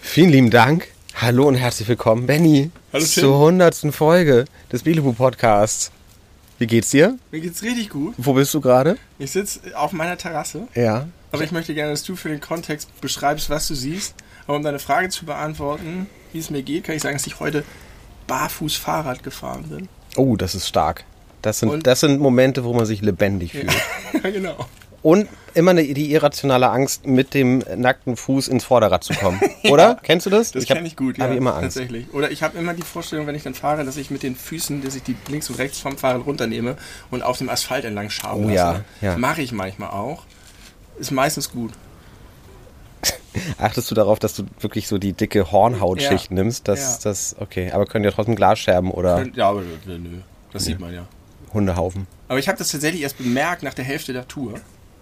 Vielen lieben Dank. Hallo und herzlich willkommen, Benny. Hallo, Tim. zur hundertsten Folge des Bielebu Podcasts. Wie geht's dir? Mir geht's richtig gut. Wo bist du gerade? Ich sitze auf meiner Terrasse, Ja. aber ich möchte gerne, dass du für den Kontext beschreibst, was du siehst. Aber um deine Frage zu beantworten, wie es mir geht, kann ich sagen, dass ich heute barfuß Fahrrad gefahren bin. Oh, das ist stark. Das sind, Und- das sind Momente, wo man sich lebendig fühlt. ja, genau. Und immer eine, die irrationale Angst, mit dem nackten Fuß ins Vorderrad zu kommen. Oder? Kennst du das? Das hab- kenne ich gut, hab ja. ich immer Angst. Tatsächlich. Oder ich habe immer die Vorstellung, wenn ich dann fahre, dass ich mit den Füßen, dass ich die links und rechts vom Fahrrad runternehme und auf dem Asphalt entlang schaue. Oh ja, ja. Mache ich manchmal auch. Ist meistens gut. Achtest du darauf, dass du wirklich so die dicke Hornhautschicht Ja. nimmst? Das, Ja. das, okay. Aber können ja trotzdem Glasscherben oder Ja, aber äh, nö. Das sieht man ja. Hundehaufen. Aber ich habe das tatsächlich erst bemerkt nach der Hälfte der Tour.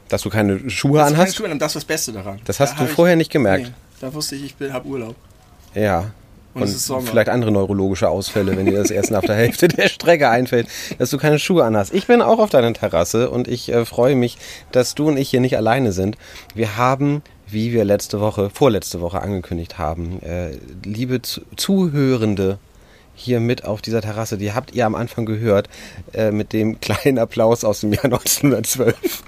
Dass du keine Schuhe Das anhast? kannst du ändern, das ist das Beste daran. Das hast Da du hab ich- vorher nicht gemerkt. Nee, da wusste ich, ich habe Urlaub. Ja. Und, Und es ist Sommer. vielleicht andere neurologische Ausfälle, wenn dir das erst nach der Hälfte der Strecke einfällt, dass du keine Schuhe anhast. Ich bin auch auf deiner Terrasse und ich äh, freue mich, dass du und ich hier nicht alleine sind. Wir haben, wie wir letzte Woche, vorletzte Woche angekündigt haben, äh, liebe Zu Zuhörende hier mit auf dieser Terrasse, die habt ihr am Anfang gehört, äh, mit dem kleinen Applaus aus dem Jahr 1912.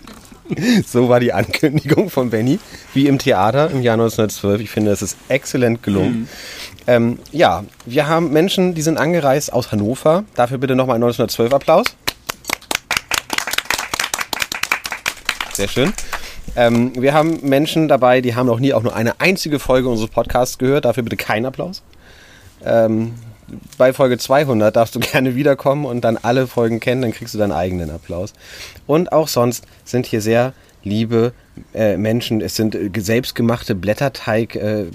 So war die Ankündigung von Benny, wie im Theater im Jahr 1912. Ich finde, es ist exzellent Mhm. gelungen. Ähm, ja, wir haben Menschen, die sind angereist aus Hannover. Dafür bitte nochmal einen 1912 Applaus. Sehr schön. Ähm, wir haben Menschen dabei, die haben noch nie auch nur eine einzige Folge unseres Podcasts gehört. Dafür bitte keinen Applaus. Ähm, bei Folge 200 darfst du gerne wiederkommen und dann alle Folgen kennen, dann kriegst du deinen eigenen Applaus. Und auch sonst sind hier sehr liebe äh, Menschen. Es sind äh, selbstgemachte Blätterteig, äh,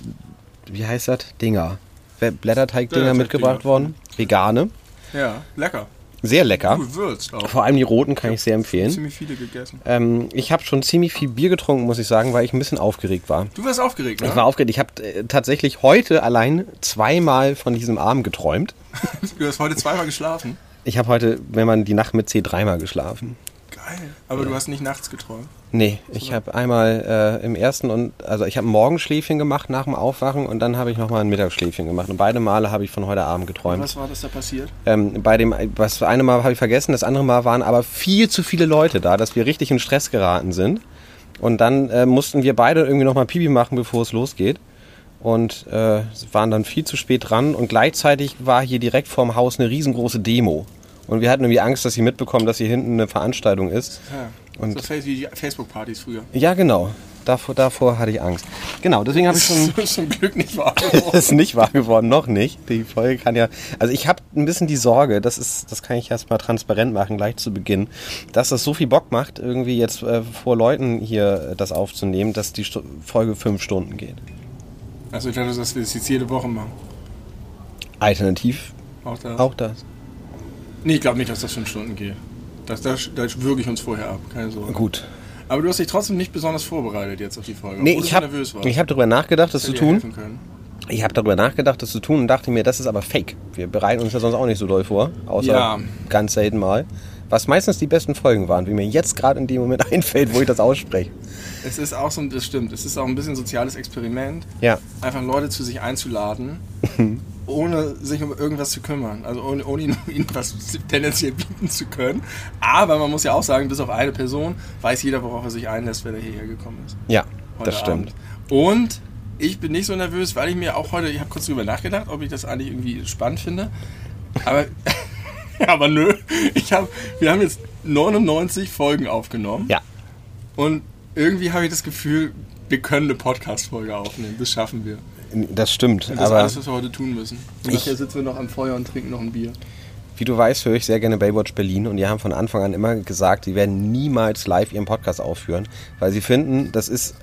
wie heißt das? Dinger. Wer- Blätterteig-Dinger Blätterteig-Dinger. mitgebracht worden. Vegane. Ja, lecker. Sehr lecker. Gewürzt auch. Vor allem die roten kann ich sehr empfehlen. Ziemlich viele gegessen. Ähm, ich habe schon ziemlich viel Bier getrunken, muss ich sagen, weil ich ein bisschen aufgeregt war. Du warst aufgeregt, ne? Ich war aufgeregt. Ich habe äh, tatsächlich heute allein zweimal von diesem Arm geträumt. du hast heute zweimal geschlafen. Ich habe heute, wenn man die Nacht mit C dreimal geschlafen. Geil. Aber du hast nicht nachts geträumt. Nee, ich habe einmal äh, im ersten und also ich habe ein Morgenschläfchen gemacht nach dem Aufwachen und dann habe ich nochmal ein Mittagsschläfchen gemacht. Und beide Male habe ich von heute Abend geträumt. Was war das da passiert? Ähm, bei dem, was eine Mal habe ich vergessen, das andere Mal waren aber viel zu viele Leute da, dass wir richtig in Stress geraten sind. Und dann äh, mussten wir beide irgendwie nochmal Pipi machen, bevor es losgeht. Und äh, waren dann viel zu spät dran. Und gleichzeitig war hier direkt vorm Haus eine riesengroße Demo. Und wir hatten irgendwie Angst, dass sie mitbekommen, dass hier hinten eine Veranstaltung ist. Ja. Und- so face wie die Facebook-Partys früher. Ja, genau. Davor, davor hatte ich Angst. Genau, deswegen habe ich schon Das ist Zum Glück nicht wahr. das ist nicht wahr geworden, noch nicht. Die Folge kann ja. Also ich habe ein bisschen die Sorge, das ist, das kann ich erst mal transparent machen, gleich zu Beginn, dass das so viel Bock macht, irgendwie jetzt äh, vor Leuten hier äh, das aufzunehmen, dass die Stu Folge fünf Stunden geht. Also ich dachte, dass wir das jetzt jede Woche machen. Alternativ Auch das. auch das. Nee, ich glaube nicht, dass das fünf Stunden geht. Das, das, das würge ich uns vorher ab. Keine Sorge. Gut. Aber du hast dich trotzdem nicht besonders vorbereitet jetzt auf die Folge. Nee, obwohl du ich so habe nervös warst. hab darüber nachgedacht, das zu Hätte dir tun. helfen können. Ich habe darüber nachgedacht, das zu tun und dachte mir, das ist aber fake. Wir bereiten uns ja sonst auch nicht so doll vor, außer Ja. ganz selten mal. Was meistens die besten Folgen waren, wie mir jetzt gerade in dem Moment einfällt, wo ich das ausspreche. Es ist auch so, ein- das stimmt, es ist auch ein bisschen soziales Experiment. Ja. einfach Leute zu sich einzuladen, ohne sich um irgendwas zu kümmern. Also ohne, ohne ihnen ihnen was tendenziell bieten zu können. Aber man muss ja auch sagen, bis auf eine Person weiß jeder, worauf er sich einlässt, wenn er hierher gekommen ist. Ja, Heute das stimmt. Abend. Und ich bin nicht so nervös, weil ich mir auch heute, ich habe kurz drüber nachgedacht, ob ich das eigentlich irgendwie spannend finde. Aber, aber nö, ich hab, wir haben jetzt 99 Folgen aufgenommen. Ja. Und irgendwie habe ich das Gefühl, wir können eine Podcast-Folge aufnehmen. Das schaffen wir. Das stimmt, Das aber ist alles, was wir heute tun müssen. Und Ich- nachher sitzen wir noch am Feuer und trinken noch ein Bier. wie du weißt, höre ich sehr gerne Baywatch Berlin und die haben von Anfang an immer gesagt, sie werden niemals live ihren Podcast aufführen, weil sie finden, das ist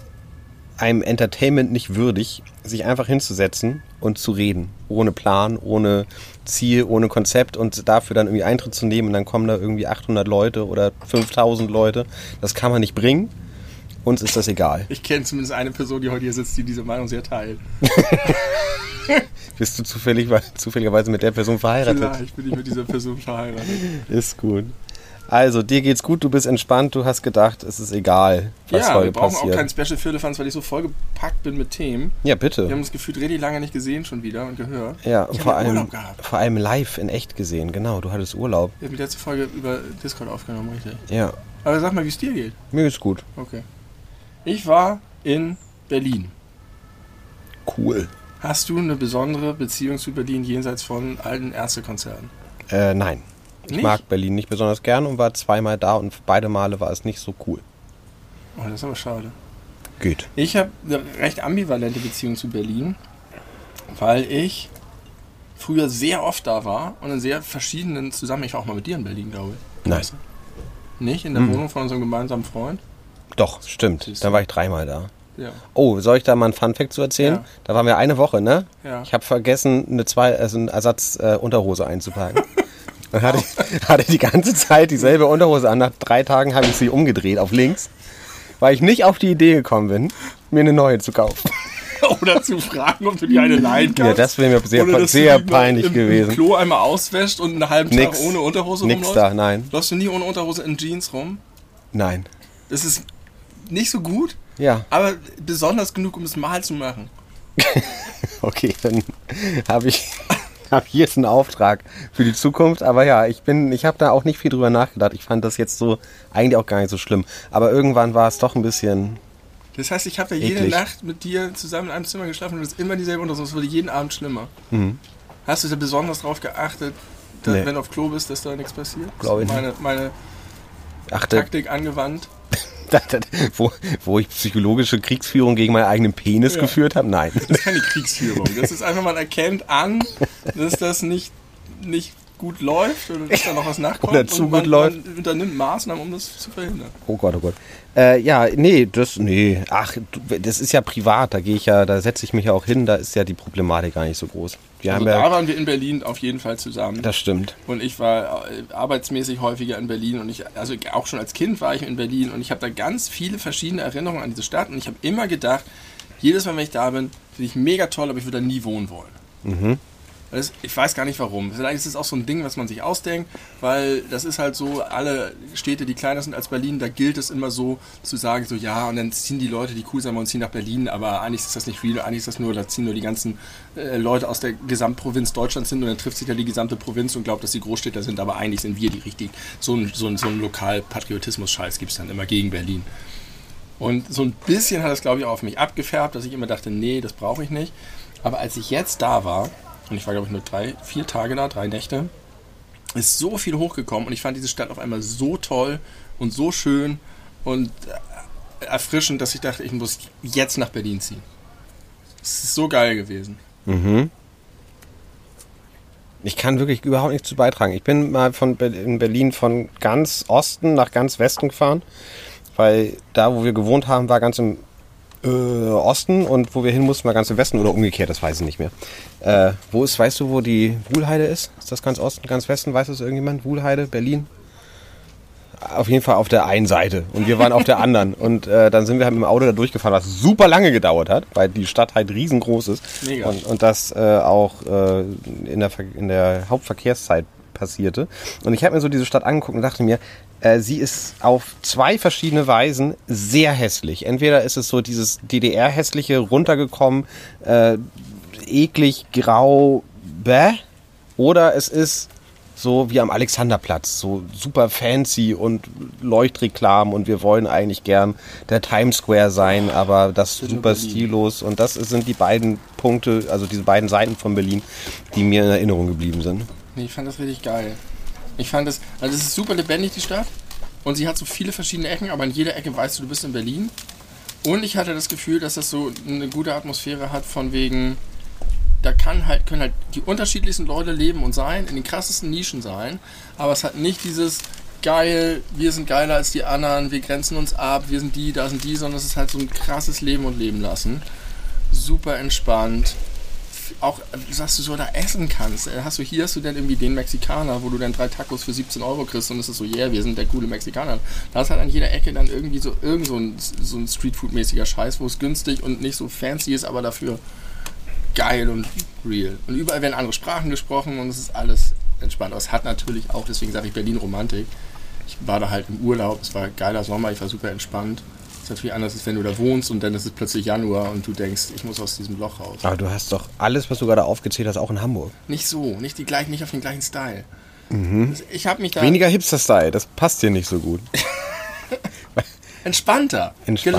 einem Entertainment nicht würdig, sich einfach hinzusetzen und zu reden. Ohne Plan, ohne Ziel, ohne Konzept und dafür dann irgendwie Eintritt zu nehmen und dann kommen da irgendwie 800 Leute oder 5000 Leute. Das kann man nicht bringen. Uns ist das egal. Ich kenne zumindest eine Person, die heute hier sitzt, die diese Meinung sehr teilt. Bist du zufällig, zufälligerweise mit der Person verheiratet? Vielleicht bin ich mit dieser Person verheiratet. Ist gut. Also, dir geht's gut, du bist entspannt, du hast gedacht, es ist egal, was ja, wir heute brauchen passiert. auch keinen Special für Elefants, weil ich so vollgepackt bin mit Themen. ja, Wir haben bitte. das Gefühl richtig lange nicht gesehen schon wieder und gehört. Ja, ich und hab vor ja allem, Urlaub gehabt. vor allem live in echt gesehen, genau, du hattest Urlaub. Wir haben die letzte Folge über Discord aufgenommen, richtig. Ja, Aber sag mal, wie es dir geht. mir ist gut. Okay. Ich war in Berlin. Cool. Hast du eine besondere Beziehung zu Berlin jenseits von alten Ärztekonzernen? Äh, nein. Ich Nicht? mag Berlin nicht besonders gern und war zweimal da und beide Male war es nicht so cool. Oh, das ist aber schade. Geht. Ich habe eine recht ambivalente Beziehung zu Berlin, weil ich früher sehr oft da war und in sehr verschiedenen Zusammenhängen. Ich war auch mal mit dir in Berlin, glaube ich. Nein. Weißt du? Nicht? In der Wohnung von unserem gemeinsamen Freund? Doch, stimmt. Siehst Dann du. war ich dreimal da. Ja. Oh, soll ich da mal einen Funfact zu erzählen? Ja. Da waren wir eine Woche, ne? Ja. Ich habe vergessen, eine zwei, also einen Ersatz äh, Unterhose einzupacken. Dann hatte ich, hatte ich die ganze Zeit dieselbe Unterhose an. Nach drei Tagen habe ich sie umgedreht auf links, weil ich nicht auf die Idee gekommen bin, mir eine neue zu kaufen. Oder Oh, zu fragen, ob du dir eine leihen kannst. Ja, das wäre mir sehr, Oder dass du sehr die mal peinlich im, gewesen. Im Klo einmal auswäscht und einen halben Nix. Tag ohne Unterhose Nix rumläufst. da, nein. Läufst du nie ohne Unterhose in Jeans rum? Nein. Das ist nicht so gut, Ja, aber besonders genug, um es mal zu machen. okay, dann habe ich, hab ich jetzt einen Auftrag für die Zukunft. Aber ja, ich bin, ich habe da auch nicht viel drüber nachgedacht. Ich fand das jetzt so eigentlich auch gar nicht so schlimm. Aber irgendwann war es doch ein bisschen Das heißt, ich habe ja jede Eklig. Nacht mit dir zusammen in einem Zimmer geschlafen und es ist immer dieselbe Unterhose. Es wurde jeden Abend schlimmer. Hast du da besonders drauf geachtet, dass, Mhm. Nee. wenn du auf Klo bist, dass da nichts passiert? Glaub ich nicht. meine, meine Achte, Taktik angewandt. das, das, wo, wo ich psychologische Kriegsführung gegen meinen eigenen Penis Ja. geführt habe? Nein. Das ist keine Kriegsführung. Das ist einfach, man erkennt an, dass das nicht, nicht gut läuft oder dass da noch was nachkommt. Oder zu und man, gut läuft. Man unternimmt Maßnahmen, um das zu verhindern. Oh Gott, oh Gott. Äh, ja, nee, das, nee, ach, du- das ist ja privat, da gehe ich ja, da setze ich mich ja auch hin, da ist ja die Problematik gar nicht so groß. Wir Also haben da ja, waren wir in Berlin auf jeden Fall zusammen. das stimmt. Und ich war äh, arbeitsmäßig häufiger in Berlin und ich, also auch schon als Kind war ich in Berlin und ich habe da ganz viele verschiedene Erinnerungen an diese Stadt und ich habe immer gedacht, jedes Mal, wenn ich da bin, finde ich mega toll, aber ich würde da nie wohnen wollen. Weil Das, ich weiß gar nicht warum. Vielleicht ist es auch so ein Ding, was man sich ausdenkt, weil das ist halt so, alle Städte, die kleiner sind als Berlin, da gilt es immer so zu sagen, so ja, und dann ziehen die Leute, die cool sind, und ziehen nach Berlin, aber eigentlich ist das nicht real, eigentlich ist das nur, da ziehen nur die ganzen äh, Leute aus der Gesamtprovinz Deutschlands hin und dann trifft sich ja die gesamte Provinz und glaubt, dass die Großstädter sind, aber eigentlich sind wir die richtigen. So ein, so ein, so ein Lokalpatriotismus-Scheiß gibt es dann immer gegen Berlin. Und so ein bisschen hat das, glaube ich, auch auf mich abgefärbt, dass ich immer dachte, nee, das brauche ich nicht. Aber als ich jetzt da war, und ich war, glaube ich, nur drei, vier Tage da, drei Nächte, ist so viel hochgekommen und ich fand diese Stadt auf einmal so toll und so schön und äh, erfrischend, dass ich dachte, ich muss jetzt nach Berlin ziehen. Es ist so geil gewesen. Ich kann wirklich überhaupt nichts zu beitragen. Ich bin mal von Be in Berlin von ganz Osten nach ganz Westen gefahren, weil da, wo wir gewohnt haben, war ganz im äh, Osten und wo wir hin mussten, war ganz im Westen oder umgekehrt, das weiß ich nicht mehr. Äh, wo ist, weißt du, wo die Wuhlheide ist? Ist das ganz Osten, ganz Westen? Weiß das irgendjemand? Wuhlheide, Berlin? Auf jeden Fall auf der einen Seite und wir waren auf der anderen. Und äh, dann sind wir halt mit dem Auto da durchgefahren, was super lange gedauert hat, weil die Stadt halt riesengroß ist. Mega. Und, und das äh, auch äh, in, der, Ver- in der Hauptverkehrszeit passierte. Und ich habe mir so diese Stadt angeguckt und dachte mir, äh, sie ist auf zwei verschiedene Weisen sehr hässlich. Entweder ist es so dieses DDR-hässliche, runtergekommen, äh, eklig, grau, bäh. Oder es ist so wie am Alexanderplatz, so super fancy und Leuchtreklam und wir wollen eigentlich gern der Times Square sein, aber das nur super Berlin. stillos und das sind die beiden Punkte, also diese beiden Seiten von Berlin, die mir in Erinnerung geblieben sind. Nee, ich fand das richtig geil. Ich fand das, also es ist super lebendig, die Stadt. Und sie hat so viele verschiedene Ecken, aber in jeder Ecke weißt du, du bist in Berlin. Und ich hatte das Gefühl, dass das so eine gute Atmosphäre hat, von wegen, da kann halt, können halt die unterschiedlichsten Leute leben und sein, in den krassesten Nischen sein, aber es hat nicht dieses, geil, wir sind geiler als die anderen, wir grenzen uns ab, wir sind die, da sind die, sondern es ist halt so ein krasses Leben und Leben lassen. Super entspannt. Auch, äh, dass du so da essen kannst. äh, Hast du hier hast du dann irgendwie den Mexikaner, wo du dann drei Tacos für 17 Euro kriegst und es ist so, yeah, wir sind der coole Mexikaner. Da ist halt an jeder Ecke dann irgendwie so irgend so ein, so ein Streetfood-mäßiger Scheiß, wo es günstig und nicht so fancy ist, aber dafür geil und real. Und überall werden andere Sprachen gesprochen und es ist alles entspannt. Aber es hat natürlich auch, deswegen sage ich Berlin Romantik. Ich war da halt im Urlaub, es war geiler Sommer, ich war super entspannt. Es ist natürlich anders, als wenn du da wohnst und dann ist es plötzlich Januar und du denkst, ich muss aus diesem Loch raus. Aber du hast doch alles, was du gerade aufgezählt hast, auch in Hamburg. Nicht so, nicht, die gleichen, nicht auf den gleichen Style. Also Ich habe mich da Mhm. Weniger Hipster-Style, das passt dir nicht so gut. entspannter, Entspannter. Mhm.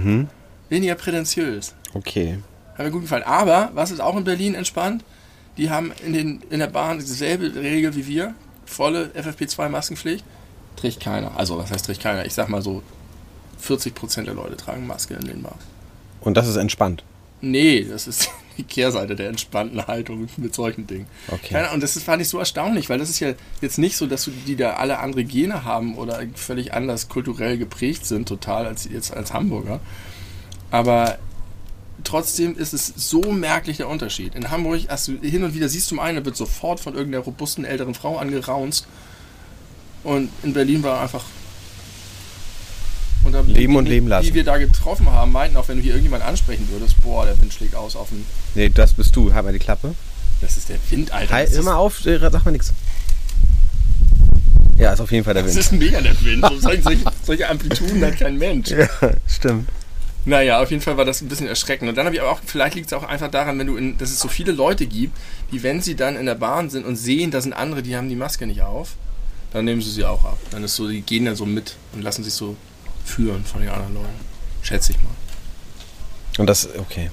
gelassener, weniger prätentiös. Okay. Hat mir gut gefallen. Aber, was ist auch in Berlin entspannt? Die haben in, den, in der Bahn dieselbe Regel wie wir. Volle FFP2-Maskenpflicht. Trägt keiner. Also, was heißt trägt keiner? Ich sag mal so, 40% der Leute tragen Maske in den Bahnen. Und das ist entspannt. Nee, das ist die Kehrseite der entspannten Haltung mit solchen Dingen. Okay. Keine Ahnung, und das ist, fand ich so erstaunlich, weil das ist ja jetzt nicht so, dass du die da alle andere Gene haben oder völlig anders kulturell geprägt sind, total als jetzt als Hamburger. Aber trotzdem ist es so merklich der Unterschied. In Hamburg hast du hin und wieder siehst du einen, der wird sofort von irgendeiner robusten älteren Frau angeraunzt. Und in Berlin war einfach. Und da- Leben und leben lassen. Die wir da getroffen haben, meinten auch, wenn du hier irgendjemand ansprechen würdest, boah, der Wind schlägt aus auf den. Nee, das bist du. Halt mal die Klappe. Das ist der Wind, Alter. Halt, das hör ist, mal auf, äh, sag mal nichts. Ja, ist auf jeden Fall der das Wind. ist mega der Wind. So, solche, solche Amplituden hat kein Mensch. Ja, stimmt. Naja, auf jeden Fall war das ein bisschen erschreckend. Und dann habe ich aber auch, vielleicht liegt es auch einfach daran, wenn du in, dass es so viele Leute gibt, die, wenn sie dann in der Bahn sind und sehen, da sind andere, die haben die Maske nicht auf, dann nehmen sie sie auch ab. Dann ist so, die gehen dann so mit und lassen sich so führen von den anderen Leuten. Schätze ich mal. Und das, okay.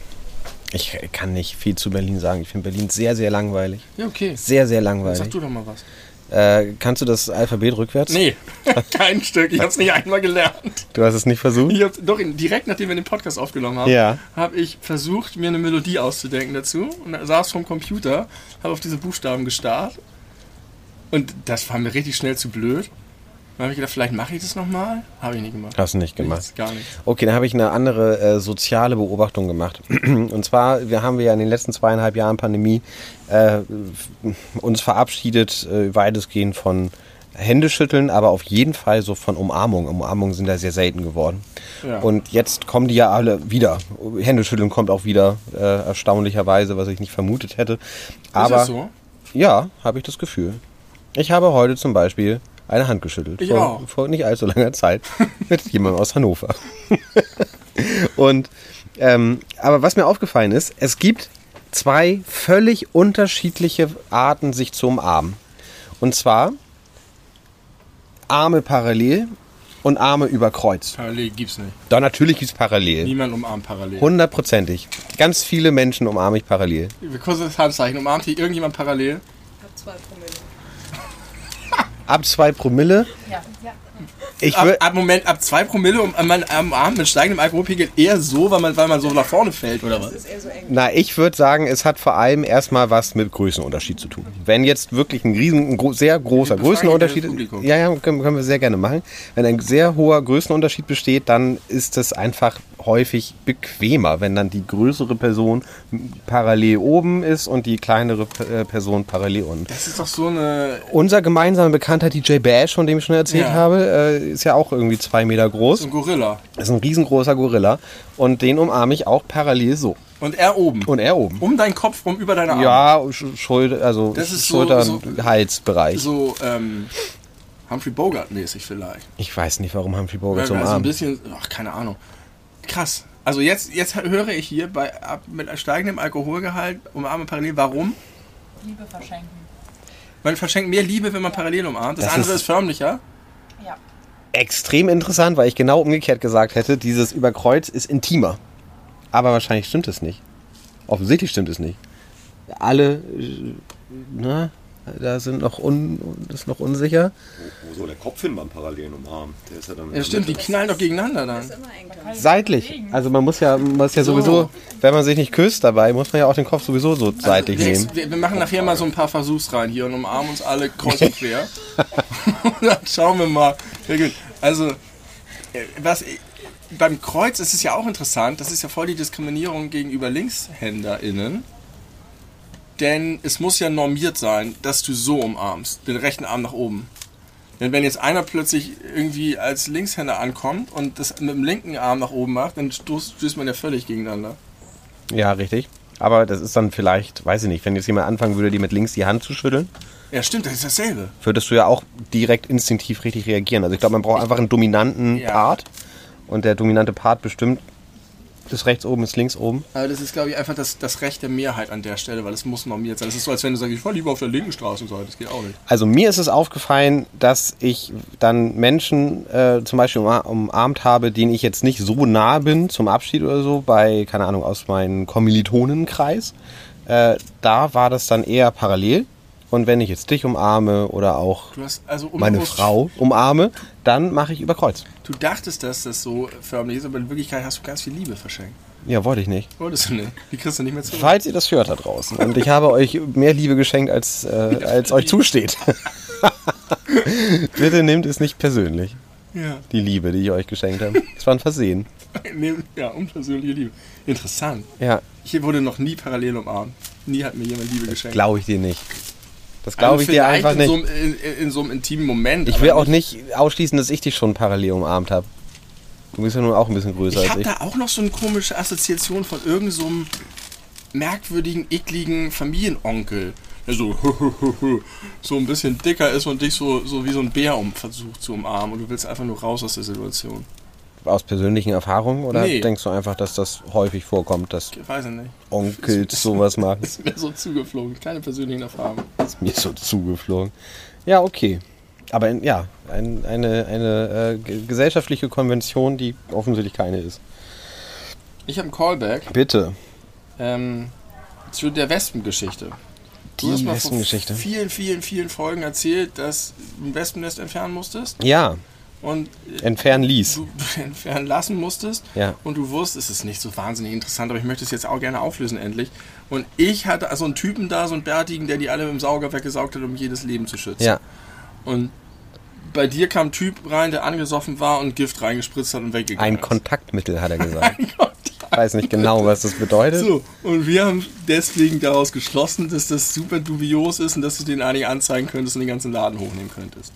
Ich kann nicht viel zu Berlin sagen. Ich finde Berlin sehr, sehr langweilig. Ja, okay. Sehr, sehr Sag langweilig. du doch mal was. Äh, kannst du das Alphabet rückwärts? Nee, kein Stück. Ich habe es nicht einmal gelernt. Du hast es nicht versucht? Ich hab's, doch, in- direkt nachdem wir den Podcast aufgenommen haben, Ja. habe ich versucht, mir eine Melodie auszudenken dazu und da saß vom Computer, habe auf diese Buchstaben gestarrt und das war mir richtig schnell zu blöd. Dann habe ich gedacht, vielleicht mache ich das nochmal. Habe ich nicht gemacht. Hast du nicht gemacht. Nichts, gar nicht. Okay, dann habe ich eine andere äh, soziale Beobachtung gemacht. Und zwar, wir haben wir ja in den letzten zweieinhalb Jahren Pandemie äh, f- uns verabschiedet, äh, weitestgehend von Händeschütteln, aber auf jeden Fall so von Umarmung. Umarmungen sind da sehr selten geworden. Ja. Und jetzt kommen die ja alle wieder. Händeschütteln kommt auch wieder, äh, erstaunlicherweise, was ich nicht vermutet hätte. Aber ist das so? ja, habe ich das Gefühl. Ich habe heute zum Beispiel eine Hand geschüttelt. Ich vor, auch. vor nicht allzu langer Zeit mit jemandem aus Hannover. Und ähm, aber was mir aufgefallen ist, es gibt zwei völlig unterschiedliche Arten, sich zu umarmen. Und zwar Arme parallel und Arme über Kreuz. Parallel gibt's nicht. Da natürlich gibt es parallel. Niemand umarmt parallel. Hundertprozentig. Ganz viele Menschen umarme ich parallel. Kurzes Handzeichen. Umarmt hier irgendjemand parallel? Ab zwei Promille. Ab zwei Promille. Ja. ja. Ich Ab, wür- ab Moment, ab 2 Promille um, man umarmt mit steigendem Alkoholpegel eher so, weil man, weil man so nach vorne fällt oder was? Das ist eher so eng. Na, ich würde sagen, es hat vor allem erstmal was mit Größenunterschied zu tun. Wenn jetzt wirklich ein riesen, ein gro sehr großer Wir befragen Größenunterschied das ist, Publikum. ja, ja, können, können wir sehr gerne machen. Wenn ein sehr hoher Größenunterschied besteht, dann ist es einfach häufig bequemer, wenn dann die größere Person parallel oben ist und die kleinere äh, Person parallel unten. Das ist doch so eine. Unser gemeinsamer Bekannter DJ Bash, von dem ich schon erzählt Ja. habe, äh, ist ja auch irgendwie zwei Meter so groß. ein Gorilla. Ist ein riesengroßer Gorilla und den umarme ich auch parallel so. Und er oben. Und er oben. um deinen Kopf rum, über deine Arme. Ja, Sch- Schulter, also Das ist so- Schultern, so- Halsbereich. So ähm, Humphrey Bogart-mäßig vielleicht. Ich weiß nicht, warum Humphrey Bogart Weil so wir so also ein umarmt. bisschen, ach, keine Ahnung. Krass. Also jetzt, jetzt höre ich hier bei, ab, mit steigendem Alkoholgehalt umarme parallel. Warum? Liebe verschenken. Man verschenkt mehr Liebe, wenn man parallel umarmt. Das, Das andere ist- ist, förmlicher. Ja. Extrem interessant, weil ich genau umgekehrt gesagt hätte, dieses Überkreuz ist intimer. Aber wahrscheinlich stimmt es nicht. Offensichtlich stimmt es nicht. Alle, äh, na, da sind noch, un, das ist noch unsicher. Wo soll der Kopf hin beim Parallelen umarmen? Der ist ja dann. in Ja, der stimmt, die Mitte. knallen doch gegeneinander dann. Immer enger. Seitlich. Also man muss ja, man muss ja sowieso, wenn man sich nicht küsst dabei, muss man ja auch den Kopf sowieso Also so seitlich wir, nehmen. wir, wir machen nachher mal so ein paar Versuchsreihen hier und umarmen uns alle kreuz und quer. Dann schauen wir mal. Ja, gut. Also, äh, was, ich- beim Kreuz ist es ja auch interessant, das ist ja voll die Diskriminierung gegenüber LinkshänderInnen. Denn es muss ja normiert sein, dass du so umarmst, den rechten Arm nach oben. Denn wenn jetzt einer plötzlich irgendwie als Linkshänder ankommt und das mit dem linken Arm nach oben macht, dann stoßt, stößt man ja völlig gegeneinander. Ja, richtig. Aber das ist dann vielleicht, weiß ich nicht, wenn jetzt jemand anfangen würde, dir mit links die Hand zu schütteln, Ja, stimmt, das ist dasselbe. würdest du ja auch direkt instinktiv richtig reagieren. Also ich glaube, man braucht einfach einen dominanten Ja. Part. Und der dominante Part bestimmt ist rechts oben, ist links oben. Aber das ist, glaube ich, einfach das, das Recht der Mehrheit an der Stelle, weil es muss normiert sein. Es ist so, als wenn du sagst, ich war lieber auf der linken Straßenseite, das geht auch nicht. Also mir ist es aufgefallen, dass ich dann Menschen äh, zum Beispiel umar- umarmt habe, denen ich jetzt nicht so nah bin zum Abschied oder so, bei, keine Ahnung, aus meinem Kommilitonenkreis. Äh, da war das dann eher parallel. Und wenn ich jetzt dich umarme oder auch Du hast also meine unbewusst- Frau umarme, dann mache ich über Kreuz. Du dachtest, dass das so förmlich ist, aber in Wirklichkeit hast du ganz viel Liebe verschenkt. Ja, wollte ich nicht. Wolltest du nicht? Die kriegst du nicht mehr zurück. Falls ihr das hört da draußen und ich habe euch mehr Liebe geschenkt, als, äh, als euch zusteht. Bitte nehmt es nicht persönlich, Ja, die Liebe, die ich euch geschenkt habe. Es war ein Versehen. Nee, ja unpersönliche Liebe. Interessant. Ja, Hier wurde noch nie parallel umarmt. Nie hat mir jemand Liebe geschenkt. glaube ich dir nicht. Das glaube ich dir vielleicht einfach nicht. In so, einem, in, in so einem intimen Moment. Ich aber will auch nicht ausschließen, dass ich dich schon parallel umarmt habe. Du bist ja nun auch ein bisschen größer Ich als habe ich. da auch noch so eine komische Assoziation von irgendeinem so einem merkwürdigen, ekligen Familienonkel, der so, so ein bisschen dicker ist und dich so, so wie so ein Bär um, versucht zu umarmen und du willst einfach nur raus aus der Situation. Aus persönlichen Erfahrungen oder Nee. denkst du einfach, dass das häufig vorkommt, dass Ich weiß es nicht. Onkels sowas machen? Ist mir so zugeflogen. Keine persönlichen Erfahrungen. mir so zugeflogen. Ja, okay. Aber in, ja, ein, eine, eine äh, ge- gesellschaftliche Konvention, die offensichtlich keine ist. Ich habe einen Callback Bitte. ähm, zu der Wespengeschichte. Du Die hast mal Wespengeschichte. vor vielen, vielen, vielen Folgen erzählt, dass du ein Wespennest entfernen musstest Ja, und äh, entfernen ließ. du entfernen lassen musstest Ja. und du wusstest, es ist nicht so wahnsinnig interessant, aber ich möchte es jetzt auch gerne auflösen endlich. Und ich hatte also einen Typen da, so einen Bärtigen, der die alle mit dem Sauger weggesaugt hat, um jedes Leben zu schützen. Ja, Und bei dir kam ein Typ rein, der angesoffen war und Gift reingespritzt hat und weggegangen ein ist. Kontaktmittel, hat er gesagt. Ich weiß nicht genau, was das bedeutet. So, und wir haben deswegen daraus geschlossen, dass das super dubios ist und dass du den eigentlich anzeigen könntest und den ganzen Laden hochnehmen könntest.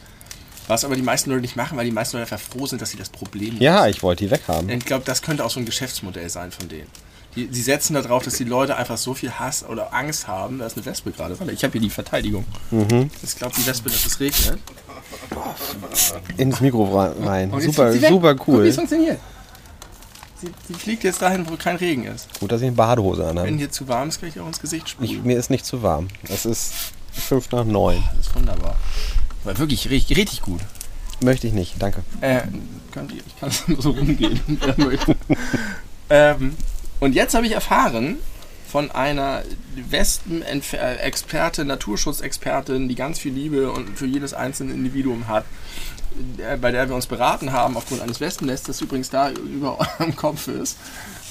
Was aber die meisten Leute nicht machen, weil die meisten Leute einfach froh sind, dass sie das Problem Ja, ich wollte die weghaben. ich glaube, das könnte auch so ein Geschäftsmodell sein von denen. Die, die setzen darauf, dass die Leute einfach so viel Hass oder Angst haben. Da ist eine Wespe gerade. Warte, ich habe hier die Verteidigung. Mhm. Ich glaube, die Wespe, dass es regnet. Ins Mikro rein- rein. Und jetzt Super, fliegt sie weg. super Guck, wie cool. es funktioniert. Sie, sie fliegt jetzt dahin, wo kein Regen ist. Gut, dass ich eine Badehose Wenn anhabe. hier zu warm ist, kann ich auch ins Gesicht Ich, sprühen. mir ist nicht zu warm. Es ist fünf nach neun. Das ist wunderbar. War wirklich richtig, richtig gut. Möchte ich nicht, danke. Äh, kann, ich kann nur so rumgehen, wer möchte. ähm, und jetzt habe ich erfahren von einer Wespen-Experte, Naturschutzexpertin, die ganz viel Liebe und für jedes einzelne Individuum hat, äh, bei der wir uns beraten haben aufgrund eines Wespennests, das übrigens da über eurem Kopf ist.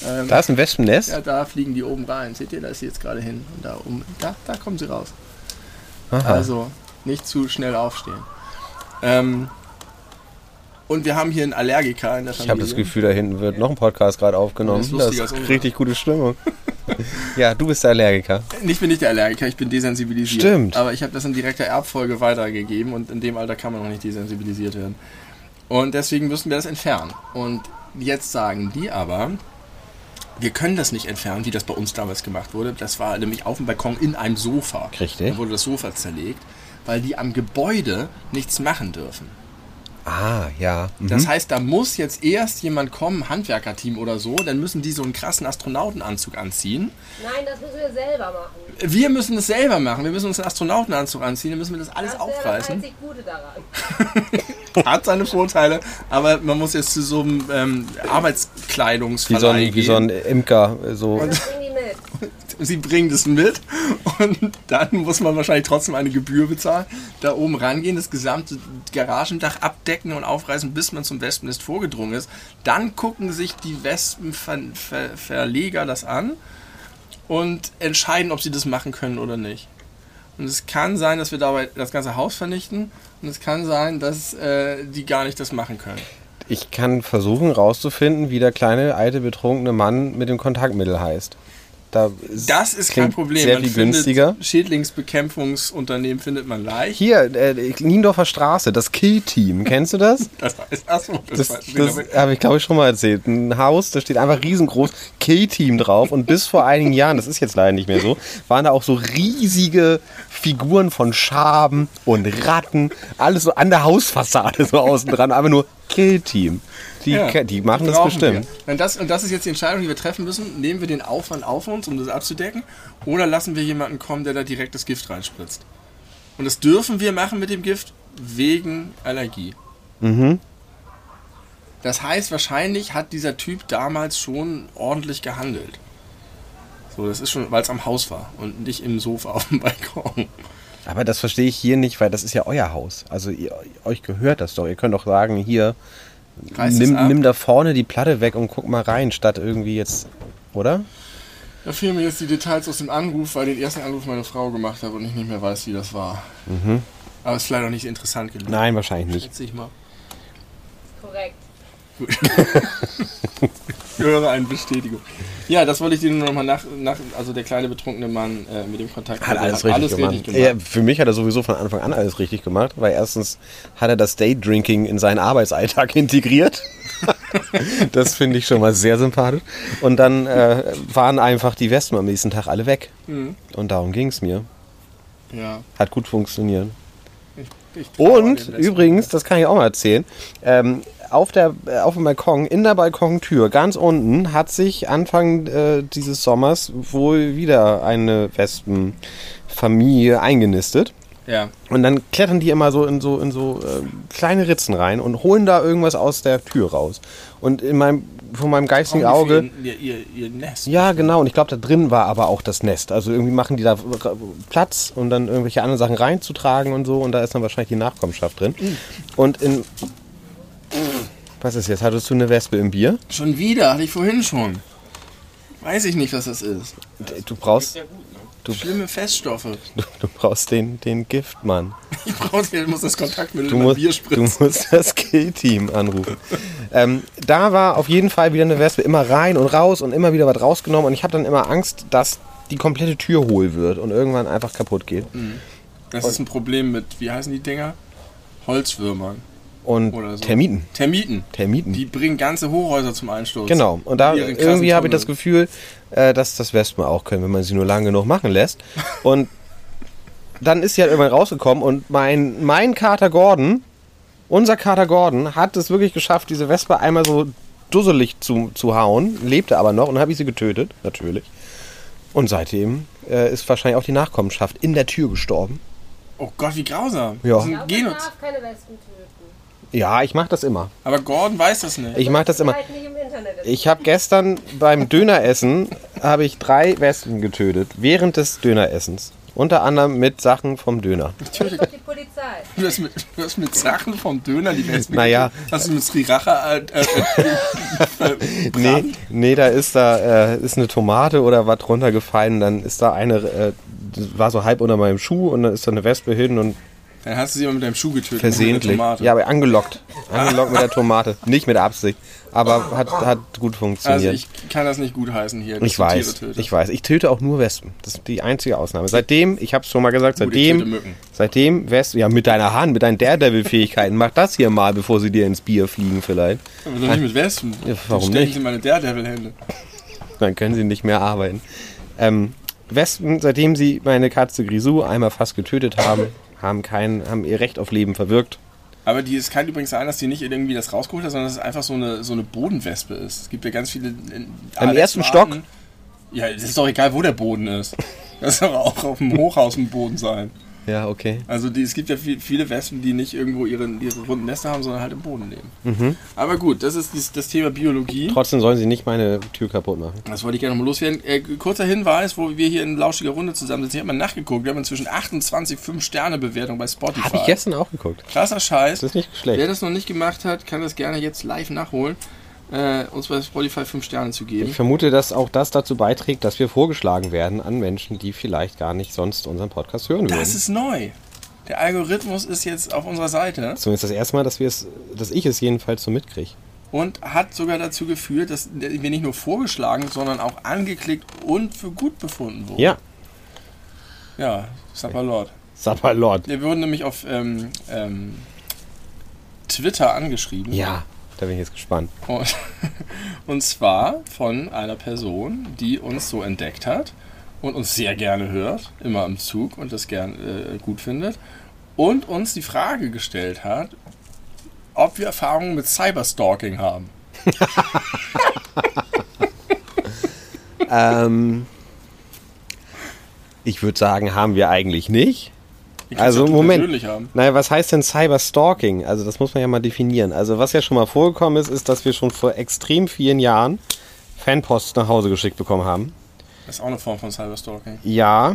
Ähm, Da ist ein Wespennest. ja, da fliegen die oben rein. Seht ihr, da ist sie jetzt gerade hin. Und da, oben, da, da kommen sie raus. Aha. Also nicht zu schnell aufstehen. Ähm, und wir haben hier einen Allergiker in der Ich Familie. habe das Gefühl, da hinten wird noch ein Podcast gerade aufgenommen. Das Das ist ist, lustiger als unser. richtig gute Stimmung. ja, du bist der Allergiker. Ich bin nicht der Allergiker, ich bin desensibilisiert. Stimmt. Aber ich habe das in direkter Erbfolge weitergegeben und in dem Alter kann man noch nicht desensibilisiert werden. Und deswegen müssen wir das entfernen. Und jetzt sagen die aber, wir können das nicht entfernen, wie das bei uns damals gemacht wurde. Das war nämlich auf dem Balkon in einem Sofa. Richtig. Da wurde das Sofa zerlegt, weil die am Gebäude nichts machen dürfen. Ah, ja. Mhm. Das heißt, da muss jetzt erst jemand kommen, Handwerkerteam oder so, dann müssen die so einen krassen Astronautenanzug anziehen. Nein, das müssen wir selber machen. Wir müssen es selber machen, wir müssen uns einen Astronautenanzug anziehen, dann müssen wir das alles das wäre das aufreißen. einzig Gute daran. Hat seine Vorteile, aber man muss jetzt zu so einem ähm, wie, so Arbeitskleidungsverleih ein, wie so ein Imker. äh, So. Das bringen die mit. gehen. Sie bringen das mit und dann muss man wahrscheinlich trotzdem eine Gebühr bezahlen. Da oben rangehen, das gesamte Garagendach abdecken und aufreißen, bis man zum Wespennest vorgedrungen ist. Dann gucken sich die Wespenverleger das an. und entscheiden, ob sie das machen können oder nicht. Und es kann sein, dass wir dabei das ganze Haus vernichten. Und es kann sein, dass äh, die gar nicht das machen können. Ich kann versuchen rauszufinden, wie der kleine, alte, betrunkene Mann mit dem Kontaktmittel heißt. Da ist, Das ist kein klingt Problem. Sehr Man viel findet günstiger. Schädlingsbekämpfungsunternehmen findet man leicht. Hier, äh, Niendorfer Straße, das Kill-Team. Kennst du das? Das heißt, achso, das, Das, das, das habe ich, glaube ich, schon mal erzählt. Ein Haus, da steht einfach riesengroß K-Team drauf. Und bis vor einigen Jahren, das ist jetzt leider nicht mehr so, waren da auch so riesige Figuren von Schaben und Ratten. Alles so an der Hausfassade so außen dran. Aber nur K-Team. Die, ke- die machen das brauchen bestimmt. Wir. Und, das, und das ist jetzt die Entscheidung, die wir treffen müssen. Nehmen wir den Aufwand auf uns, um das abzudecken, oder lassen wir jemanden kommen, der da direkt das Gift reinspritzt. Und das dürfen wir machen mit dem Gift wegen Allergie. Mhm. Das heißt, wahrscheinlich hat dieser Typ damals schon ordentlich gehandelt. So, das ist schon, weil es am Haus war und nicht im Sofa auf dem Balkon. Aber das verstehe ich hier nicht, weil das ist ja euer Haus. Also ihr, euch gehört das doch. Ihr könnt doch sagen, hier, Reißt es nimm, ab. nimm da vorne die Platte weg und guck mal rein, statt irgendwie jetzt, oder? Da fehlen mir jetzt die Details aus dem Anruf, weil den ersten Anruf meine Frau gemacht hat und ich nicht mehr weiß, wie das war. Mhm. Aber es ist leider nicht interessant genug. Nein, wahrscheinlich nicht. Schätze ich mal. Korrekt. Ich höre eine Bestätigung. Ja, das wollte ich dir nur nochmal nach, nach. Also der kleine betrunkene Mann äh, mit dem Kontakt. Hat der alles richtig gemacht. Ja, für mich hat er sowieso von Anfang an alles richtig gemacht, weil erstens hat er das Daydrinking in seinen Arbeitsalltag integriert. das finde ich schon mal sehr sympathisch. Und dann äh, waren einfach die Wespen am nächsten Tag alle weg. Und darum ging es mir. Ja. Hat gut funktioniert. Ich, ich traue dem Und Besten. übrigens, das kann ich auch mal erzählen, ähm, auf, der, äh, auf dem Balkon, in der Balkontür, ganz unten, hat sich Anfang äh, dieses Sommers wohl wieder eine Wespenfamilie eingenistet. Ja. Und dann klettern die immer so in so, in so äh, kleine Ritzen rein und holen da irgendwas aus der Tür raus. Und in meinem, von meinem geistigen Brauchen die Auge. für Ihr, ihr, ihr Nest. Ja, genau. Und ich glaube, da drin war aber auch das Nest. Also irgendwie machen die da r- Platz und dann irgendwelche anderen Sachen reinzutragen und so. Und da ist dann wahrscheinlich die Nachkommenschaft drin. Und in. Was ist jetzt? Hattest du eine Wespe im Bier? Schon wieder, hatte ich vorhin schon. Weiß ich nicht, was das ist. Du brauchst, Schlimme Feststoffe. du brauchst den, den Giftmann. Ich brauche, ich muss das Kontaktmittel Du in mein musst, Bier du spritzen. musst das Kill-Team anrufen. ähm, da war auf jeden Fall wieder eine Wespe immer rein und raus und immer wieder was rausgenommen. Und ich habe dann immer Angst, dass die komplette Tür hohl wird und irgendwann einfach kaputt geht. Mhm. Das ist ein Problem mit, wie heißen die Dinger? Holzwürmern. Und Oder so. Termiten. Termiten. Termiten. Die bringen ganze Hochhäuser zum Einsturz. Genau. Und da Mit ihren krassen irgendwie habe ich das Tunneln. Gefühl, äh, dass das Wespen auch können, wenn man sie nur lange genug machen lässt. Und dann ist sie halt irgendwann rausgekommen und mein, mein Kater Gordon, unser Kater Gordon, hat es wirklich geschafft, diese Wespe einmal so dusselig zu, zu hauen, lebte aber noch und dann habe ich sie getötet, natürlich. Und seitdem äh, ist wahrscheinlich auch die Nachkommenschaft in der Tür gestorben. Oh Gott, wie grausam. Ja. Das ist Ja, ein man Genuz. darf keine Wespen töten. Ja, ich mache das immer. Aber Gordon weiß das nicht. Ich mache das immer. Halt nicht im Internet. Ich habe gestern beim Döneressen habe ich drei Wespen getötet während des Döneressens. Unter anderem mit Sachen vom Döner. Natürlich. Die Polizei. Du hast mit, du hast mit Sachen vom Döner die Wespen Naja. getötet. Hast du mit Sriracha äh, äh, äh, Nee, nee. nee, da ist da äh, ist eine Tomate oder was runtergefallen, dann ist da eine äh, das war so halb unter meinem Schuh und dann ist da eine Wespe hin und Dann hast du sie aber mit deinem Schuh getötet. Mit der versehentlich. Tomate. Ja, aber angelockt. Angelockt mit der Tomate, nicht mit Absicht, aber hat hat gut also funktioniert. ich kann das nicht gut heißen hier. dass Ich du weiß, Tiere tötest. ich weiß. Ich töte auch nur Wespen. Das ist die einzige Ausnahme. Seitdem, ich habe es schon mal gesagt, Gut, ich töte seitdem, Mücken. seitdem Wespen, ja mit deiner Hand, mit deinen Daredevil-Fähigkeiten, mach das hier mal, bevor sie dir ins Bier fliegen vielleicht. Aber doch nicht mit Wespen. Ja, warum Dann stech ich nicht? in meine Daredevil-Hände. Dann können sie nicht mehr arbeiten. Ähm, Wespen, seitdem sie meine Katze Grisou einmal fast getötet haben, haben kein, haben ihr Recht auf Leben verwirkt. Aber die, es kann übrigens sein, dass die nicht irgendwie das rausgeholt hat, sondern dass es einfach so eine, so eine Bodenwespe ist. Es gibt ja ganz viele. Im ersten Stock? Ja, es ist doch egal, wo der Boden ist. Das soll auch auf dem Hochhaus ein Boden sein. Ja, okay. Also die, es gibt ja viel, viele Wespen, die nicht irgendwo ihre, ihre runden Nester haben, sondern halt im Boden leben. Aber gut, das ist dies, das Thema Biologie. Mhm. Trotzdem sollen sie nicht meine Tür kaputt machen. Das wollte ich gerne nochmal loswerden. Äh, kurzer Hinweis, wo wir hier in lauschiger Runde zusammensitzen. Ich habe mal nachgeguckt. Wir haben inzwischen 28 5-Sterne-Bewertungen bei Spotify. Habe ich gestern auch geguckt. Krasser Scheiß. Das ist nicht Wer schlecht. das noch nicht gemacht hat, kann das gerne jetzt live nachholen. äh, uns bei Spotify 5 Sterne zu Ich geben. vermute, dass auch das dazu beiträgt, dass wir vorgeschlagen werden an Menschen, die vielleicht gar nicht sonst unseren Podcast hören würden. Das ist neu. Der Algorithmus ist jetzt auf unserer Seite Zumindest das erste Mal, dass, wir es, dass ich es jedenfalls so mitkriege. und hat sogar dazu geführt, dass wir nicht nur vorgeschlagen, sondern auch angeklickt und für gut befunden wurden. Ja, Ja, Sapper Lord. Sapperlord. Wir wurden nämlich auf ähm, ähm, Twitter angeschrieben. Ja, da bin ich jetzt gespannt. Und, und zwar von einer Person, die uns so entdeckt hat und uns sehr gerne hört, immer im Zug und das gern äh, gut findet und uns die Frage gestellt hat, ob wir Erfahrungen mit Cyberstalking haben. Ähm, ich würde sagen, haben wir eigentlich nicht. Die kannst Also du Moment. persönlich haben. Naja, was heißt denn Cyberstalking? Also das muss man ja mal definieren. Also was ja schon mal vorgekommen ist, ist, dass wir schon vor extrem vielen Jahren Fanpost nach Hause geschickt bekommen haben. Das ist auch eine Form von Cyberstalking. Ja.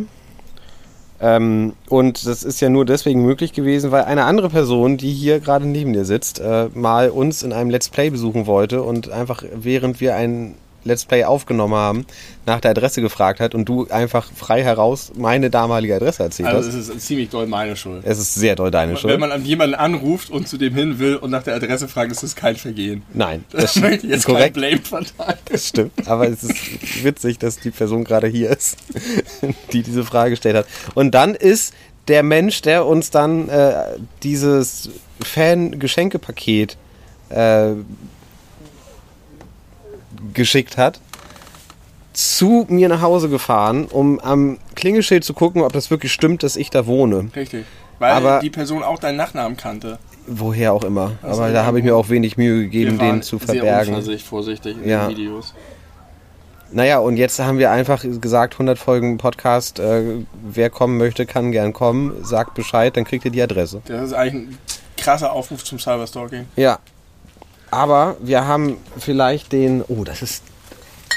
Ähm, und das ist ja nur deswegen möglich gewesen, weil eine andere Person, die hier gerade neben dir sitzt, äh, mal uns in einem Let's Play besuchen wollte und einfach während wir ein Let's Play aufgenommen haben, nach der Adresse gefragt hat und du einfach frei heraus meine damalige Adresse erzählt Also hast. es ist ziemlich doll meine Schuld. Es ist sehr doll deine Wenn Schuld. man an jemanden anruft und zu dem hin will und nach der Adresse fragt, ist das kein Vergehen. Nein, Das st- möchte ich jetzt kein korrekt. Blame verteilen. Das stimmt, aber es ist witzig, dass die Person gerade hier ist, die diese Frage gestellt hat. Und dann ist der Mensch, der uns dann äh, dieses Fan-Geschenkepaket äh, geschickt hat, zu mir nach Hause gefahren, um am Klingelschild zu gucken, ob das wirklich stimmt, dass ich da wohne. Richtig. Weil Aber- die Person auch deinen Nachnamen kannte. Woher auch immer. Das Aber ist da ja habe ich mir auch wenig Mühe gegeben, den zu Sehr verbergen. unvorsichtig, vorsichtig in Ja. den Videos. Naja, und jetzt haben wir einfach gesagt, 100 Folgen Podcast, äh, wer kommen möchte, kann gern kommen, sagt Bescheid, dann kriegt ihr die Adresse. Das ist eigentlich ein krasser Aufruf zum Cyberstalking. Ja. Aber wir haben vielleicht den, oh, das ist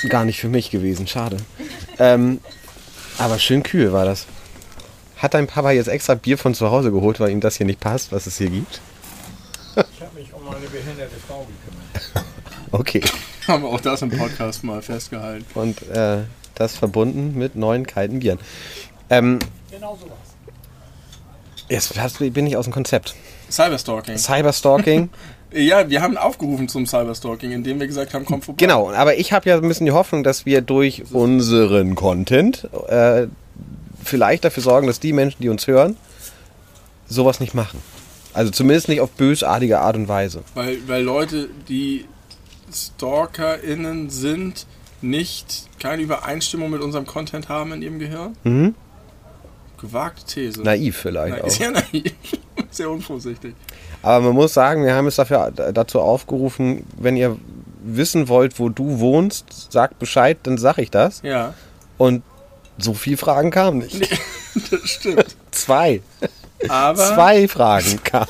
gar nicht für mich gewesen, schade. Ähm, aber schön kühl war das. Hat dein Papa jetzt extra Bier von zu Hause geholt, weil ihm das hier nicht passt, was es hier gibt? Ich habe mich um eine behinderte Frau gekümmert. Okay. Haben wir auch das im Podcast mal festgehalten. Und äh, das verbunden mit neuen kalten Bieren. Ähm, Genau so was. jetzt hast- bin ich aus dem Konzept. Cyberstalking. Cyberstalking. Ja, wir haben aufgerufen zum Cyberstalking, indem wir gesagt haben, komm vorbei. Genau, aber ich habe ja ein bisschen die Hoffnung, dass wir durch unseren Content äh, vielleicht dafür sorgen, dass die Menschen, die uns hören, sowas nicht machen. Also zumindest nicht auf bösartige Art und Weise. Weil, weil Leute, die StalkerInnen sind, nicht keine Übereinstimmung mit unserem Content haben in ihrem Gehirn. Mhm. Gewagte These. Naiv vielleicht Nein, ist auch. ja naiv. Sehr unvorsichtig. Aber man muss sagen, wir haben es dafür, äh, dazu aufgerufen, wenn ihr wissen wollt, wo du wohnst, sagt Bescheid, dann sag ich das. Ja, Und so viel Fragen kamen nicht. das stimmt. Zwei. Aber Zwei Fragen kamen.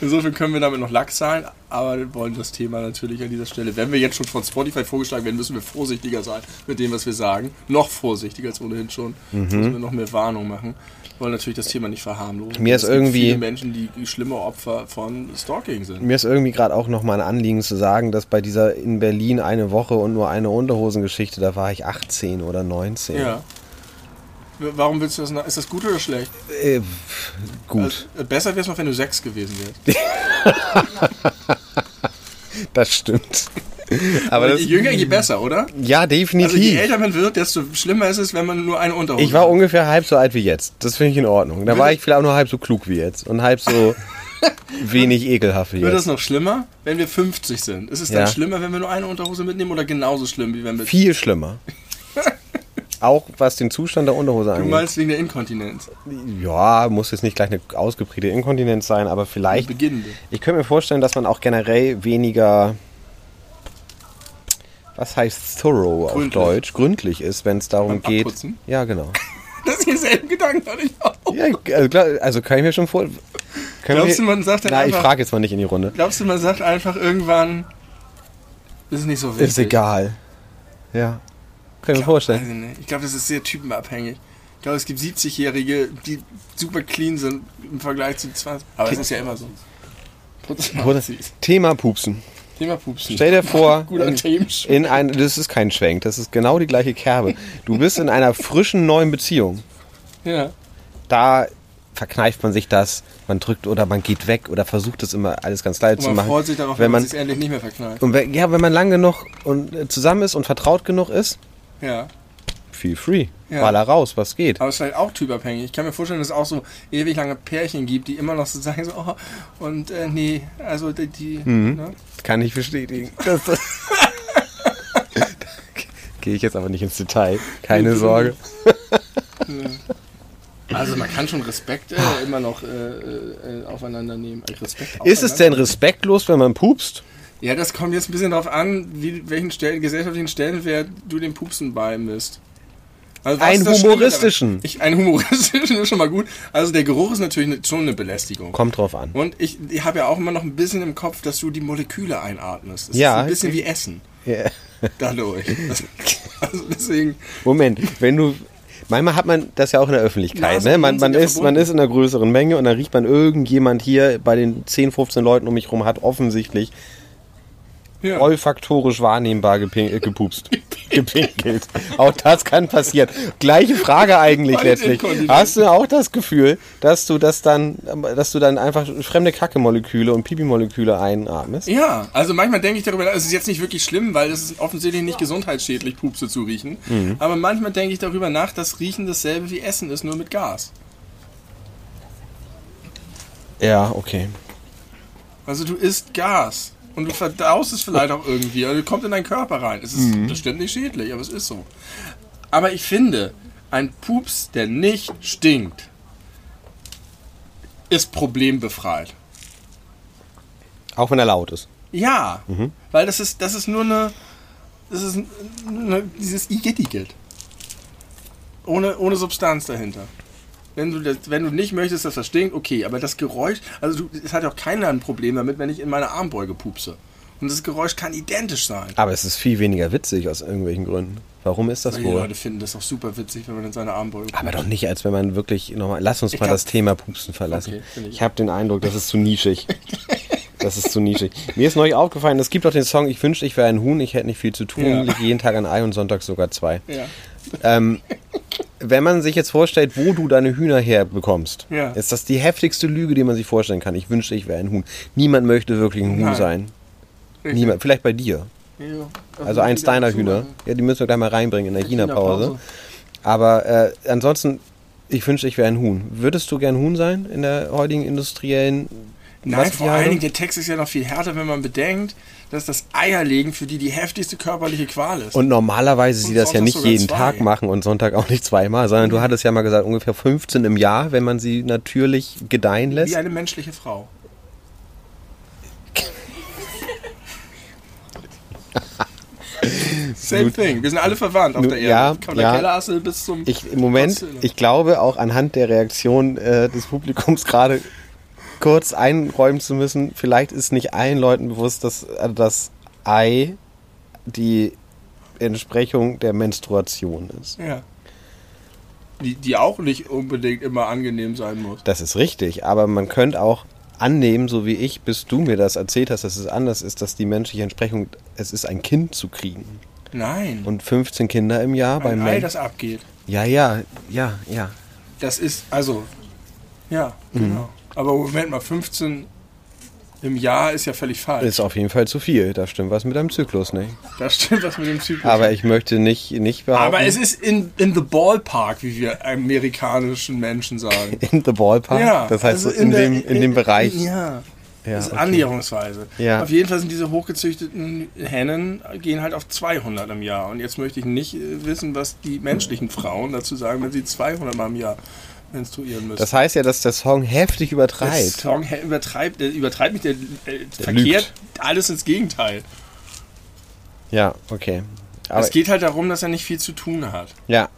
Insofern können wir damit noch lax sein, aber wir wollen das Thema natürlich an dieser Stelle. Wenn wir jetzt schon von Spotify vorgeschlagen werden, müssen wir vorsichtiger sein mit dem, was wir sagen. Noch vorsichtiger als ohnehin schon. Mhm. Jetzt müssen wir noch mehr Warnung machen. Wir wollen natürlich das Thema nicht verharmlosen. Mir ist es gibt irgendwie- viele Menschen, die schlimme Opfer von Stalking sind. Mir ist irgendwie gerade auch nochmal ein Anliegen zu sagen, dass bei dieser in Berlin eine Woche und nur eine Unterhosengeschichte, da war ich 18 oder 19. Ja. W- Warum willst du das? nach- Ist das gut oder schlecht? Äh, pff, gut, Also, äh, besser wäre es noch, wenn du sechs gewesen wärst. das stimmt. Aber das, je jünger, je besser, oder? ja, Also je definitiv. älter man wird, desto schlimmer ist es, wenn man nur eine Unterhose Ich war hat. ungefähr halb so alt wie jetzt. Das finde ich in Ordnung. Da war ich vielleicht auch nur halb so klug wie jetzt und halb so wenig ekelhaft wie Wird das jetzt. noch schlimmer, wenn wir 50 sind? Ist es dann Ja. schlimmer, wenn wir nur eine Unterhose mitnehmen oder genauso schlimm, wie wenn wir... Viel schlimmer. Auch was den Zustand der Unterhose Du angeht. meinst wegen der Inkontinenz. Ja, muss jetzt nicht gleich eine ausgeprägte Inkontinenz sein, aber vielleicht Beginnende. Ich könnte mir vorstellen, dass man auch generell weniger, was heißt thorough Gründlich. auf Deutsch, gründlich ist, wenn es darum Beim geht. Abputzen? Ja, genau. Das hier selben Gedanken hatte ich auch. Ja, also, klar, also kann ich mir schon vor. können Glaubst wir- du, man sagt dann Na, ich einfach- frage jetzt mal nicht in die Runde. Glaubst du, man sagt einfach irgendwann, ist nicht so wichtig? Ist egal. Ja. Kann ich mir Weiß ich vorstellen. nicht. Ich glaube, das ist sehr typenabhängig. Ich glaube, es gibt 70-Jährige, die super clean sind im Vergleich zu 20. Aber es ist ja immer so. Thema Pupsen. Thema Pupsen. Stell dir vor, Guter in, Themenschwenk. in ein, das ist kein Schwenk, das ist genau die gleiche Kerbe. Du bist in einer frischen neuen Beziehung. Ja. Da verkneift man sich das, man drückt oder man geht weg oder versucht es immer alles ganz leid Und zu man machen. freut sich darauf, wenn man, sich endlich nicht mehr verknallt. und wenn, ja, wenn man lang genug und äh, zusammen ist und vertraut genug ist, Ja. feel free. Ja. Baller raus, was geht. Aber es ist vielleicht auch typabhängig. Ich kann mir vorstellen, dass es auch so ewig lange Pärchen gibt, die immer noch so sagen, so, oh, und äh, nee, also die, die Mhm. ne? Kann ich bestätigen. Das, Gehe ich jetzt aber nicht ins Detail. Keine Sorge. Also man kann schon Respekt Ah. äh, immer noch äh, äh, aufeinander nehmen. Äh, Respekt Ist es aufeinander? denn respektlos, wenn man pupst? Ja, das kommt jetzt ein bisschen darauf an, wie, welchen Stellen, gesellschaftlichen Stellenwert du dem Pupsen beimisst. Also was Einen ist das Schlimme daran? humoristischen. Ich, einen humoristischen ist schon mal gut. Also der Geruch ist natürlich ne- schon eine Belästigung. Kommt drauf an. Und ich, ich habe ja auch immer noch ein bisschen im Kopf, dass du die Moleküle einatmest. Das Ja. ist ein bisschen wie Essen Ja. dadurch. Das, also deswegen, Moment, wenn du. Manchmal hat man das ja auch in der Öffentlichkeit. Nase Ne? und Man, Mund man, sind ja ist, man verbunden. ist in einer größeren Menge und dann riecht man irgendjemand hier bei den 10, 15 Leuten um mich rum hat offensichtlich ja. olfaktorisch wahrnehmbar gepin- äh, gepupst. Gepinkelt. Auch das kann passieren. Gleiche Frage eigentlich Beide letztlich. Kontinente. Hast du auch das Gefühl, dass du das dann, dass du dann einfach fremde Kacke-Moleküle und Pipi-Moleküle einatmest? Ja, also manchmal denke ich darüber nach, es ist jetzt nicht wirklich schlimm, weil es ist offensichtlich nicht gesundheitsschädlich, Pupse zu riechen. Aber manchmal denke ich darüber nach, dass Riechen dasselbe wie Essen ist, nur mit Gas. Ja, okay. Also du isst Gas und du verdaust es vielleicht auch irgendwie, also kommt in deinen Körper rein. Es ist bestimmt nicht schädlich, aber es ist so. Aber ich finde, ein Pups, der nicht stinkt, ist problembefreit. Auch wenn er laut ist. Ja, Mhm. weil das ist, das ist nur eine, das ist eine, dieses Igitt-Igitt. Ohne, ohne Substanz dahinter. Wenn du, das, wenn du nicht möchtest, dass das stinkt, okay, aber das Geräusch, also du, es hat ja auch keiner ein Problem damit, wenn ich in meine Armbeuge pupse. Und das Geräusch kann identisch sein. Aber es ist viel weniger witzig aus irgendwelchen Gründen. Warum ist das Die wohl? Ah, Leute finden das auch super witzig, wenn man in seine Armbeuge Aber pupst. doch nicht, als wenn man wirklich nochmal. Lass uns Ich mal glaub- das Thema Pupsen verlassen. Okay, finde ich. ich habe den Eindruck, das ist zu nischig. Das ist zu nischig. Mir ist neulich aufgefallen, es gibt doch den Song Ich wünschte, ich wäre ein Huhn, ich hätte nicht viel zu tun, Ja. lieg jeden Tag ein Ei und Sonntag sogar zwei. Ja. Ähm, wenn man sich jetzt vorstellt, wo du deine Hühner herbekommst, Ja. ist das die heftigste Lüge, die man sich vorstellen kann. Ich wünschte, ich wäre ein Huhn. Niemand möchte wirklich ein Huhn Nein. sein. Niemand. Vielleicht bei dir. Ja, das Also muss eins ich wieder deiner dazu Hühner. machen. Ja, die müssen wir gleich mal reinbringen in der China-Pause. China-Pause. Aber äh, ansonsten, ich wünschte, ich wäre ein Huhn. Würdest du gern Huhn sein in der heutigen industriellen Nein, vor allen Massentierhaltung? Dingen, der Text ist ja noch viel härter, wenn man bedenkt, dass das Eierlegen für die die heftigste körperliche Qual ist. Und normalerweise sie Und das ja Sonntag nicht sogar jeden zwei. Tag machen und Sonntag auch nicht zweimal, sondern du hattest ja mal gesagt, ungefähr 15 im Jahr, wenn man sie natürlich gedeihen lässt. Wie eine menschliche Frau. Same thing. Wir sind alle verwandt auf Nu- der Erde. ja, Von ja. der Kellerassel bis zum. Ich, Im Moment, Godzilla. ich glaube auch anhand der Reaktion äh, des Publikums gerade kurz einräumen zu müssen, vielleicht ist nicht allen Leuten bewusst, dass äh, das Ei die Entsprechung der Menstruation ist. ja. Die, die auch nicht unbedingt immer angenehm sein muss. Das ist richtig, aber man könnte auch annehmen, so wie ich, bis du mir das erzählt hast, dass es anders ist, dass die menschliche Entsprechung, es ist ein Kind zu kriegen. Nein. Und 15 Kinder im Jahr bei Ein Ei, Männern. das abgeht. Ja, ja, ja, ja. Das ist, also. Ja, Mhm. genau. Aber Moment mal, 15 im Jahr ist ja völlig falsch. Ist auf jeden Fall zu viel. Da stimmt was mit deinem Zyklus nicht. Da stimmt was mit dem Zyklus. Aber ich möchte nicht, nicht behaupten, Aber es ist in, in the ballpark, wie wir amerikanischen Menschen sagen. in the ballpark. Ah, das heißt, also so in, der- dem, in dem Bereich. Ja. Ja, das ist okay. annäherungsweise. Ja. Auf jeden Fall sind diese hochgezüchteten Hennen gehen halt auf 200 im Jahr. Und jetzt möchte ich nicht äh, wissen, was die menschlichen Frauen dazu sagen, wenn sie 200 mal im Jahr menstruieren müssen. Das heißt ja, dass der Song heftig Der übertreibt. Song he- übertreibt, äh, übertreibt mich, der, äh, verkehrt alles ins Gegenteil. Ja, okay. Aber es geht halt darum, dass er nicht viel zu tun hat. ja,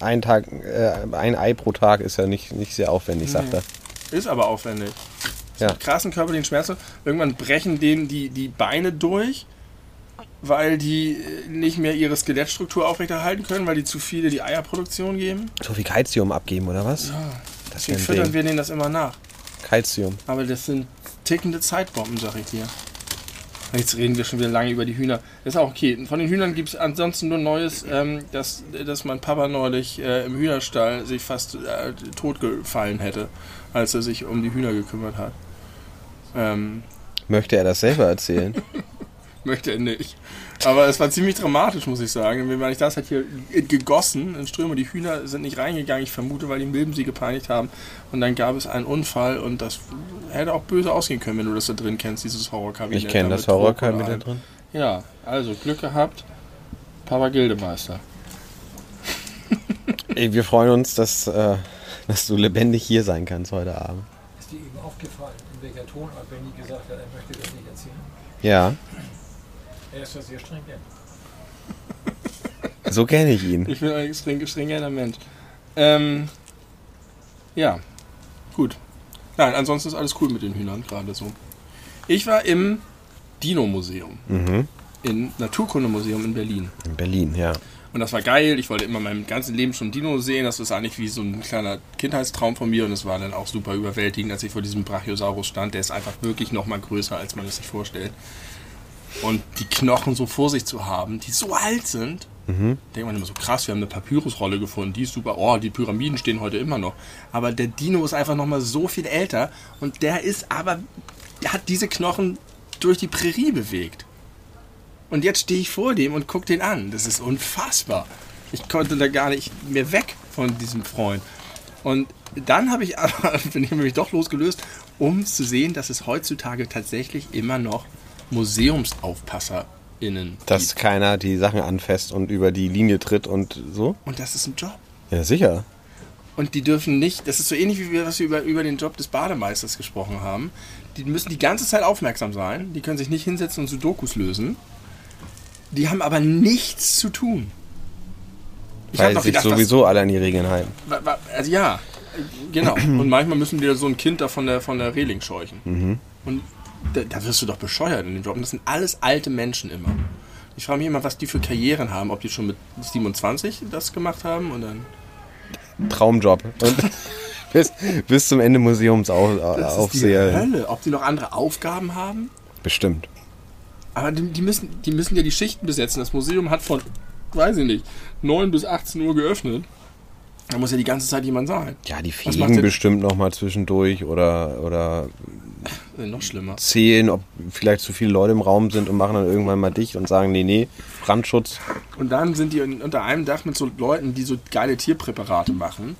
ein Tag, äh, ein Ei pro Tag ist ja nicht, nicht sehr aufwendig, sagt er. Ist aber aufwendig. Es Ja. hat krassen körperlichen Schmerzen. Irgendwann brechen denen die, die Beine durch, weil die äh, nicht mehr ihre Skelettstruktur aufrechterhalten können, weil die zu viele die Eierproduktion geben. So viel Calcium abgeben oder was? das Deswegen ist ein füttern Ding. wir denen das immer nach. Calcium. Aber das sind tickende Zeitbomben, sag ich dir. Jetzt reden wir schon wieder lange über die Hühner. Das ist auch okay. Von den Hühnern gibt es ansonsten nur Neues, ähm, dass, dass mein Papa neulich äh, im Hühnerstall sich fast äh, totgefallen hätte, als er sich um die Hühner gekümmert hat. Ähm, Möchte er das selber erzählen? möchte er nicht. Aber es war ziemlich dramatisch, muss ich sagen. Weil ich das hat hier gegossen in Ströme. Die Hühner sind nicht reingegangen, ich vermute, weil die Milben sie gepeinigt haben. Und dann gab es einen Unfall und das hätte auch böse ausgehen können, wenn du das da drin kennst, dieses Horrorkabinett. Ich kenne da das mit Druck und Horrorkabinett allem. drin. Ja, also Glück gehabt. Papa Gildemeister. Ey, wir freuen uns, dass, äh, dass du lebendig hier sein kannst heute Abend. Ist dir eben aufgefallen, in welcher Tonart Benny gesagt hat, er möchte das nicht erzählen? Ja, Er ist ja sehr streng. ja. so kenne ich ihn. Ich bin ein streng, strenger Mensch. Ähm, ja, gut. Nein, ansonsten ist alles cool mit den Hühnern gerade so. Ich war im Dino-Museum, Mhm. im Naturkundemuseum in Berlin. In Berlin, ja. Und das war geil. Ich wollte immer mein ganzes Leben schon Dino sehen. Das ist eigentlich wie so ein kleiner Kindheitstraum von mir. Und es war dann auch super überwältigend, als ich vor diesem Brachiosaurus stand. Der ist einfach wirklich noch mal größer, als man es sich vorstellt. Und die Knochen so vor sich zu haben, die so alt sind, denkt man immer so krass, wir haben eine Papyrusrolle gefunden, die ist super. Oh, die Pyramiden stehen heute immer noch. Aber der Dino ist einfach noch mal so viel älter. Und der ist aber, der hat diese Knochen durch die Prärie bewegt. Und jetzt stehe ich vor dem und gucke den an. Das ist unfassbar. Ich konnte da gar nicht mehr weg von diesem Freund. Und dann habe ich aber, bin ich mich doch losgelöst, um zu sehen, dass es heutzutage tatsächlich immer noch MuseumsaufpasserInnen Dass gibt. keiner die Sachen anfasst und über die Linie tritt und so. Und das ist ein Job. Ja, sicher. Und die dürfen nicht, das ist so ähnlich wie wir, was wir über, über den Job des Bademeisters gesprochen haben. Die müssen die ganze Zeit aufmerksam sein. Die können sich nicht hinsetzen und Sudokus lösen. Die haben aber nichts zu tun. Ich hab weil noch sich gedacht, was- sowieso alle an die Regeln halten. wa- wa- Also ja, genau. Und manchmal müssen die so ein Kind da von der, von der Reling scheuchen. Mhm. Und da, da wirst du doch bescheuert in dem Job. Und das sind alles alte Menschen immer. Ich frage mich immer, was die für Karrieren haben. Ob die schon mit 27 das gemacht haben und dann... Traumjob. Und bis, bis zum Ende Das ist die Museumsaufseher. Hölle. Ob die noch andere Aufgaben haben? Bestimmt. Aber die, die, müssen, die müssen ja die Schichten besetzen. Das Museum hat von, weiß ich nicht, 9 bis 18 Uhr geöffnet. Da muss ja die ganze Zeit jemand sein. Ja, die Was macht fegen denn- bestimmt nochmal zwischendurch oder, oder Äh, noch schlimmer. zählen, ob vielleicht zu viele Leute im Raum sind und machen dann irgendwann mal dicht und sagen, nee, nee, Brandschutz. Und dann sind die in- unter einem Dach mit so Leuten, die so geile Tierpräparate machen.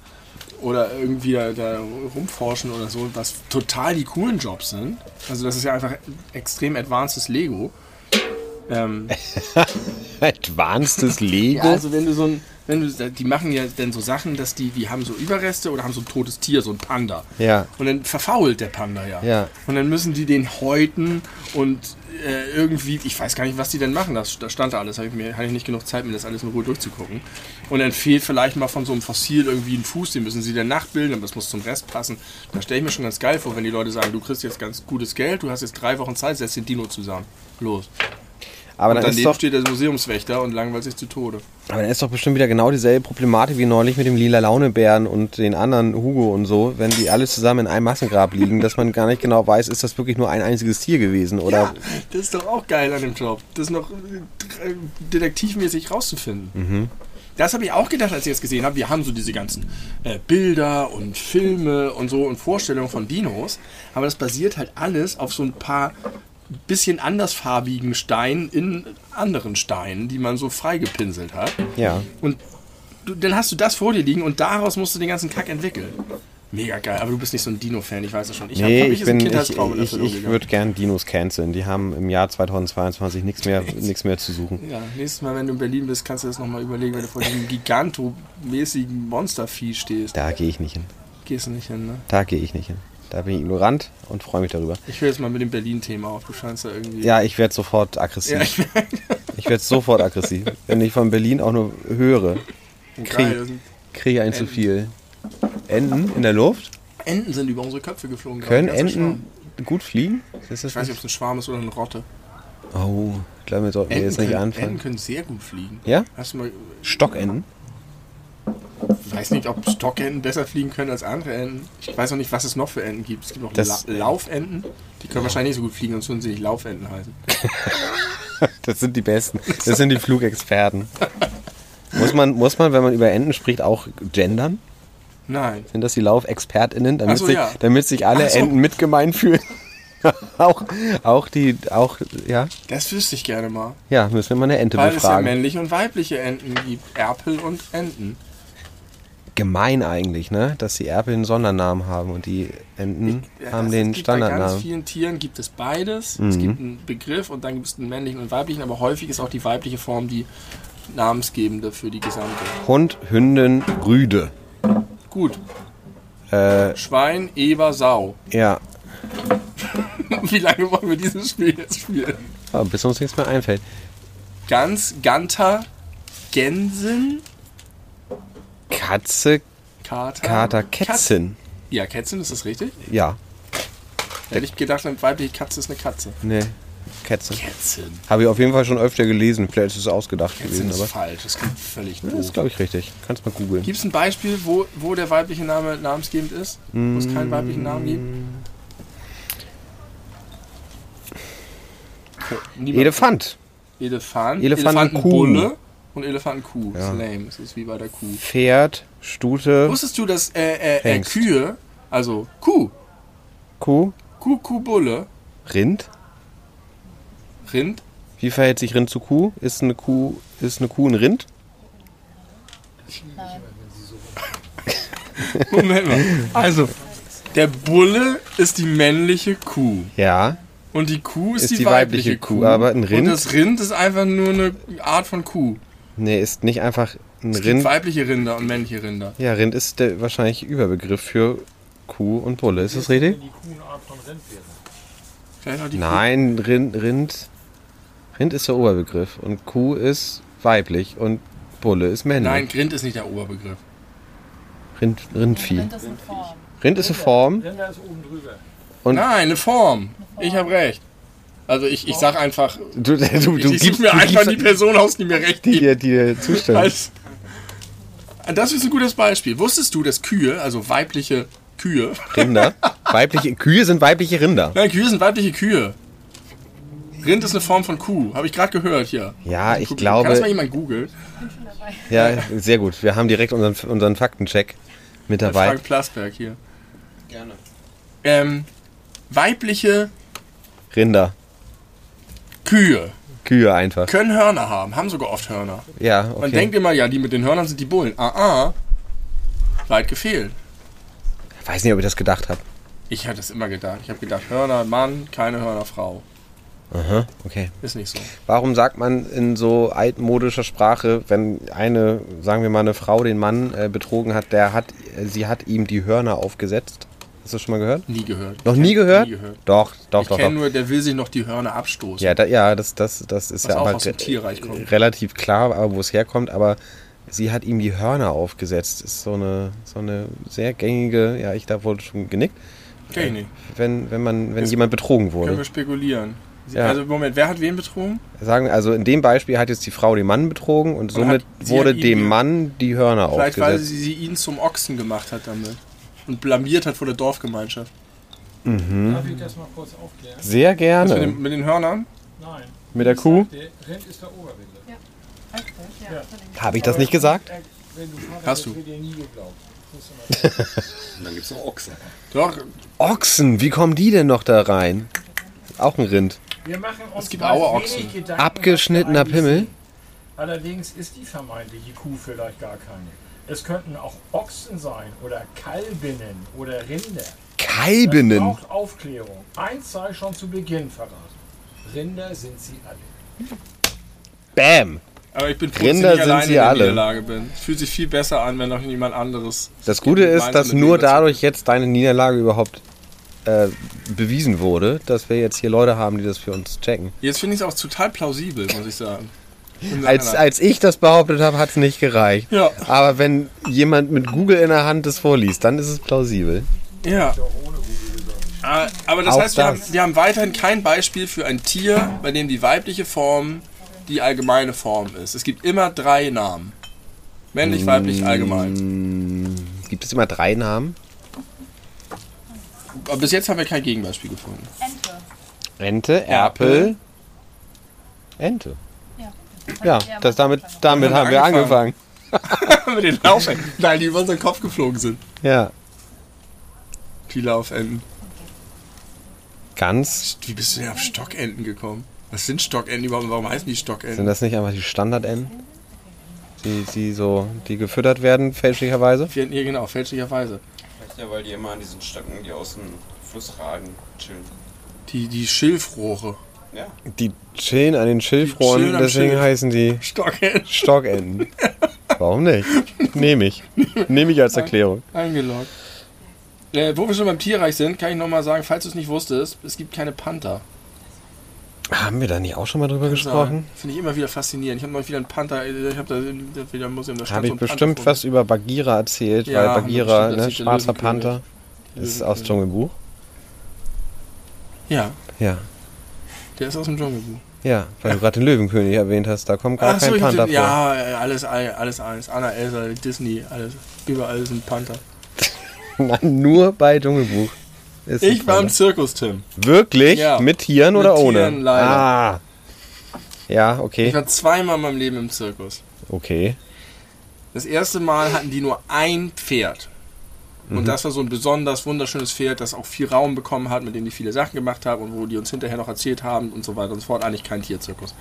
Oder irgendwie da, da rumforschen oder so, was total die coolen Jobs sind. Also das ist ja einfach extrem advancedes Lego. Ähm, Advanced halt, Lego. Ja, also wenn du so ein, wenn du, die machen ja dann so Sachen, dass die, die haben so Überreste oder haben so ein totes Tier, so ein Panda. Ja. Und dann verfault der Panda ja. Ja. Und dann müssen die den häuten und äh, irgendwie, ich weiß gar nicht, was die denn machen. Das, das stand da alles, habe ich mir, hatte ich nicht genug Zeit, mir das alles in Ruhe durchzugucken. Und dann fehlt vielleicht mal von so einem Fossil irgendwie ein Fuß, den müssen sie dann nachbilden, aber das muss zum Rest passen. Da stelle ich mir schon ganz geil vor, wenn die Leute sagen, du kriegst jetzt ganz gutes Geld, du hast jetzt drei Wochen Zeit, setz den Dino zusammen. Los. aber Und dann ist daneben doch steht der Museumswächter und langweilt sich zu Tode. Aber dann ist doch bestimmt wieder genau dieselbe Problematik wie neulich mit dem lila Launebären und den anderen Hugo und so, wenn die alle zusammen in einem Massengrab liegen, dass man gar nicht genau weiß, ist das wirklich nur ein einziges Tier gewesen oder Ja, das ist doch auch geil an dem Job, das noch äh, detektivmäßig rauszufinden. Mhm. Das habe ich auch gedacht, als ich es gesehen habe. Wir haben so diese ganzen äh, Bilder und Filme und so und Vorstellungen von Dinos, aber das basiert halt alles auf so ein paar bisschen andersfarbigen Steinen in anderen Steinen, die man so freigepinselt hat. ja. Und du, dann hast du das vor dir liegen und daraus musst du den ganzen Kack entwickeln. Mega geil, aber du bist nicht so ein Dino-Fan, ich weiß es schon. Ich hab- Nee, für mich ich ist ein bin ich, Kindheitstraum in ich, Erfüllung ich gegangen. würde gern Dinos canceln. Die haben im Jahr 2022 nichts mehr nichts mehr zu suchen. Ja, nächstes Mal, wenn du in Berlin bist, kannst du das nochmal überlegen, wenn du vor diesem gigantomäßigen Monstervieh stehst. Da gehe ich nicht hin. Gehst du nicht hin, ne? Da gehe ich nicht hin. Da bin ich ignorant und freue mich darüber. Ich höre jetzt mal mit dem Berlin-Thema auf. Du scheinst da irgendwie. Ja, ich werde sofort Ja, aggressiv. ich geil. Ich werde sofort aggressiv. Wenn ich von Berlin auch nur höre, das sind- kriege ich ein zu viel. Enten in der Luft? Enten sind über unsere Köpfe geflogen. glaub ich. Können Ganzer Enten gut fliegen? Ist das Schwarm. also Ich weiß nicht, ob es ein Schwarm ist oder eine Rotte. Oh, ich glaube, wir sollten wir jetzt nicht können, anfangen. Enten können sehr gut fliegen. Ja? Hast du mal. Stockenten? Weiß weiß nicht, ob Stockenten besser fliegen können als andere Enten. Ich weiß noch nicht, was es noch für Enten gibt. Es gibt noch Das- La Laufenten. Die können wahrscheinlich nicht so gut fliegen, sonst würden sie nicht Laufenten heißen. Das sind die Besten. Das sind die Flugexperten. Muss man, muss man, wenn man über Enten spricht, auch gendern? Nein. Sind das die LaufexpertInnen, damit, Ach so, sich, ja. damit sich alle Ach so. Enten mitgemein fühlen? auch, auch die, auch, ja, Das wüsste ich gerne mal. ja, müssen wir mal eine Ente Weil es ja befragen. männliche und weibliche Enten gibt. Erpel und Enten. Gemein eigentlich, ne? Dass die Erpel einen Sondernamen haben und die Enten Ja, haben das- den es gibt bei ganz Standardnamen. Mhm. vielen Tieren gibt es beides. Es gibt einen Begriff und dann gibt es einen männlichen und weiblichen, aber häufig ist auch die weibliche Form die namensgebende für die gesamte. Hund, Hündin, Rüde. Gut, Äh, Schwein, Eber, Sau. ja, Wie lange wollen wir dieses Spiel jetzt spielen? Ah, bis uns nichts mehr einfällt. Gans, Ganter, Gänsen, Katze, Kater. Kater, Katz- Kätzchen. Ja, Kätzchen, ist das richtig? Ja, Hätte ich gedacht, eine weibliche Katze ist eine Katze. nee, Kätzchen. Kätzchen. Habe ich auf jeden Fall schon öfter gelesen. Vielleicht ist es ausgedacht Kätzchen gewesen, ist aber. falsch, das klingt völlig Das ist, doof. glaube ich, richtig. Kannst mal googeln. Gibt es ein Beispiel, wo, wo der weibliche Name namensgebend ist? Wo es keinen weiblichen Namen gibt? Okay, niemand- Elefant. Elefantenkuh. Elefant. Elefantenbulle und Elefantenkuh. Ja. Ist lame. Es ist wie bei der Kuh. Pferd, Stute, Wusstest du, dass äh, äh, äh, Hengst. Kühe, also Kuh, Kuh, Kuh, Kuh, Bulle, Rind. Rind, Wie verhält sich Rind zu Kuh? Ist eine Kuh, ist eine Kuh ein Rind? Moment mal. Also, der Bulle ist die männliche Kuh. Ja. Und die Kuh ist, Ist die, die weibliche, weibliche Kuh. Kuh, aber ein Rind? Und das Rind ist einfach nur eine Art von Kuh. Nee, ist nicht einfach ein Es gibt Rind. weibliche Rinder und männliche Rinder. Ja, Rind ist der wahrscheinlich Überbegriff für Kuh und Bulle. Ist das richtig? Wenn die Kuh eine Art von Rind wäre. Vielleicht noch die Nein, Rind, Rind, Rind ist der Oberbegriff und Kuh ist weiblich und Bulle ist Kuh. Nein, männlich. Rind ist nicht der Hm. Oberbegriff. Rind, Rindvieh. Rind ist eine Form. Rind ist eine Form. Rinder ist oben drüber. Und- Nein, eine Form. Ich habe recht. Also ich, ich sag einfach, Du, du, du, ich, ich such gibst- mir du einfach gibst- Also- die Person aus, die mir recht die gibt. dir, die dir zustimmen. Als, das ist ein gutes Beispiel. Wusstest du, dass Kühe, also weibliche Kühe, Rinder. Weibliche, Kühe sind weibliche Rinder. nein, Kühe sind weibliche Kühe. Rind ist eine Form von Kuh. Habe ich gerade gehört hier. Ja, ich Kann das mal glaube. jemand googeln? Ja, sehr gut. Wir haben direkt unseren, unseren Faktencheck mit dabei. Frank Plasberg hier. Gerne. Ähm, weibliche Rinder. Kühe Kühe einfach. können Hörner haben, haben sogar oft Hörner. Ja, Man okay. denkt immer, ja, die mit den Hörnern sind die Bullen. Ah, ah. Weit gefehlt. Weiß nicht, ob ich das gedacht habe. Ich hatte es immer gedacht. Ich habe gedacht, Hörner Mann, keine Hörner Frau. Aha, okay. Ist nicht so. Warum sagt man in so altmodischer Sprache, wenn eine, sagen wir mal, eine Frau den Mann äh, betrogen hat, der hat, äh, sie hat ihm die Hörner aufgesetzt? Hast du das schon mal gehört? Nie gehört. Noch nie gehört? nie gehört. Doch, doch, ich doch. kenne doch. nur, der will sich noch die Hörner abstoßen. Ja, da, ja, das, das, das ist Was ja auch aber aus dem re- Tierreich kommt. relativ klar, aber wo es herkommt. Aber sie hat ihm die Hörner aufgesetzt. Ist so eine, so eine sehr gängige, ja, ich da wurde schon genickt, äh, Kenn ich nicht. wenn, wenn, man, wenn Ist- jemand betrogen Können wir wurde. spekulieren. Sie- Ja. Also Moment, wer hat wen betrogen? Sagen, also in dem Beispiel hat jetzt die Frau den Mann betrogen und somit hat- sie wurde hat ihn dem ge- Mann die Hörner Vielleicht weil aufgesetzt. sie, sie ihn zum Ochsen gemacht hat damit. Und blamiert hat vor der Dorfgemeinschaft. Darf ich das mal kurz aufklären? sehr Was gerne. mit, den, mit den Hörnern? Nein. Mit der Kuh? Der Rind ist der Oberbegriff. Richtig, ja. Ja. Habe ich das nicht gesagt? Wenn du Vater Hast du. bist, wird dir nie geglaubt. Musst du mal Und dann gibt es noch Ochsen. Doch, Ochsen, wie kommen die denn noch da rein? Auch ein Rind. Wir machen uns gibt mal Aue wenig Ochsen. Gedanken, Abgeschnittener was wir Pimmel. eigentlich sind. Allerdings ist die vermeintliche Kuh vielleicht gar keine. Es könnten auch Ochsen sein oder Kalbinnen oder Rinder. Es Kalbinnen. braucht Aufklärung. Eins sei schon zu Beginn verraten. Rinder sind sie alle. Bam. aber ich bin froh, Rinder dass ich nicht sind alleine sie in der alle. Niederlage bin. Es fühlt sich viel besser an, wenn noch jemand anderes. Das Gute ist, gemeinsam dass mit mir nur das- dadurch jetzt deine Niederlage überhaupt äh, bewiesen wurde, dass wir jetzt hier Leute haben, die das für uns checken. Jetzt finde ich es auch total plausibel, muss ich sagen. In Als, seiner- als ich das behauptet habe, hat es nicht gereicht. Ja. Aber wenn jemand mit Google in der Hand das vorliest, dann ist es plausibel. Ja. Ah, Aber das Auch heißt, wir das. haben, wir haben weiterhin kein Beispiel für ein Tier, bei dem die weibliche Form die allgemeine Form ist. Es gibt immer drei Namen. Männlich, weiblich, allgemein. Hm, Gibt es immer drei Namen? Aber bis jetzt haben wir kein Gegenbeispiel gefunden. Ente. Ente, Erpel. Erpel. Ente. Ja, Ja, das damit, damit haben wir angefangen. Mit den Laufenden. Nein, die über unseren Kopf geflogen sind. Ja. Die Laufenden. Ganz. Wie bist du denn auf Stockenten gekommen? Was sind Stockenten überhaupt und warum heißen die Sind Stockenten? das nicht einfach die Standardenten? Die, die so, die gefüttert werden, fälschlicherweise? Wir hatten hier genau, fälschlicherweise. Vielleicht ja, weil die immer an diesen Stöcken, die aus dem Fluss ragen, chillen. Die, die Schilfrohre. Ja. Die chillen an den Schilfrohren, chillen am deswegen Schilf. heißen die Stockenten. Stockenten. Warum nicht? Nehme ich. Nehme ich als Erklärung. Eingeloggt. Äh, wo wir schon beim Tierreich sind, kann ich nochmal sagen, falls du es nicht wusstest, es gibt keine Panther. Haben wir da nicht auch schon mal drüber gesprochen? Finde ich immer wieder faszinierend. Ich habe neulich wieder einen Panther, äh, ich habe da äh, wieder im Museum, da stand Habe ich so ein Panther bestimmt vor mir. was über Bagheera erzählt, Ja, haben weil wir Bagheera, bestimmt ne, erzählt, der schwarzer Löwenkönig. Panther, ist aus Löwenkönig. Dschungelbuch. Ja, Ja. der ist aus dem Dschungelbuch. Ja, weil du gerade den Löwenkönig erwähnt hast, da kommt gar Ach so, kein ich hab Panther den- vor. Ja, äh, alles, all- alles, alles. Anna, Elsa, Disney, alles. Überall sind Panther. Nein, nur bei Dschungelbuch. ist Ich ein war im Panther. Zirkus, Tim. Wirklich? Ja. Mit Tieren Mit oder ohne? Tieren, leider. Ah. Ja, okay. Ich war zweimal in meinem Leben im Zirkus. Okay. Das erste Mal hatten die nur ein Pferd. Und das war so ein besonders wunderschönes Pferd, das auch viel Raum bekommen hat, mit dem ich viele Sachen gemacht habe und wo die uns hinterher noch erzählt haben und so weiter und so fort. Eigentlich kein Tierzirkus.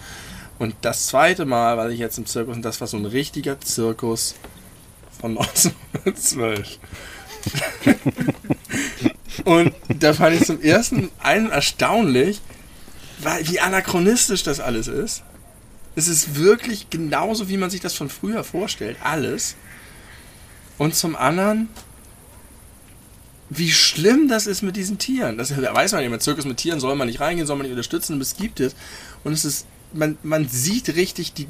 Und das zweite Mal war ich jetzt im Zirkus und das war so ein richtiger Zirkus von 1912. und da fand ich zum ersten einen erstaunlich, weil, wie anachronistisch das alles ist. Es ist wirklich genauso, wie man sich das von früher vorstellt. Alles. Und zum anderen, wie schlimm das ist mit diesen Tieren. Das da weiß man ja, mit Zirkus mit Tieren soll man nicht reingehen, soll man nicht unterstützen, aber es gibt es. Und es ist, man, man sieht richtig die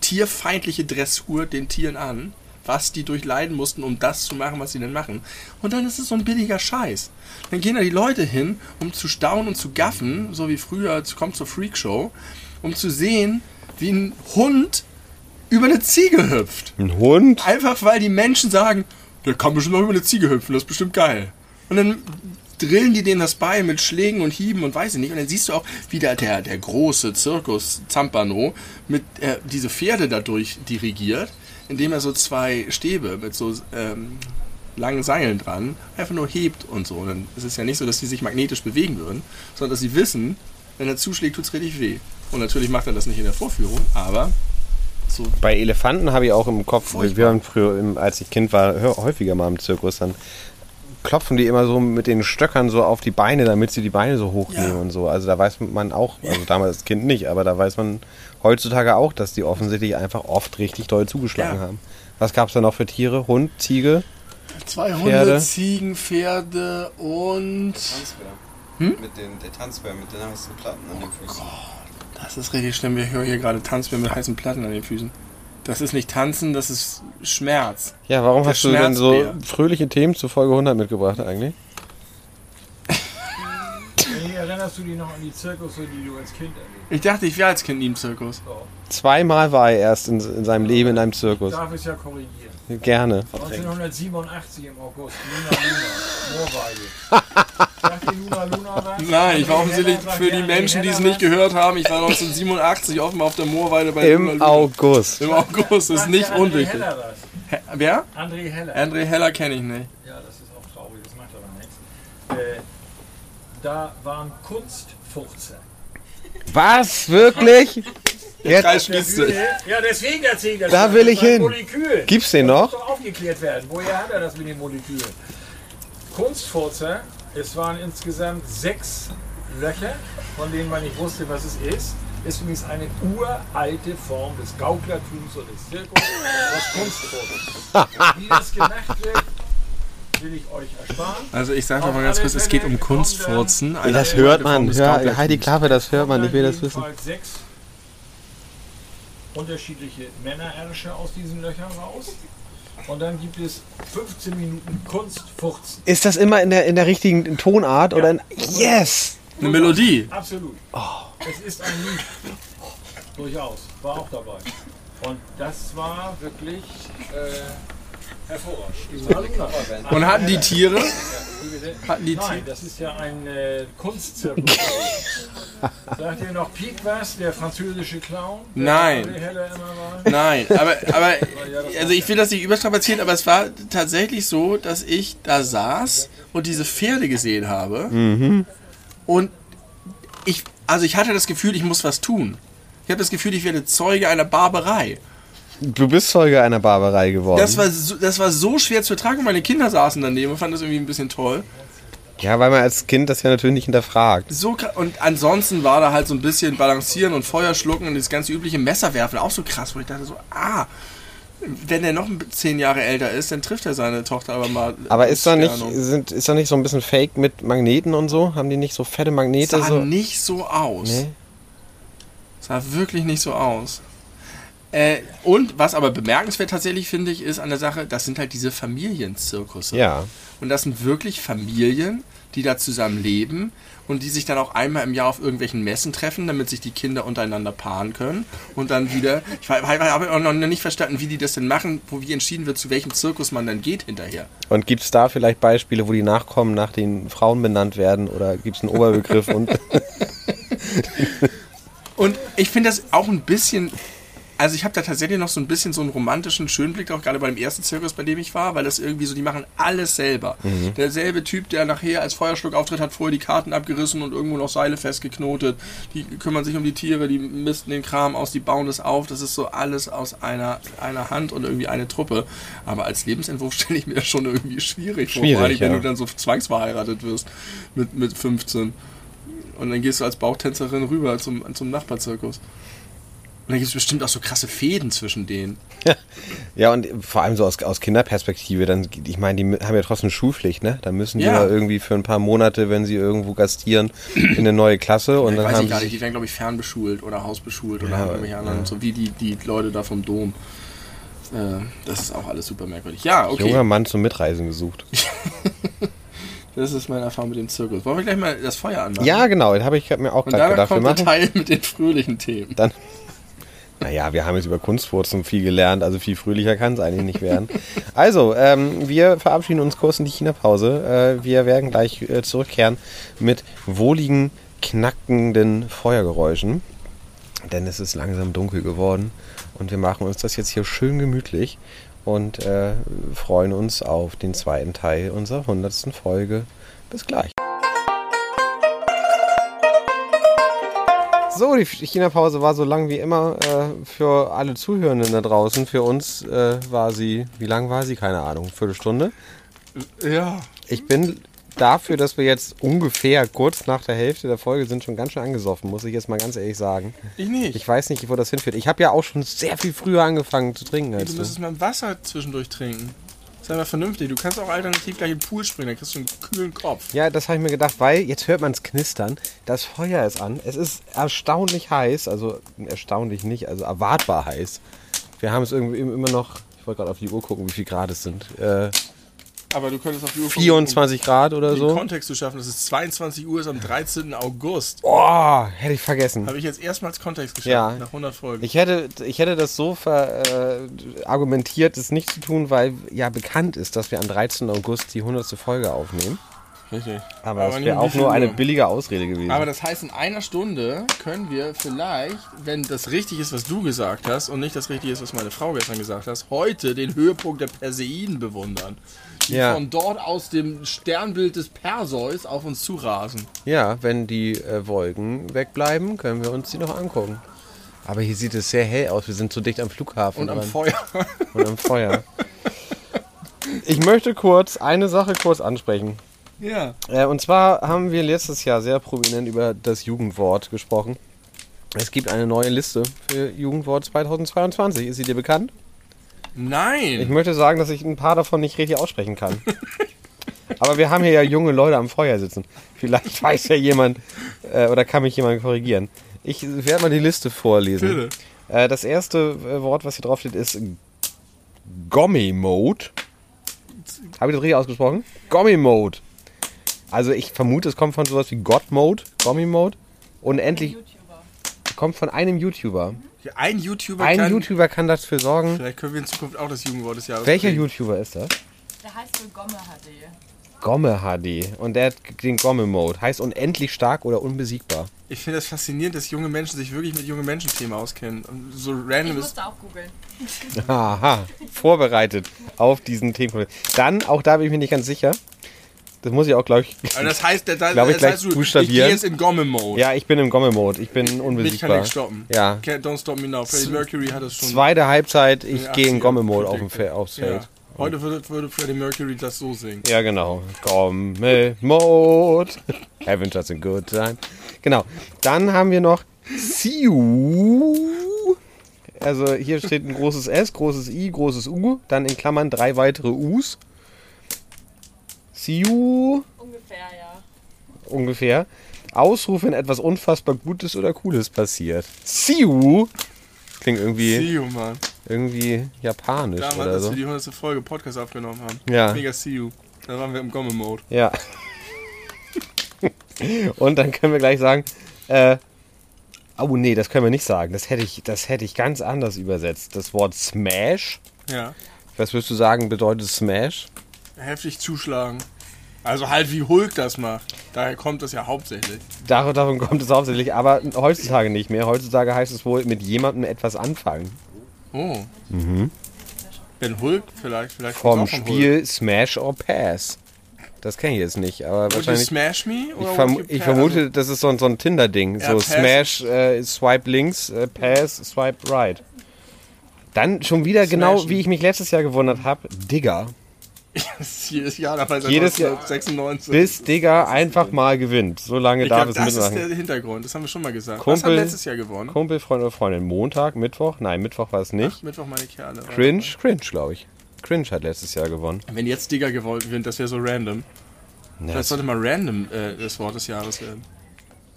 tierfeindliche Dressur den Tieren an, was die durchleiden mussten, um das zu machen, was sie denn machen. Und dann ist es so ein billiger Scheiß. Dann gehen da die Leute hin, um zu staunen und zu gaffen, so wie früher, es kommt zur Freakshow, um zu sehen, wie ein Hund über eine Ziege hüpft. Ein Hund? Einfach weil die Menschen sagen, der kann bestimmt noch über eine Ziege hüpfen, das ist bestimmt geil. Und dann drillen die denen das bei mit Schlägen und Hieben und weiß ich nicht. Und dann siehst du auch, wie der, der, der große Zirkus Zampano mit äh, diese Pferde dadurch dirigiert, indem er so zwei Stäbe mit so ähm, langen Seilen dran einfach nur hebt und so. Und dann ist es ja nicht so, dass die sich magnetisch bewegen würden, sondern dass sie wissen, wenn er zuschlägt, tut's richtig weh. Und natürlich macht er das nicht in der Vorführung, aber so Bei Elefanten habe ich auch im Kopf, wir Furchtbar. waren früher, im- als ich Kind war, hö- häufiger mal im Zirkus, dann klopfen die immer so mit den Stöckern so auf die Beine, damit sie die Beine so hochnehmen Ja. und so. Also da weiß man auch, also damals als Kind nicht, aber da weiß man heutzutage auch, dass die offensichtlich einfach oft richtig doll zugeschlagen Ja. haben. Was gab es da noch für Tiere? Hund, Ziege? Zwei Hunde, Pferde. Ziegen, Pferde und. Tanzbär. Hm? Mit den, der Tanzbär mit den heißen Platten an den Füßen. Das ist richtig schlimm. Wir hören hier gerade Tanzbär mit heißen Platten an den Füßen. Das ist nicht Tanzen, das ist Schmerz. Ja, warum Der hast du denn so Schmerzbär. fröhliche Themen zu Folge 100 mitgebracht eigentlich? Nee, erinnerst du dich noch an die Zirkusse, die du als Kind erlebt Ich dachte, ich wäre als Kind nie im Zirkus. hast? So, Zweimal war er erst in, in seinem Leben in einem Zirkus. darf es ja korrigieren. Gerne. 1987 im August, Luna Luna, Moorweide. Sagt dir Luna Luna Nein, was? ich war Sagt dir offensichtlich Heller was? für die Ja, Menschen, die es nicht Heller gehört haben, ich war 1987 offenbar auf der Moorweide bei Luna Im Luna. August. Im August, was? ist Sagt nicht dir André unwichtig. Heller was? Hä, Wer? André Heller. André Heller kenne ich nicht. Ja, das ist auch traurig, das macht aber nichts. Äh, da waren Kunstfurzer. Was? Wirklich? Der Jetzt Kreis schließt sich. Ja, deswegen erzähle ich das. Da schon. will Das ich war ein hin. Molekül. gibt's den Das muss noch? doch aufgeklärt werden. Woher hat er das mit den Molekülen? Kunstfurzer, es waren insgesamt sechs Löcher, von denen man nicht wusste, was es ist. Ist übrigens eine uralte Form des Gauklertums und des Zirkus, das Kunstfurzer. Wie das gemacht wird, will ich euch ersparen. Also ich sage mal ganz kurz, es geht um Kunstfurzen. Eine Das hört man. Form des Hör, Gauklertums. halt die Klappe, das hört man. Ich will das Jedenfalls wissen. sechs unterschiedliche Männerärsche aus diesen Löchern raus. Und dann gibt es 15 Minuten Kunstfurzen. Ist das immer in der, in der richtigen Tonart? Oder in yes! Eine Melodie. Absolut. Es ist ein Lied. Durchaus. War auch dabei. Und das war wirklich äh, Hervorragend. Und hatten die Tiere? Hatten die Nein, Tiere? das ist ja ein äh, Kunstzirkus. Sagt ihr noch Piet was, der französische Clown? Der Nein. alle Heller immer war? Nein, aber, aber also ich will das nicht überstrapazieren, aber es war tatsächlich so, dass ich da saß und diese Pferde gesehen habe. Und ich, also ich hatte das Gefühl, ich muss was tun. Ich habe das Gefühl, ich werde Zeuge einer Barbarei. Du bist Zeuge einer Barbarei geworden. Das war, so, das war so schwer zu ertragen. Meine Kinder saßen daneben und fanden das irgendwie ein bisschen toll. ja, weil man als Kind das ja natürlich nicht hinterfragt. So, kra- und ansonsten war da halt so ein bisschen Balancieren und Feuer schlucken und das ganze übliche Messerwerfen auch so krass, wo ich dachte so, ah, wenn er noch ein- zehn Jahre älter ist, dann trifft er seine Tochter aber mal. Aber ist da nicht, Sternum. sind, ist da nicht so ein bisschen Fake mit Magneten und so? Haben die nicht so fette Magnete? Sah So? nicht so aus. Nee. Sah wirklich nicht so aus. Äh, und was aber bemerkenswert tatsächlich finde ich, ist an der Sache, das sind halt diese Familienzirkusse. Ja. Und das sind wirklich Familien, die da zusammen leben und die sich dann auch einmal im Jahr auf irgendwelchen Messen treffen, damit sich die Kinder untereinander paaren können. Und dann wieder, ich habe auch noch nicht verstanden, wie die das denn machen, wo wie entschieden wird, zu welchem Zirkus man dann geht hinterher. Und gibt es da vielleicht Beispiele, wo die Nachkommen nach den Frauen benannt werden? Oder gibt es einen Oberbegriff? und Und ich finde das auch ein bisschen. Also ich habe da tatsächlich noch so ein bisschen so einen romantischen Schönblick auch gerade bei dem ersten Zirkus, bei dem ich war, weil das irgendwie so, die machen alles selber. Mhm. Derselbe Typ, der nachher als Feuerschluck auftritt, hat vorher die Karten abgerissen und irgendwo noch Seile festgeknotet. Die kümmern sich um die Tiere, die misten den Kram aus, die bauen das auf. Das ist so alles aus einer, einer Hand und irgendwie eine Truppe. Aber als Lebensentwurf stelle ich mir das schon irgendwie schwierig, vor, Schwierig, vor allem wenn ja. du dann so zwangsverheiratet wirst mit, mit 15. Und dann gehst du als Bauchtänzerin rüber zum, zum Nachbarzirkus. Und dann gibt es bestimmt auch so krasse Fäden zwischen denen. Ja, und vor allem so aus, aus Kinderperspektive, dann, ich meine, die haben ja trotzdem Schulpflicht, ne? Da müssen die Ja. ja. irgendwie für ein paar Monate, wenn sie irgendwo gastieren, in eine neue Klasse und Ich dann weiß haben ich gar sie- nicht, die werden, glaube ich, fernbeschult oder hausbeschult oder Ja, haben irgendwelche anderen, so wie die, die Leute da vom Dom. Äh, Das ist auch alles super merkwürdig. Ja, junger okay. Mann zum Mitreisen gesucht. Das ist meine Erfahrung mit dem Zirkus. Wollen wir gleich mal das Feuer anmachen? Ja, genau, das habe ich hab mir auch Und gerade danach gedacht, wir kommt der machen. Teil mit den fröhlichen Themen. Dann. Naja, wir haben jetzt über Kunstwurzeln viel gelernt, also viel fröhlicher kann es eigentlich nicht werden. Also, ähm, wir verabschieden uns kurz in die China-Pause. Äh, wir werden gleich äh, zurückkehren mit wohligen, knackenden Feuergeräuschen. Denn es ist langsam dunkel geworden und wir machen uns das jetzt hier schön gemütlich und äh, freuen uns auf den zweiten Teil unserer hundertsten Folge. Bis gleich. So, die China-Pause war so lang wie immer äh, für alle Zuhörenden da draußen. Für uns äh, war sie, wie lang war sie? Keine Ahnung, Viertelstunde. Ja. Ich bin dafür, dass wir jetzt ungefähr kurz nach der Hälfte der Folge sind, schon ganz schön angesoffen, muss ich jetzt mal ganz ehrlich sagen. Ich nicht. Ich weiß nicht, wo das hinführt. Ich habe ja auch schon sehr viel früher angefangen zu trinken als du du. müsstest mal Wasser zwischendurch trinken. Sei mal vernünftig. Du kannst auch alternativ gleich im Pool springen, dann kriegst du einen kühlen Kopf. Ja, das habe ich mir gedacht, weil jetzt hört man es knistern. Das Feuer ist an. Es ist erstaunlich heiß. Also erstaunlich nicht, also erwartbar heiß. Wir haben es irgendwie immer noch. Ich wollte gerade auf die Uhr gucken, wie viel Grad es sind. Äh, Aber du könntest auf die Uhr gucken, um 24 Grad oder den so. Kontext zu schaffen, dass es 22 Uhr ist am 13. August. Oh, hätte ich vergessen. Habe ich jetzt erstmals Kontext geschafft, Ja. nach 100 Folgen. Ich hätte, ich hätte das so ver, äh, argumentiert, es nicht zu tun, weil ja bekannt ist, dass wir am 13. August die 100. Folge aufnehmen. Richtig. Aber, das nicht wäre um wie auch viel nur Uhr. eine billige Ausrede gewesen. Aber das heißt, in einer Stunde können wir vielleicht, wenn das richtig ist, was du gesagt hast und nicht das richtig ist, was meine Frau gestern gesagt hat, heute den Höhepunkt der Perseiden bewundern. Die Ja. von dort aus dem Sternbild des Perseus auf uns zurasen. ja, wenn die äh, Wolken wegbleiben, können wir uns die noch angucken. Aber hier sieht es sehr hell aus. Wir sind zu dicht am Flughafen. Und am aber- Feuer. und am Feuer. Ich möchte kurz eine Sache kurz ansprechen. ja. Äh, und zwar haben wir letztes Jahr sehr prominent über das Jugendwort gesprochen. Es gibt eine neue Liste für Jugendwort 2022. Ist sie dir bekannt? Ich Nein. möchte sagen, dass ich ein paar davon nicht richtig aussprechen kann. Aber wir haben hier ja junge Leute am Feuer sitzen. Vielleicht weiß ja jemand äh, oder kann mich jemand korrigieren. Ich werde mal die Liste vorlesen. Bitte. Äh, das erste äh, Wort, was hier drauf steht, ist Gommi-Mode. Habe ich das richtig ausgesprochen? Gommi-Mode. Also ich vermute, es kommt von sowas wie God-Mode, Gommi-Mode. Unendlich. YouTuber. kommt von einem YouTuber. Ein YouTuber Ein kann. YouTuber kann dafür sorgen. Vielleicht können wir in Zukunft auch das Jugendwort des Jahres. Welcher kriegen. YouTuber ist das? Der heißt wohl Gomme HD. Gomme HD. Und der hat den Gomme-Mode. Heißt unendlich stark oder unbesiegbar. Ich finde das faszinierend, dass junge Menschen sich wirklich mit jungen Menschen-Themen auskennen. Und so Ich random ist. musste auch googeln. Aha. Vorbereitet auf diesen Themenkomplex. Dann, auch da bin ich mir nicht ganz sicher. Das muss ich auch, glaube ich. Aber Also das heißt, das, das, Glaub ich, das gleich heißt du, ich buchstabieren. gehe jetzt in Gomme-Mode. Ja, ich bin im Gomme-Mode. Ich bin Mich kann unbesiegbar. nicht stoppen. Ja. Can't, don't stop me now. Freddie Mercury hat das schon. Zweite Halbzeit, in den ich gehe in 80ern Gomme-Mode auf dem predicted. Fe- aufs Ja. Feld. Heute würde, würde Freddie Mercury das so singen. Ja, genau. Gomme Mode. Having just a good time. Genau. Dann haben wir noch Siu. Also hier steht ein großes S, großes I, großes U, dann in Klammern drei weitere U's. Siu Ungefähr, ja. ungefähr. Ausruf, wenn etwas unfassbar Gutes oder Cooles passiert. Siu. Klingt irgendwie, See you, Mann. irgendwie japanisch Damals, oder als so. wir die 100. Folge Podcast aufgenommen haben. Ja. Mega see you. Da waren wir im Gomme-Mode. Ja. Und dann können wir gleich sagen, äh, oh nee, das können wir nicht sagen. Das hätte ich, das hätte ich ganz anders übersetzt. Das Wort Smash. Ja. Was würdest du sagen, bedeutet Smash? Heftig zuschlagen. Also halt wie Hulk das macht. Daher kommt das ja hauptsächlich. Dar- Davon kommt es hauptsächlich, aber heutzutage nicht mehr. Heutzutage heißt es wohl mit jemandem etwas anfangen. Oh. Mhm. Wenn Hulk vielleicht, vielleicht Vom kommt's auch von Hulk. Spiel Smash or Pass. Das kenne ich jetzt nicht, aber Would you wahrscheinlich. smash me? Ich, Oder verm would you ich pa- vermute, das ist so ein, so ein Tinder-Ding. also Ja, so Pass. Smash, äh, Swipe links, äh, Pass, Swipe right. Dann schon wieder genau, Smashen. wie ich mich letztes Jahr gewundert habe, Digger. Also, das ist jedes Jahr dabei seit Jedes Jahr. 1996. Bis Digger einfach mal gewinnt. So lange ich darf glaube, es das ist mitmachen. der Hintergrund. Das haben wir schon mal gesagt. Was haben Kumpel- letztes Jahr gewonnen? Kumpel, Freund oder Freundin. Montag, Mittwoch? Nein, Mittwoch war es nicht. Mittwoch meine Kerle. Warte Cringe? Cringe, glaube ich. Cringe hat letztes Jahr gewonnen. mal. Wenn jetzt Digger gewinnt, das wäre so random. Ja, Vielleicht sollte mal random äh, das Wort des Jahres werden.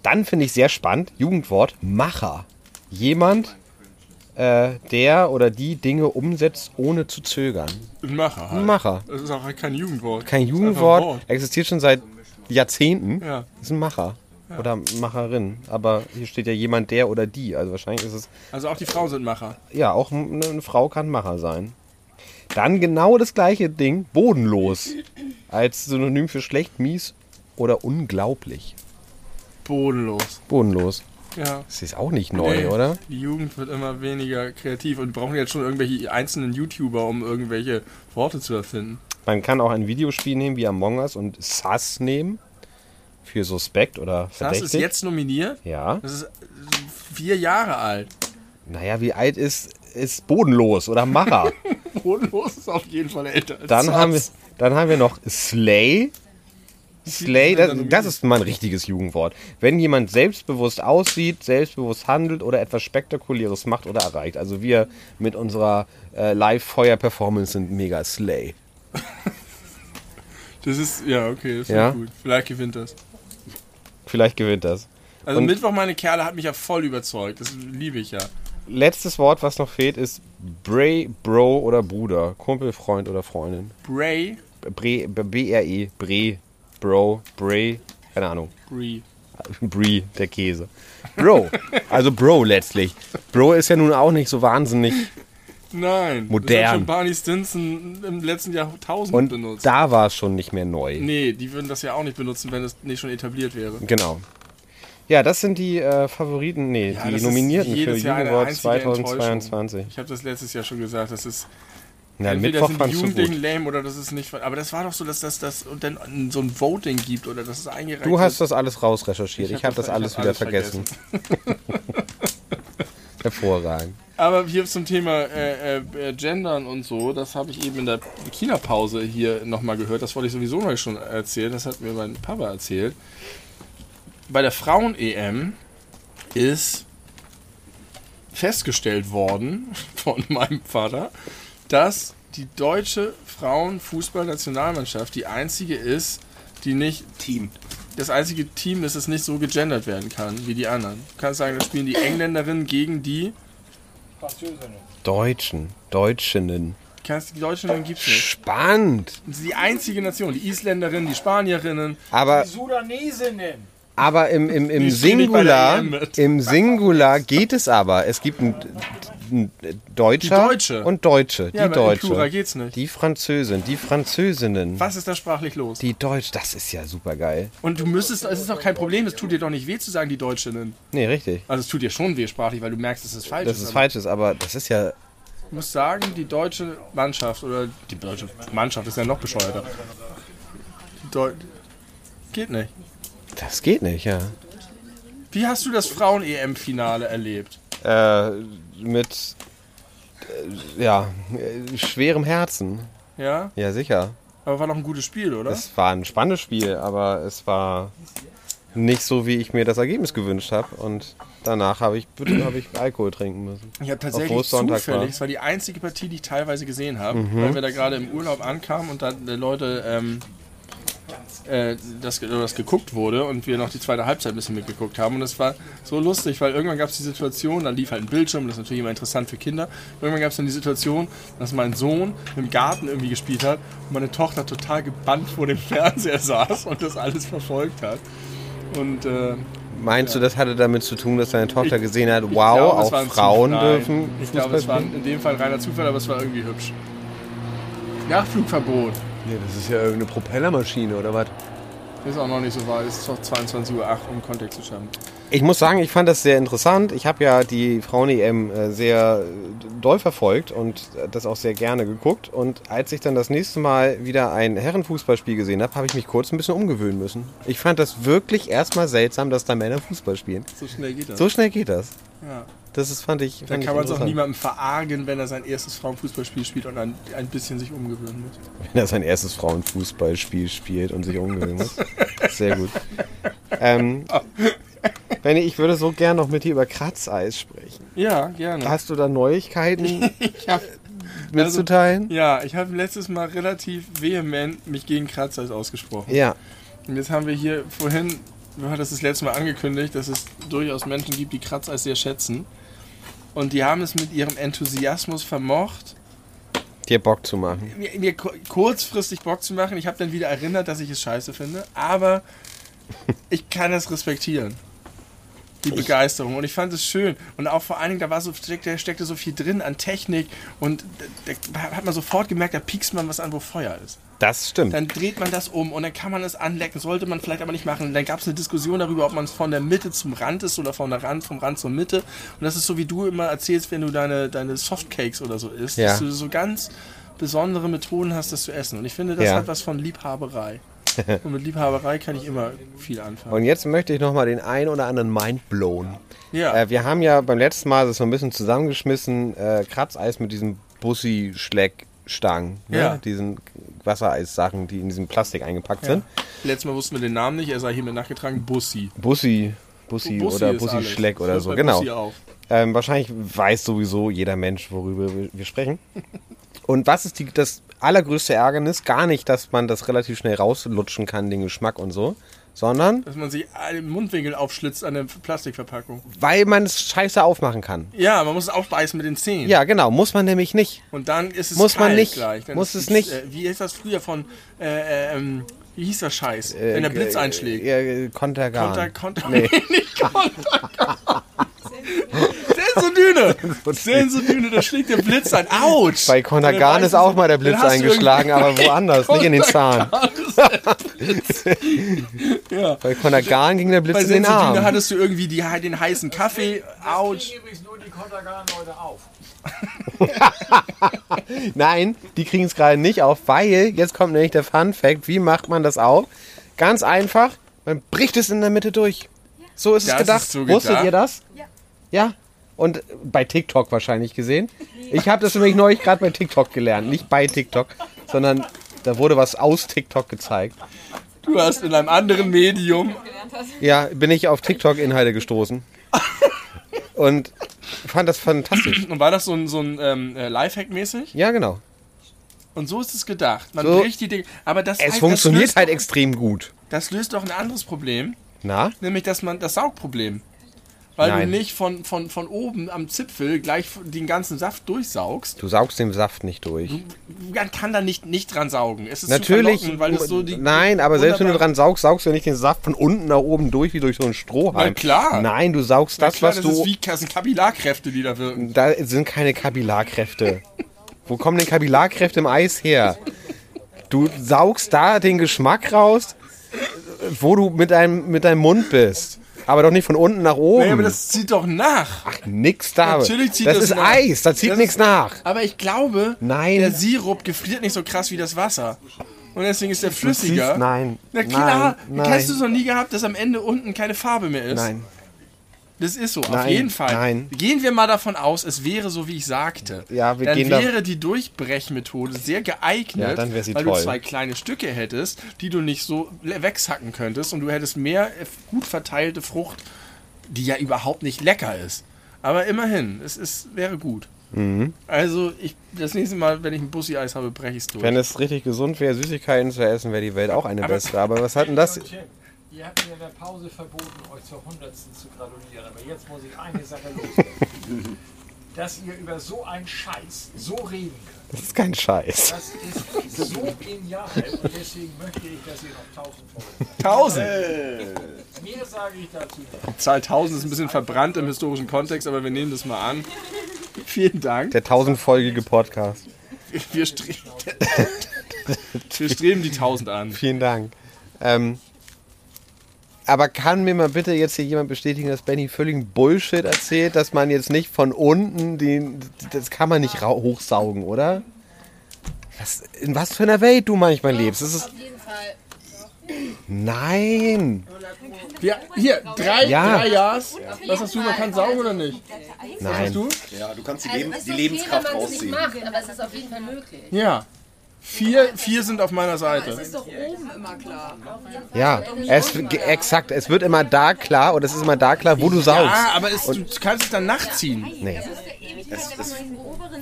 Dann finde ich sehr spannend, Jugendwort, Macher. Jemand, äh, der oder die Dinge umsetzt, ohne zu zögern. Ein Macher halt. Ein Macher. Das ist auch kein Jugendwort. Kein Das ist einfach ein Jugendwort, Wort. existiert schon seit Jahrzehnten. Ja. Ist ein Macher oder Macherin. Aber hier steht ja jemand der oder die. Also wahrscheinlich ist es, Also auch die Frauen sind Macher. ja, auch ne, eine, eine Frau kann Macher sein. Dann genau das gleiche Ding, bodenlos. Als Synonym für schlecht, mies oder unglaublich. Bodenlos. Bodenlos. Ja. Das ist auch nicht neu, Nee. oder? Die Jugend wird immer weniger kreativ und brauchen jetzt schon irgendwelche einzelnen YouTuber, um irgendwelche Worte zu erfinden. Man kann auch ein Videospiel nehmen wie Among Us und Sass nehmen. Für Suspekt oder Das Verdächtig. ist jetzt nominiert. ja. Das ist äh, vier Jahre alt. Naja, wie alt ist, ist bodenlos oder Macher? Bodenlos ist auf jeden Fall älter als Dann das. haben, wir, dann haben wir noch Slay. Slay, sind das, da nominiert? das ist mal ein richtiges Jugendwort. Wenn jemand selbstbewusst aussieht, selbstbewusst handelt oder etwas Spektakuläres macht oder erreicht. Also wir mit unserer äh, Live-Feuer-Performance sind mega Slay. Das ist, ja, okay, das ist Ja. gut. Vielleicht gewinnt das. Vielleicht gewinnt das. Also Und- Mittwoch, meine Kerle, hat mich ja voll überzeugt. Das liebe ich ja. Letztes Wort, was noch fehlt, ist Bray, Bro oder Bruder. Kumpel, Freund oder Freundin. Bray, Bre- B-R-E, Bre, Bro, Bray, keine Ahnung. Bray. Brie, der Käse. Bro, also Bro letztlich. Bro ist ja nun auch nicht so wahnsinnig. Nein. Das Modern. hat schon Barney Stinson im letzten Jahrtausend Und benutzt. da war es schon nicht mehr neu. Nee, die würden das ja auch nicht benutzen, wenn es nicht schon etabliert wäre. Genau. Ja, das sind die äh, Favoriten, nee, Ja, das die ist Nominierten für jedes Jahr eine Jugendwort einzige Enttäuschung. 2022. Ich habe das letztes Jahr schon gesagt, das ist Na, Mittwoch entweder sind die fandst du Jugendlichen gut. lame oder das ist nicht. Aber das war doch so, dass das, das und dann so ein Voting gibt oder dass es eingereicht Du hast wird. das alles rausrecherchiert. Ich Ich habe hab das, das- ich alles hab wieder alles vergessen. Hervorragend. Aber hier zum Thema äh, äh, äh, Gendern und so, das habe ich eben in der China-Pause hier nochmal gehört. Das wollte ich sowieso mal schon erzählen. Das hat mir mein Papa erzählt. Bei der Frauen-EM ist festgestellt worden von meinem Vater, dass die deutsche Frauenfußballnationalmannschaft die einzige ist, die nicht Team. das einzige Team ist, das nicht so gegendert werden kann wie die anderen. Du kannst sagen, da spielen die Engländerinnen gegen die Französinnen. Deutschen, Deutschinnen. Kannst die Deutschen gibt's nicht. Spannend. Die einzige Nation, die Isländerinnen, die Spanierinnen. Aber, Sudanesinnen. Aber im, im, im Die steht nicht bei der Singular, EM mit. im Singular geht es aber. Es gibt ein, ein Deutscher Die Deutsche. und Deutsche. Die Ja, aber im Plural Deutsche. geht's nicht. Die Französin, die Französinnen. Was ist da sprachlich los? Die Deutsch, das ist ja super geil. Und du müsstest, es ist doch kein Problem, es tut dir doch nicht weh zu sagen, die Deutschinnen. Nee, richtig. Also es tut dir schon weh sprachlich, weil du merkst, dass es falsch Das ist. ist aber falsch ist, aber das ist ja. Du musst sagen, die deutsche Mannschaft oder die deutsche Mannschaft ist ja noch bescheuerter. Die Deu Geht nicht. Das geht nicht, ja. Wie hast du das Frauen-EM-Finale erlebt? Äh, mit. Äh, ja, äh, schwerem Herzen. Ja? Ja, sicher. Aber war noch ein gutes Spiel, oder? Es war ein spannendes Spiel, aber es war nicht so, wie ich mir das Ergebnis gewünscht habe. Und danach habe ich, habe ich Alkohol trinken müssen. Ich habe Obwohl tatsächlich es Sonntag zufällig, war. Mhm. es war die einzige Partie, die ich teilweise gesehen habe, weil wir da gerade im Urlaub ankamen und da äh, Leute ähm, äh, das, ge- das geguckt wurde und wir noch die zweite Halbzeit ein bisschen mitgeguckt haben. Und das war so lustig, weil irgendwann gab es die Situation, dann lief halt ein Bildschirm, das ist natürlich immer interessant für Kinder. Irgendwann gab es dann die Situation, dass mein Sohn im Garten irgendwie gespielt hat und meine Tochter total gebannt vor dem Fernseher saß und das alles verfolgt hat. Und äh, Meinst du, das hatte damit zu tun, dass deine Tochter Ich- gesehen hat, wow, glaube, es war auch ein Frauen Zufall. dürfen Ich glaube, Fußball es war spielen? in dem Fall reiner Zufall, aber es war irgendwie hübsch. Nachflugverbot. Nee, das ist ja irgendeine Propellermaschine oder was? Ist auch noch nicht so weit. Ist doch 22 Uhr, um Kontext zu schaffen. Ich muss sagen, ich fand das sehr interessant. Ich habe ja die Frauen-EM äh, sehr äh, doll verfolgt und äh, das auch sehr gerne geguckt. Und als ich dann das nächste Mal wieder ein Herrenfußballspiel gesehen habe, habe ich mich kurz ein bisschen umgewöhnen müssen. Ich fand das wirklich erstmal seltsam, dass da Männer Fußball spielen. So schnell geht das. So schnell geht das. ja. Das ist, fand ich. Fand Da ich kann man es auch interessant. niemandem verargen, wenn er sein erstes Frauenfußballspiel spielt und dann ein bisschen sich umgewöhnen muss. wenn er sein erstes Frauenfußballspiel spielt und sich umgewöhnen muss. Sehr gut. Ähm, Benni, ich würde so gern noch mit dir über Kratzeis sprechen. Ja, gerne. Hast du da Neuigkeiten Ich hab, mitzuteilen? ja, ich habe letztes Mal relativ vehement mich gegen Kratzeis ausgesprochen. Ja, Und jetzt haben wir hier vorhin, du hattest das letzte Mal angekündigt, dass es durchaus Menschen gibt, die Kratzeis sehr schätzen. Und die haben es mit ihrem Enthusiasmus vermocht, dir Bock zu machen. mir, mir ku- kurzfristig Bock zu machen. Ich habe dann wieder erinnert, dass ich es scheiße finde, aber ich kann es respektieren. Die Begeisterung. Und ich fand es schön. Und auch vor allen Dingen, da war so, steckte, steckte so viel drin an Technik. Und da, da hat man sofort gemerkt, da piekst man was an, wo Feuer ist Das stimmt. dann dreht man das um und dann kann man es anlecken. Sollte man vielleicht aber nicht machen. Dann gab es eine Diskussion darüber, ob man es von der Mitte zum Rand ist oder von der Rand vom Rand zur Mitte. Und das ist so, wie du immer erzählst, wenn du deine, deine Softcakes oder so isst, Ja. dass du so ganz besondere Methoden hast, das zu essen. Und ich finde, das Ja. hat was von Liebhaberei. und mit Liebhaberei kann ich immer viel anfangen. Und jetzt möchte ich nochmal den einen oder anderen Mind blown. ja, Äh, wir haben ja beim letzten Mal das so ein bisschen zusammengeschmissen, äh, Kratzeis mit diesen Bussi-Schleck-Stangen. Ne? Ja. Diesen Wassereis-Sachen, die in diesem Plastik eingepackt sind. letztes Mal wussten wir den Namen nicht. Er sei hiermit nachgetragen. Bussi. Bussi, Bussi, oder ist alles. Bussi-Schleck oder Das so. hört bei Genau. Bussi auf. Ähm, wahrscheinlich weiß sowieso jeder Mensch, worüber wir- wir sprechen. Und was ist die, das allergrößte Ärgernis? Gar nicht, dass man das relativ schnell rauslutschen kann, den Geschmack und so, sondern Dass man sich den Mundwinkel aufschlitzt an der Plastikverpackung. weil man es scheiße aufmachen kann. Ja, man muss es aufbeißen mit den Zähnen. Ja, genau, muss man nämlich nicht. Und dann ist es Muss man kalt nicht. gleich. Dann Muss ist es nicht. Äh, wie ist das früher von, äh, äh, ähm, wie hieß der Scheiß? Äh, Wenn der Blitz äh, einschlägt. Äh, Kontergan. Konter, Konter, nicht Konter. Sensodüne! Sensodüne, da schlägt der Blitz ein. Autsch! Bei Und dann Kontergan weißt ist du auch so, mal der dann Blitz hast du eingeschlagen, aber woanders, nicht in den Zahn. Bei Kontergan ging der Blitz Bei in den Sensodüne Arm. hattest du irgendwie die, den heißen Kaffee. Das Autsch! kriegen übrigens nur die Kontergan-Leute auf. Nein, die kriegen es gerade nicht auf, weil jetzt kommt nämlich der Fun Fact, wie macht man das auf? Ganz einfach, man bricht es in der Mitte durch. So ist Das es gedacht. ist so Wusstet gedacht. ihr das? Ja. Ja. Und bei TikTok wahrscheinlich gesehen. Ich habe das nämlich neulich gerade bei TikTok gelernt. Nicht bei TikTok, sondern da wurde was aus TikTok gezeigt. Du hast in einem anderen Medium. Ja, bin ich auf TikTok-Inhalte gestoßen. Und fand das fantastisch. Und war das so ein, so ein ähm, äh, Lifehack-mäßig? Ja, genau. Und so ist es gedacht. Man So. bricht die Dinge. Aber das, Es das funktioniert löst, halt extrem gut. Das löst doch ein anderes Problem. Na? Nämlich dass man das Saugproblem. Weil Nein. du nicht von, von, von oben am Zipfel gleich den ganzen Saft durchsaugst. Du saugst den Saft nicht durch. Man kann da nicht, nicht dran saugen. Es ist zu Natürlich. verlockend, weil es so die, nein, aber selbst wenn du wunderbare- dran saugst, saugst du nicht den Saft von unten nach oben durch, wie durch so einen Strohhalm. Na klar. Nein, du saugst Na das, klar, was das du. Ist wie, das sind Kapillarkräfte, die da wirken. Da sind keine Kapillarkräfte. Wo kommen denn Kapillarkräfte im Eis her? Du saugst da den Geschmack raus, wo du mit deinem, mit deinem Mund bist. Aber doch nicht von unten nach oben. Naja, aber das zieht doch nach. Ach, nix da. Natürlich zieht das das ist nach. Eis, da zieht Das nichts ist- nach. Aber ich glaube, Nein. der Sirup gefriert nicht so krass wie das Wasser. Und deswegen ist der flüssiger. ziehst- nein, Na klar, nein, nein. hast du es noch nie gehabt, dass am Ende unten keine Farbe mehr ist? Nein. Das ist so, auf Nein, jeden Fall. nein. Gehen wir mal davon aus, es wäre so, wie ich sagte. Ja, wir dann gehen da- wäre die Durchbrechmethode sehr geeignet, Ja, dann wär sie weil toll. du zwei kleine Stücke hättest, die du nicht so le- wegsacken könntest und du hättest mehr äh, gut verteilte Frucht, die ja überhaupt nicht lecker ist. Aber immerhin, es ist, wäre gut. Mhm. Also, ich, das nächste Mal, wenn ich ein Bussi-Eis habe, breche ich es durch. Wenn es richtig gesund wäre, Süßigkeiten zu essen, wäre die Welt auch eine bessere. Aber was hat denn das? Leutchen, Ihr habt mir in der Pause verboten, euch zur Hundertsten zu gratulieren. Aber jetzt muss ich eine Sache loswerden. Dass ihr über so einen Scheiß so reden könnt, Das ist kein Scheiß. das ist so genial. Und deswegen möchte ich, dass ihr noch tausend Folgen habt. 1000! Mehr sage ich dazu nicht. Zahl 1000 ist ein bisschen verbrannt im historischen Kontext, aber wir nehmen das mal an. Vielen Dank. Der tausendfolgige Podcast. Wir streben, wir streben die 1000 an. Vielen Dank. Ähm, aber kann mir mal bitte jetzt hier jemand bestätigen, dass Benny völligen Bullshit erzählt, dass man jetzt nicht von unten den. Das kann man nicht rau- hochsaugen, oder? Was, in was für einer Welt du manchmal lebst? Das ist, Auf jeden Fall. nein! Ja, hier, drei, Ja. drei Jahres. Was hast du, man kann saugen oder nicht? Nein. Du? Ja, du kannst die, Also, Leben, es die ist Lebenskraft okay, wenn man es nicht rausziehen. macht, aber es ist auf jeden Fall möglich. Ja. Vier, vier sind auf meiner Seite. Ist doch oben immer klar. Ja, es, ge- exakt. Es wird immer da klar und es ist immer da klar, wo du saugst. Ah, aber es, du kannst es dann nachziehen. Nee. Es, es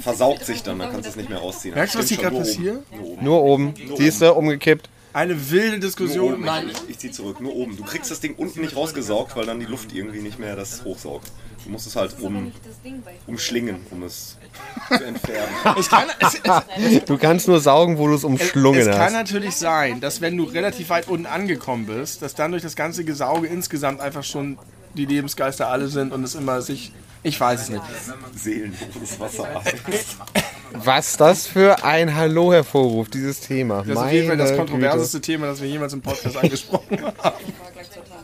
versaugt sich dann, dann kannst du es nicht mehr rausziehen. Merkst du, was hier Stimmt gerade schon, nur passiert? oben. Nur oben. Nur oben. Siehst du, umgekippt. Eine wilde Nur Diskussion. oben. Oh, Nein, Ich, ich zieh zurück, nur oben. Du kriegst das Ding unten nicht rausgesaugt, weil dann die Luft irgendwie nicht mehr das hochsaugt. Du musst es halt um, umschlingen, um es zu entfernen. es kann, es, es, Du kannst nur saugen, wo du es umschlungen es kann hast. natürlich sein, dass wenn du relativ weit unten angekommen bist, dass dann durch das ganze Gesauge insgesamt einfach schon die Lebensgeister alle sind und es immer sich. Ich weiß es nicht. Seelenloses Wasser. Was das für ein Hallo hervorruft, dieses Thema. Das ist auf jeden Fall das kontroverseste Thema, das wir jemals im Podcast angesprochen haben.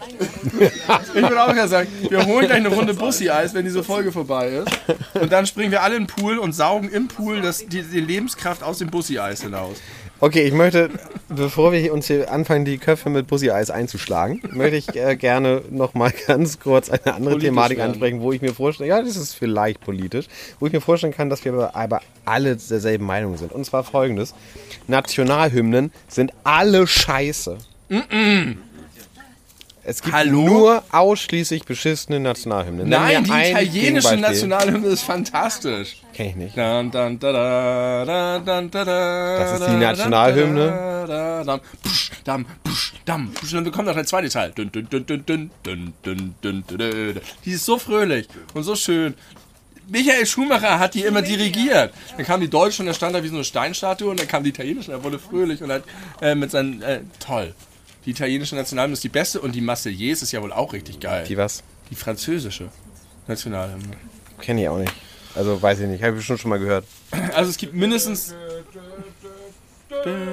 ich würde auch ja sagen, wir holen gleich eine Runde Bussi-Eis, wenn diese Folge vorbei ist. Und dann springen wir alle in den Pool und saugen im Pool das, die, die Lebenskraft aus dem Bussi-Eis hinaus. Okay, ich möchte, bevor wir uns hier anfangen, die Köpfe mit Bussi-Eis einzuschlagen, möchte ich äh, gerne nochmal ganz kurz eine andere Politisch Thematik werden. ansprechen, wo ich mir vorstelle, ja, das ist vielleicht politisch, wo ich mir vorstellen kann, dass wir aber, aber alle derselben Meinung sind. Und zwar folgendes: Nationalhymnen sind alle scheiße. Es gibt Hallo? nur ausschließlich beschissene Nationalhymnen. Nenn Nein, mir die ein italienische Gegenbeispiel. Nationalhymne ist fantastisch. Kenn ich nicht. Dun, dun, da, da, da, dun, da, da, Das ist die da, Nationalhymne? da, da, da, dam, psch, dam, psch, dam, psch. Und dann kommt noch der zweite Teil. Dun, dun, dun, dun, dun, dun, dun, dun, dun, dun. Die ist so fröhlich und so schön. Michael Schumacher hat die immer dirigiert. Dann kam die Deutsche und er stand da wie so eine Steinstatue und dann kam die Italienische und er wurde fröhlich und hat äh, mit seinen... Äh, toll. Die italienische Nationalhymne ist die beste und die Marseillaise ist ja wohl auch richtig geil. Die was? die französische Nationalhymne. Kenne ich auch nicht. Also weiß ich nicht. Habe ich bestimmt schon mal gehört. Also es gibt mindestens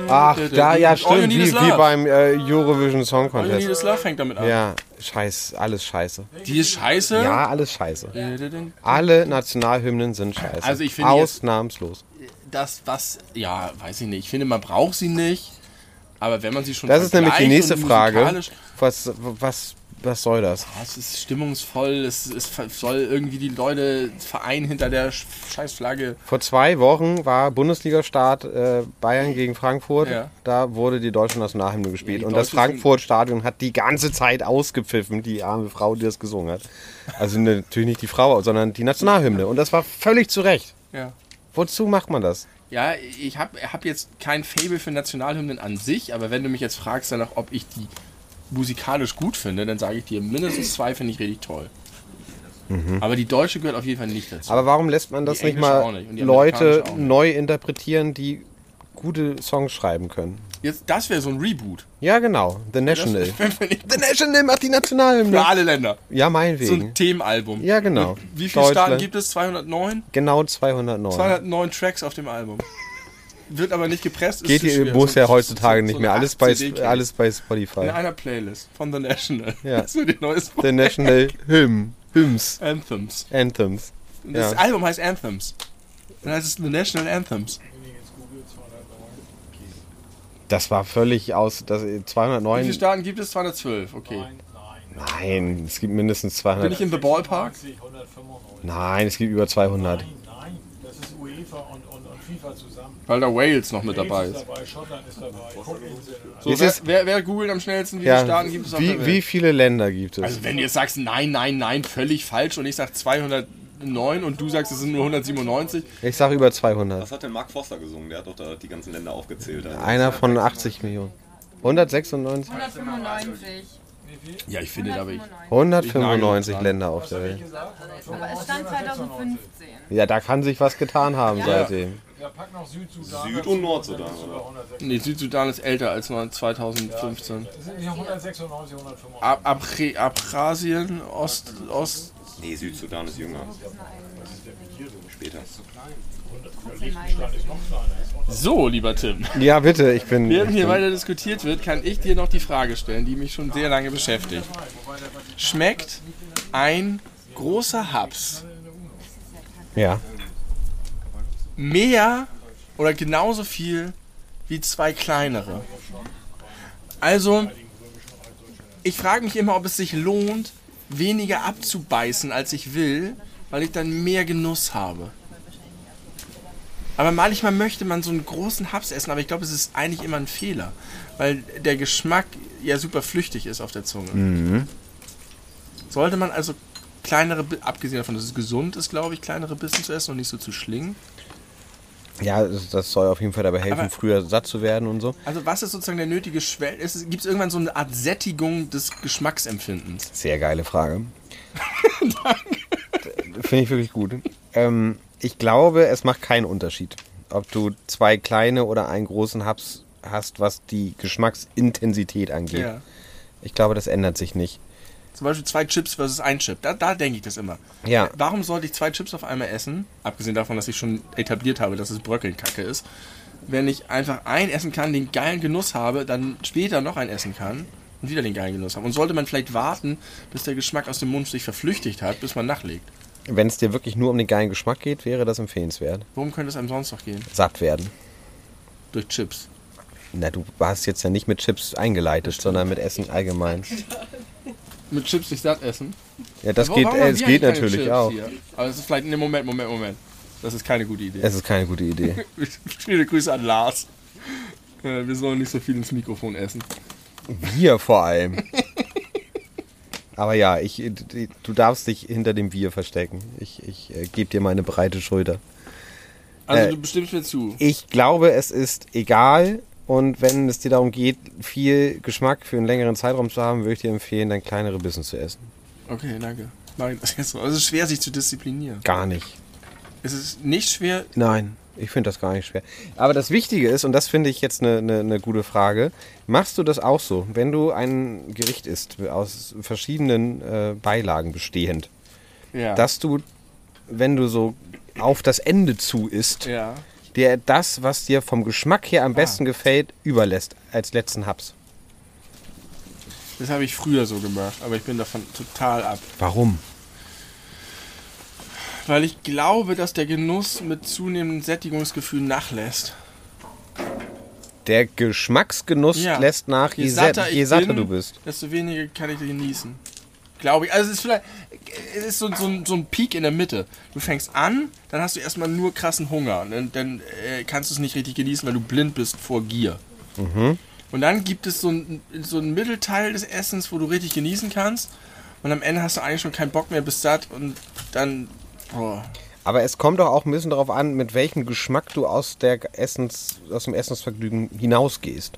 Ach, da, ja, All you stimmt. need Wie, is wie love. beim äh, Eurovision Song All You Need Contest. Is Love fängt damit an. Ja, scheiß, alles scheiße. Die ist scheiße. Ja, alles scheiße. Das, Alle Nationalhymnen sind scheiße. Also ich finde jetzt- Ausnahmslos. was, ja, weiß ich nicht. Ich finde, man braucht sie nicht. Aber wenn man sie schon. Das ist nämlich die vergleicht nächste und Frage. musikalisch- Was, was, was soll das? Ah, Es ist stimmungsvoll. Es, es ver- soll irgendwie die Leute vereinen hinter der Sch- Scheißflagge. Vor zwei Wochen war Bundesliga-Start äh, Bayern gegen Frankfurt. Ja. Da wurde die deutsche Nationalhymne gespielt. die und das deutsche ist- Frankfurt-Stadion hat die ganze Zeit ausgepfiffen, die arme Frau, die das gesungen hat. Also ne, natürlich nicht die Frau, sondern die Nationalhymne. Und das war völlig zu Recht. Ja. Wozu macht man das? Ja, ich habe hab jetzt kein Fable für Nationalhymnen an sich, aber wenn du mich jetzt fragst danach, ob ich die musikalisch gut finde, dann sage ich dir, mindestens zwei finde ich richtig toll. Mhm. Aber die deutsche gehört auf jeden Fall nicht dazu. Aber warum lässt man das Die nicht englische mal auch nicht und die Leute amerikanische auch nicht. neu interpretieren, die gute Songs schreiben können? Jetzt, das wäre so ein Reboot. Ja, genau. The National. Für The National macht die Nationalhymne. alle Länder. Ja, So ein meinetwegen. Themenalbum. Ja, genau. Wie viele Staaten Deutschland. gibt es? 209? Genau 209. 209 Tracks auf dem Album. Wird aber nicht gepresst. ist Geht zu hier schwer. im Bus So- ja so- heutzutage so- so nicht mehr. eine Alles bei, 8-CD-Kiste. alles bei In Spotify. einer Playlist von The National. Ja. Das wird die neues The National Hymn. Hymns. Anthems. Anthems. Und Das Ja. Album heißt Anthems. Dann heißt es The National Anthems. Das war völlig aus. Das, äh, Wie viele 209. Staaten gibt es? 212, okay. Nein, es gibt mindestens Bin ich 200. in The Ballpark? 195. Nein, es gibt über 200. Nein, nein, das ist UEFA und, und, und FIFA zusammen. Weil da Wales noch mit dabei Wales ist. dabei, Schottland ist dabei, Cookinseln. So, Ist wer, es- wer, wer googelt am schnellsten, wie viele Ja, Staaten gibt es auf der wie, Welt? wie viele Länder gibt es? Also wenn du jetzt sagst, nein, nein, nein, völlig falsch und ich sag 209 und du sagst, es sind nur 197, Ich sage über 200. Was hat denn Mark Forster gesungen? Der hat doch da die ganzen Länder aufgezählt. Also. Einer von 80 Millionen. 196? 195. ja, ich finde, da bin ich... 195 Länder auf der Welt. Aber es stand 2015. Ja, da kann sich was getan haben seitdem. Ja, pack noch Südsudan. Süd- dazu, und Nordsudan, dann bist du bei 196. Nee, Südsudan ist älter als 2015. Das sind nicht 196, 195. Ab Abche- Abchasien, Ost, Ost... Nee, Südsudan ist jünger. Später. So, lieber Tim. Ja, bitte, ich bin. Während Ich hier bin weiter diskutiert wird, kann ich dir noch die Frage stellen, die mich schon sehr lange beschäftigt. Schmeckt ein großer Haps ja. mehr oder genauso viel wie zwei kleinere. Also, ich frage mich immer, ob es sich lohnt, weniger abzubeißen, als ich will, weil ich dann mehr Genuss habe. Aber manchmal möchte man so einen großen Haps essen, aber ich glaube, es ist eigentlich immer ein Fehler, weil der Geschmack ja super flüchtig ist auf der Zunge. Sollte man also kleinere, Bi- abgesehen davon, dass es gesund ist, glaube ich, kleinere Bissen zu essen und nicht so zu schlingen, Ja, das das soll auf jeden Fall dabei helfen, Aber- früher satt zu werden und so. Also was ist sozusagen der nötige Schwell? Gibt es irgendwann so eine Art Sättigung des Geschmacksempfindens? Sehr geile Frage. Finde ich wirklich gut. Ähm, ich glaube, es macht keinen Unterschied, ob du zwei kleine oder einen großen Hubs hast, was die Geschmacksintensität angeht. Ich glaube, das ändert sich nicht. Zum Beispiel zwei Chips versus ein Chip. Da, da denke ich das immer. Ja. Warum sollte ich zwei Chips auf einmal essen? Abgesehen davon, dass ich schon etabliert habe, dass es Bröckelkacke ist. Wenn ich einfach ein essen kann, den geilen Genuss habe, dann später noch ein essen kann und wieder den geilen Genuss habe. Und sollte man vielleicht warten, bis der Geschmack aus dem Mund sich verflüchtigt hat, bis man nachlegt. Wenn es dir wirklich nur um den geilen Geschmack geht, wäre das empfehlenswert. Worum könnte es einem sonst noch gehen? Satt werden. Durch Chips. Na, du hast jetzt ja nicht mit Chips eingeleitet, sondern mit Essen allgemein. Mit Chips sich satt essen? Ja, das Wo- geht, warum äh, haben es wir geht eigentlich keine natürlich Chips auch. hier? Aber es ist vielleicht, ne, Moment, Moment, Moment. Das ist keine gute Idee. Es ist keine gute Idee. Viele Grüße an Lars. Äh, Wir sollen nicht so viel ins Mikrofon essen. Wir vor allem. Aber ja, ich, du darfst dich hinter dem Wir verstecken. Ich, ich äh, gebe dir meine breite Schulter. Also Äh, du bestimmst mir zu. Ich glaube, es ist egal. Und wenn es dir darum geht, viel Geschmack für einen längeren Zeitraum zu haben, würde ich dir empfehlen, dann kleinere Bissen zu essen. Okay, danke. Mach ich das jetzt so. Also es ist schwer, sich zu disziplinieren. Gar nicht. Es ist nicht schwer. Nein, ich finde das gar nicht schwer. Aber das Wichtige ist, und das finde ich jetzt eine eine- eine gute Frage, machst du das auch so, wenn du ein Gericht isst, aus verschiedenen äh, Beilagen bestehend, Ja. dass du, wenn du so auf das Ende zu isst, Ja. Ah. dir das, was dir vom Geschmack her am besten gefällt, überlässt als letzten Haps. Das habe ich früher so gemacht, aber ich bin davon total ab. Warum? Weil ich glaube, dass der Genuss mit zunehmendem Sättigungsgefühl nachlässt. Der Geschmacksgenuss Ja. lässt nach, je, satter, ich je satter bin, du bist. Desto weniger kann ich genießen. Glaube ich. Also es ist vielleicht. Es ist so, so, ein- so ein Peak in der Mitte. Du fängst an, dann hast du erstmal nur krassen Hunger. Und Dann, dann äh, kannst du es nicht richtig genießen, weil du blind bist vor Gier. Mhm. Und dann gibt es so einen so einen Mittelteil des Essens, wo du richtig genießen kannst. Und am Ende hast du eigentlich schon keinen Bock mehr, bist satt und dann. Oh. Aber es kommt doch auch ein bisschen darauf an, mit welchem Geschmack du aus, der Essens, aus dem Essensvergnügen hinausgehst.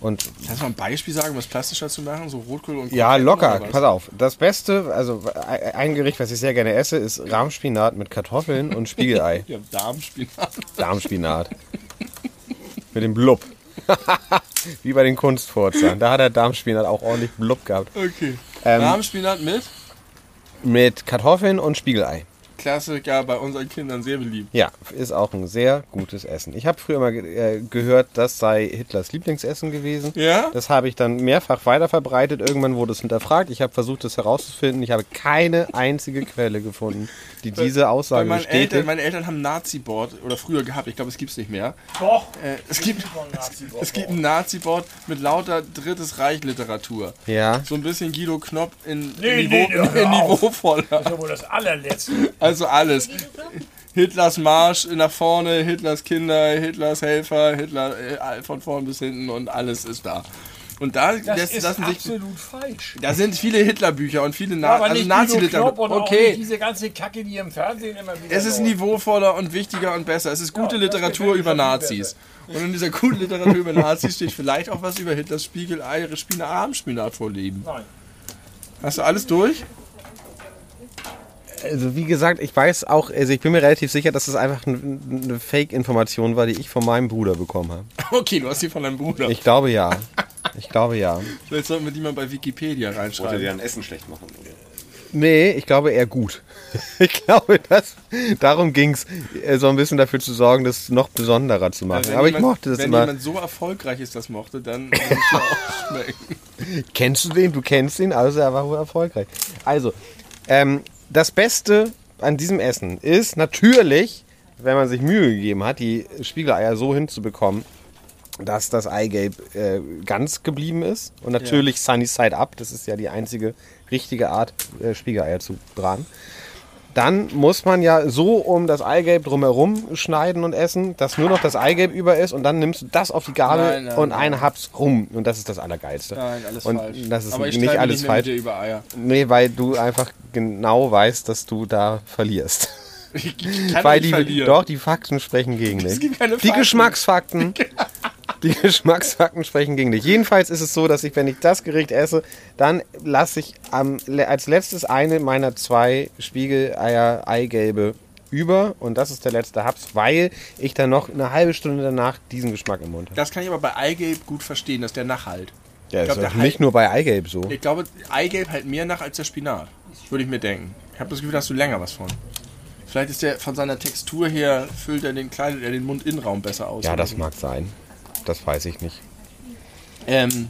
Und Kannst du mal ein Beispiel sagen, um das plastischer zu machen? So Rotkohl und ja, Kroketten locker, oder was? pass auf. Das Beste, also e- ein Gericht, was ich sehr gerne esse, ist Rahmspinat mit Kartoffeln und Spiegelei. Ja, Darmspinat. Darmspinat. Mit dem Blub. Wie bei den Kunstforzern. Da hat der Darmspinat auch ordentlich Blub gehabt. Okay. Ähm. Darmspinat mit? Mit Kartoffeln und Spiegelei. Klassiker bei unseren Kindern sehr beliebt. Ja, ist auch ein sehr gutes Essen. Ich habe früher mal ge äh, gehört, das sei Hitlers Lieblingsessen gewesen. Ja? Das habe ich dann mehrfach weiterverbreitet. Irgendwann wurde es hinterfragt. Ich habe versucht, es herauszufinden. Ich habe keine einzige Quelle gefunden, die diese Bei Aussage meinen Eltern, bestätigt. meine Eltern haben ein Nazi-Board oder früher gehabt, ich glaube, es gibt es nicht mehr. Doch, Äh, es, gibt, es, es gibt ein Nazi-Board mit lauter Drittes Reich-Literatur. Ja. So ein bisschen Guido Knopp in, Nee, in, nee, Niveau, hör in auf. niveauvoller. das ist ja wohl das allerletzte. Also alles. Hitlers Marsch nach vorne, Hitlers Kinder, Hitlers Helfer, Hitler äh, von vorn bis hinten und alles ist da. Und da Das lässt- ist lassen sich. absolut falsch. Da sind viele Hitlerbücher und viele Na Aber also nicht Guido Knopp Nazi-Literatur. und okay. auch nicht Okay, diese ganze Kacke, die im Fernsehen immer wieder es ist läuft. niveauvoller und wichtiger und besser. Es ist gute das Literatur gefällt über mir schon viel Nazis. Und in dieser guten Literatur über Nazis steht vielleicht auch was über Hitlers Spiegelei, Spina, Armspinat vorleben. Nein. Hast du alles durch? Also wie gesagt, ich weiß auch, also ich bin mir relativ sicher, dass es einfach ein- eine Fake-Information war, die ich von meinem Bruder bekommen habe. Okay, du hast die von deinem Bruder. Ich glaube ja. Ich glaube ja. Vielleicht sollten wir die mal bei Wikipedia Wollte dir reinschreiben. ein Essen schlecht machen. Oder? Nee, ich glaube eher gut. Ich glaube, dass, darum ging's, äh, so ein bisschen dafür zu sorgen, das noch besonderer zu machen. Wenn Aber ich jemand- mochte das Wenn immer. jemand so erfolgreich ist, das mochte, dann muss es ja auch schmecken. Kennst du den? Du kennst ihn, also er war wohl erfolgreich. Also, ähm, das Beste an diesem Essen ist natürlich, wenn man sich Mühe gegeben hat, die Spiegeleier so hinzubekommen, dass das Eigelb äh, ganz geblieben ist. Und natürlich sunny side up, das ist ja die einzige richtige Art, äh, Spiegeleier zu braten. Dann muss man ja so um das Eigelb drumherum schneiden und essen, dass nur noch das Eigelb über ist und dann nimmst du das auf die Gabel Nein, nein, und nein. einen hab's rum. Und das ist das Allergeilste. Nein, alles und falsch. Das ist Aber ich nicht streite alles nicht mehr falsch. Mit dir über Eier. Nee, weil du einfach genau weißt, dass du da verlierst. Ich kann weil nicht die, verlieren. Doch, die Fakten sprechen gegen dich. gibt keine die Fakten. Geschmacksfakten. Die Geschmacksfakten sprechen gegen dich. Jedenfalls ist es so, dass ich, wenn ich das Gericht esse, dann lasse ich am, le- als letztes eine meiner zwei Spiegeleier Eigelbe über und das ist der letzte Haps, weil ich dann noch eine halbe Stunde danach diesen Geschmack im Mund habe. Das kann ich aber bei Eigelb gut verstehen, dass der nachhalt. Ja, glaub, ist der doch nicht Ei- nur bei Eigelb so. Ich glaube, Eigelb halt mehr nach als der Spinat. Würde ich mir denken. Ich habe das Gefühl, da hast du länger was von. Vielleicht ist der von seiner Textur her, füllt er den, kleidet er den Mundinnenraum besser aus. Ja, oder das so. mag sein. Das weiß ich nicht. Ähm,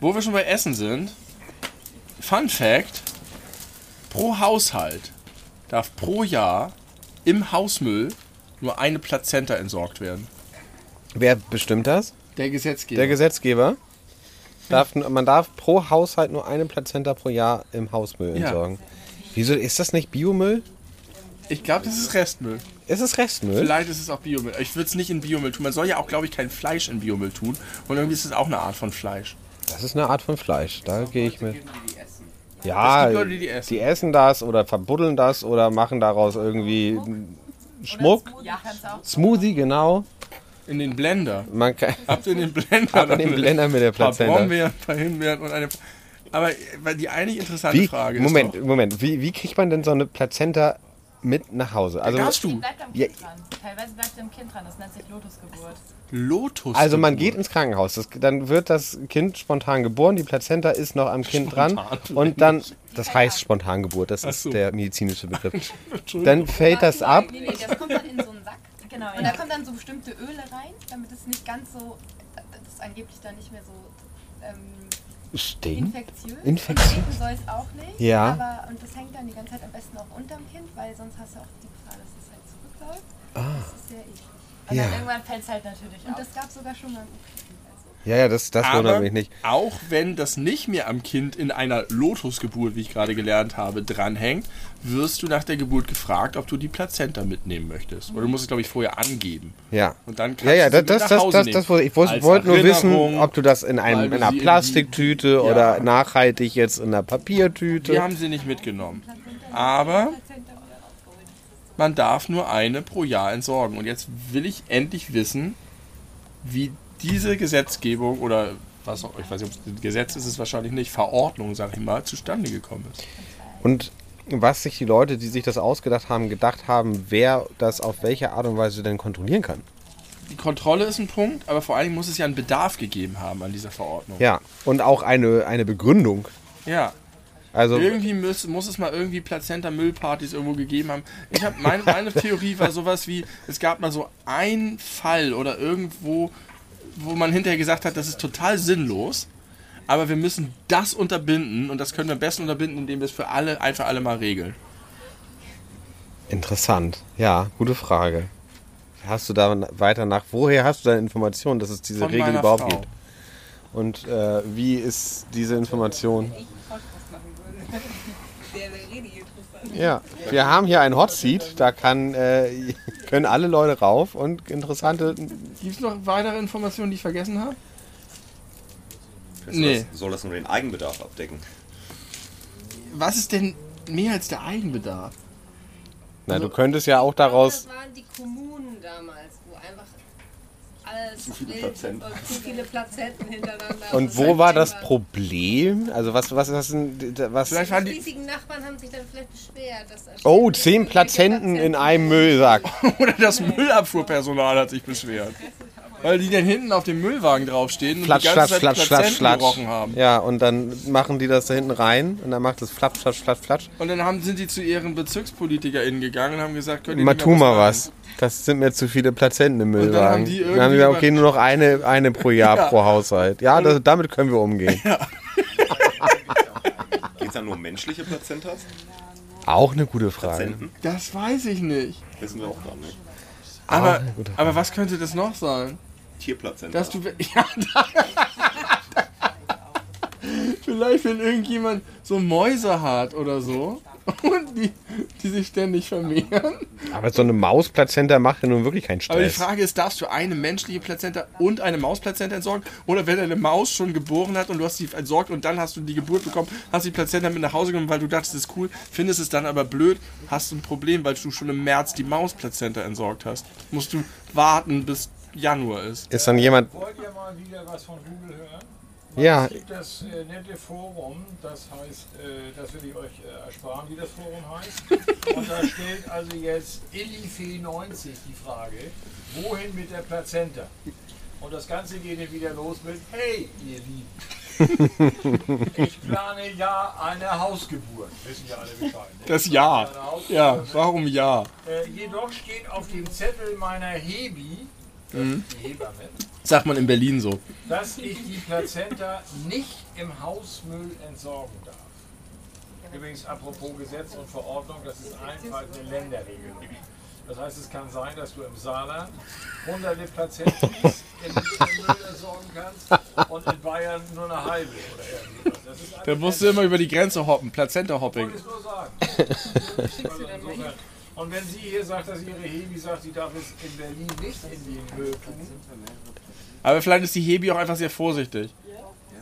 wo wir schon bei Essen sind, Fun Fact: Pro Haushalt darf pro Jahr im Hausmüll nur eine Plazenta entsorgt werden. Wer bestimmt das? Der Gesetzgeber. Der Gesetzgeber. Darf, man darf pro Haushalt nur eine Plazenta pro Jahr im Hausmüll Ja. entsorgen. Wieso ist das nicht Biomüll? ich glaube, das ist Restmüll. Ist es Restmüll? Vielleicht ist es auch Biomüll. Ich würde es nicht in Biomüll tun. Man soll ja auch, glaube ich, kein Fleisch in Biomüll tun. Und irgendwie ist es auch eine Art von Fleisch. Das ist eine Art von Fleisch. Da gehe ich mit. Es Ja, gibt Leute, die die essen. die essen das oder verbuddeln das oder machen daraus irgendwie Schmuck. Ja, kannst du auch. Smoothie, genau. In den Blender. Man kann Habt ihr den Blender? Ab in den damit? Blender mit der Ein paar Plazenta. Brombeeren, ein paar Himbeeren und eine. Aber weil die eigentlich interessante Wie, Frage Moment, ist. Moment. Wie, wie kriegt man denn so eine Plazenta mit nach Hause? Doch, Also, darfst du? Bleibt am Ja. Kind dran. Teilweise bleibt am Kind dran. Das nennt sich Lotusgeburt. Lotus. Also man geht ins Krankenhaus, das, dann wird das Kind spontan geboren, die Plazenta ist noch am Kind dran und dann, das heißt Spontangeburt, das ist so. der medizinische Begriff. Dann fällt das ab, Nee, nee, das kommt dann in so einen Sack. Genau. Und da kommen dann so bestimmte Öle rein, damit es nicht ganz so, das ist angeblich dann nicht mehr so ähm, stinkt, infektiös. Infektiös. Stinken soll es auch nicht. Ja. Aber, und das hängt dann die ganze Zeit am besten auch unterm Kind, weil sonst hast du auch die Gefahr, dass es halt zurückläuft. Ah. Das ist sehr eklig. Und Ja. dann irgendwann fällt es halt natürlich Und ab. das gab es sogar schon mal im Ukraine. Also, ja, ja, das, das wundert Aber mich nicht. auch wenn das nicht mehr am Kind in einer Lotusgeburt, wie ich gerade gelernt habe, dranhängt, wirst du nach der Geburt gefragt, ob du die Plazenta mitnehmen möchtest. Oder du musst es, glaube ich, vorher angeben. Ja. Und dann kannst ja, ja, du das, sie mit das, nach das, Hause das, nehmen. das, wollte ich wollte Als wollte nur wissen, Erinnerung, ob du das in, weil einem, in du einer sie in die- Plastiktüte oder Ja. nachhaltig jetzt in einer Wir Papiertüte. haben sie nicht mitgenommen. Aber man darf nur eine pro Jahr entsorgen. Und jetzt will ich endlich wissen, wie diese Gesetzgebung oder was auch, ich weiß nicht, ob es ein Gesetz ist, es wahrscheinlich nicht, Verordnung, sag ich mal, zustande gekommen ist. Und was sich die Leute, die sich das ausgedacht haben, gedacht haben, wer das auf welche Art und Weise denn kontrollieren kann. Die Kontrolle ist ein Punkt, aber vor allen Dingen muss es ja einen Bedarf gegeben haben an dieser Verordnung. Ja, und auch eine, eine Begründung. ja. Also, Irgendwie muss, muss es mal irgendwie Plazenta-Müllpartys irgendwo gegeben haben. Ich hab, mein, meine Theorie war sowas wie, es gab mal so einen Fall oder irgendwo, wo man hinterher gesagt hat, das ist total sinnlos, aber wir müssen das unterbinden und das können wir am besten unterbinden, indem wir es für alle, einfach alle mal regeln. interessant. Ja, gute Frage. Hast du da weiter nach, woher hast du deine Informationen, dass es diese Von Regel meiner überhaupt Frau. gibt? Und äh, wie ist diese Information? Ja, wir haben hier ein Hot Seat, da kann, äh, können alle Leute rauf und interessante. Gibt es noch weitere Informationen, die ich vergessen habe? Soll Nee. das- Soll das nur den Eigenbedarf abdecken? Was ist denn mehr als der Eigenbedarf? Na, du könntest ja auch daraus. Das waren die Kommunen damals, wo einfach alles zu viele viele Plazenten. Plazenten, und zu viele Plazenten hintereinander. Und wo war das Problem? Problem? Also was, was, was, was, was Vielleicht Die waren die. riesigen Nachbarn haben sich dann vielleicht beschwert, dass da Oh, ständig zehn irgendwelche Plazenten in einem Müllsack. Oder das Müllabfuhrpersonal hat sich beschwert. Weil die dann hinten auf dem Müllwagen draufstehen und Flatsch, die ganze flatsch, Zeit flatsch, flatsch, Plazenten flatsch. gerochen haben. Ja, und dann machen die das da hinten rein und dann macht es flatsch, flatsch, flatsch, flatsch. Und dann haben, sind die zu ihren BezirkspolitikerInnen gegangen und haben gesagt, könnt ihr Mal nicht tu mehr mal machen? was. Das sind mir zu viele Plazenten im Müllwagen. dann haben die Dann haben die irgendwie gesagt, über- okay, nur noch eine, eine pro Jahr, Ja. pro Haushalt. Ja, das, damit können wir umgehen. Geht es dann nur um menschliche Plazentas? Auch eine gute Frage. Plazenten? Das weiß ich nicht. Wissen wir auch gar nicht. Aber, eine gute Frage. aber was könnte das noch sein? Tierplazenta. Dass du. Ja, da, Vielleicht, wenn irgendjemand so Mäuse hat oder so und die, die sich ständig vermehren. Aber so eine Mausplazenta macht ja nun wirklich keinen Aber die Stress. Frage ist, darfst du eine menschliche Plazenta und eine Mausplazenta entsorgen? Oder wenn eine Maus schon geboren hat und du hast sie entsorgt und dann hast du die Geburt bekommen, hast die Plazenta mit nach Hause genommen, weil du dachtest, das ist cool, findest es dann aber blöd, hast ein Problem, weil du schon im März die Mausplazenta entsorgt hast. Musst du warten, bis Januar ist. Ist dann jemand. Wollt ihr mal wieder was von Google hören? Ja, Es gibt das äh, nette Forum, das heißt, äh, das will ich euch äh, ersparen, wie das Forum heißt. Und da stellt also jetzt Illifee90 die Frage, wohin mit der Plazenta? Und das Ganze geht dann wieder los mit, hey ihr Lieben, ich plane ja eine Hausgeburt. Wissen ja alle Bescheid. Ne? Das Ja. Eine Hausgeburt. Ja, warum ja? Äh, jedoch steht auf dem Zettel meiner Hebi, das ist die Hebamme, Sagt man in Berlin so. dass ich die Plazenta nicht im Hausmüll entsorgen darf. Übrigens, apropos Gesetz und Verordnung, das ist einfach eine Länderregel. Das heißt, es kann sein, dass du im Saarland hunderte Plazenten im Müll entsorgen kannst und in Bayern nur eine halbe oder irgendwas. Das ist Da eine musst du immer über die Grenze hoppen, Plazenta-Hopping. wollte es nur sagen. Also insofern- Und wenn sie hier sagt, dass ihre Hebi sagt, sie darf es in Berlin nicht in den Müll tun, Aber vielleicht ist die Hebi auch einfach sehr vorsichtig.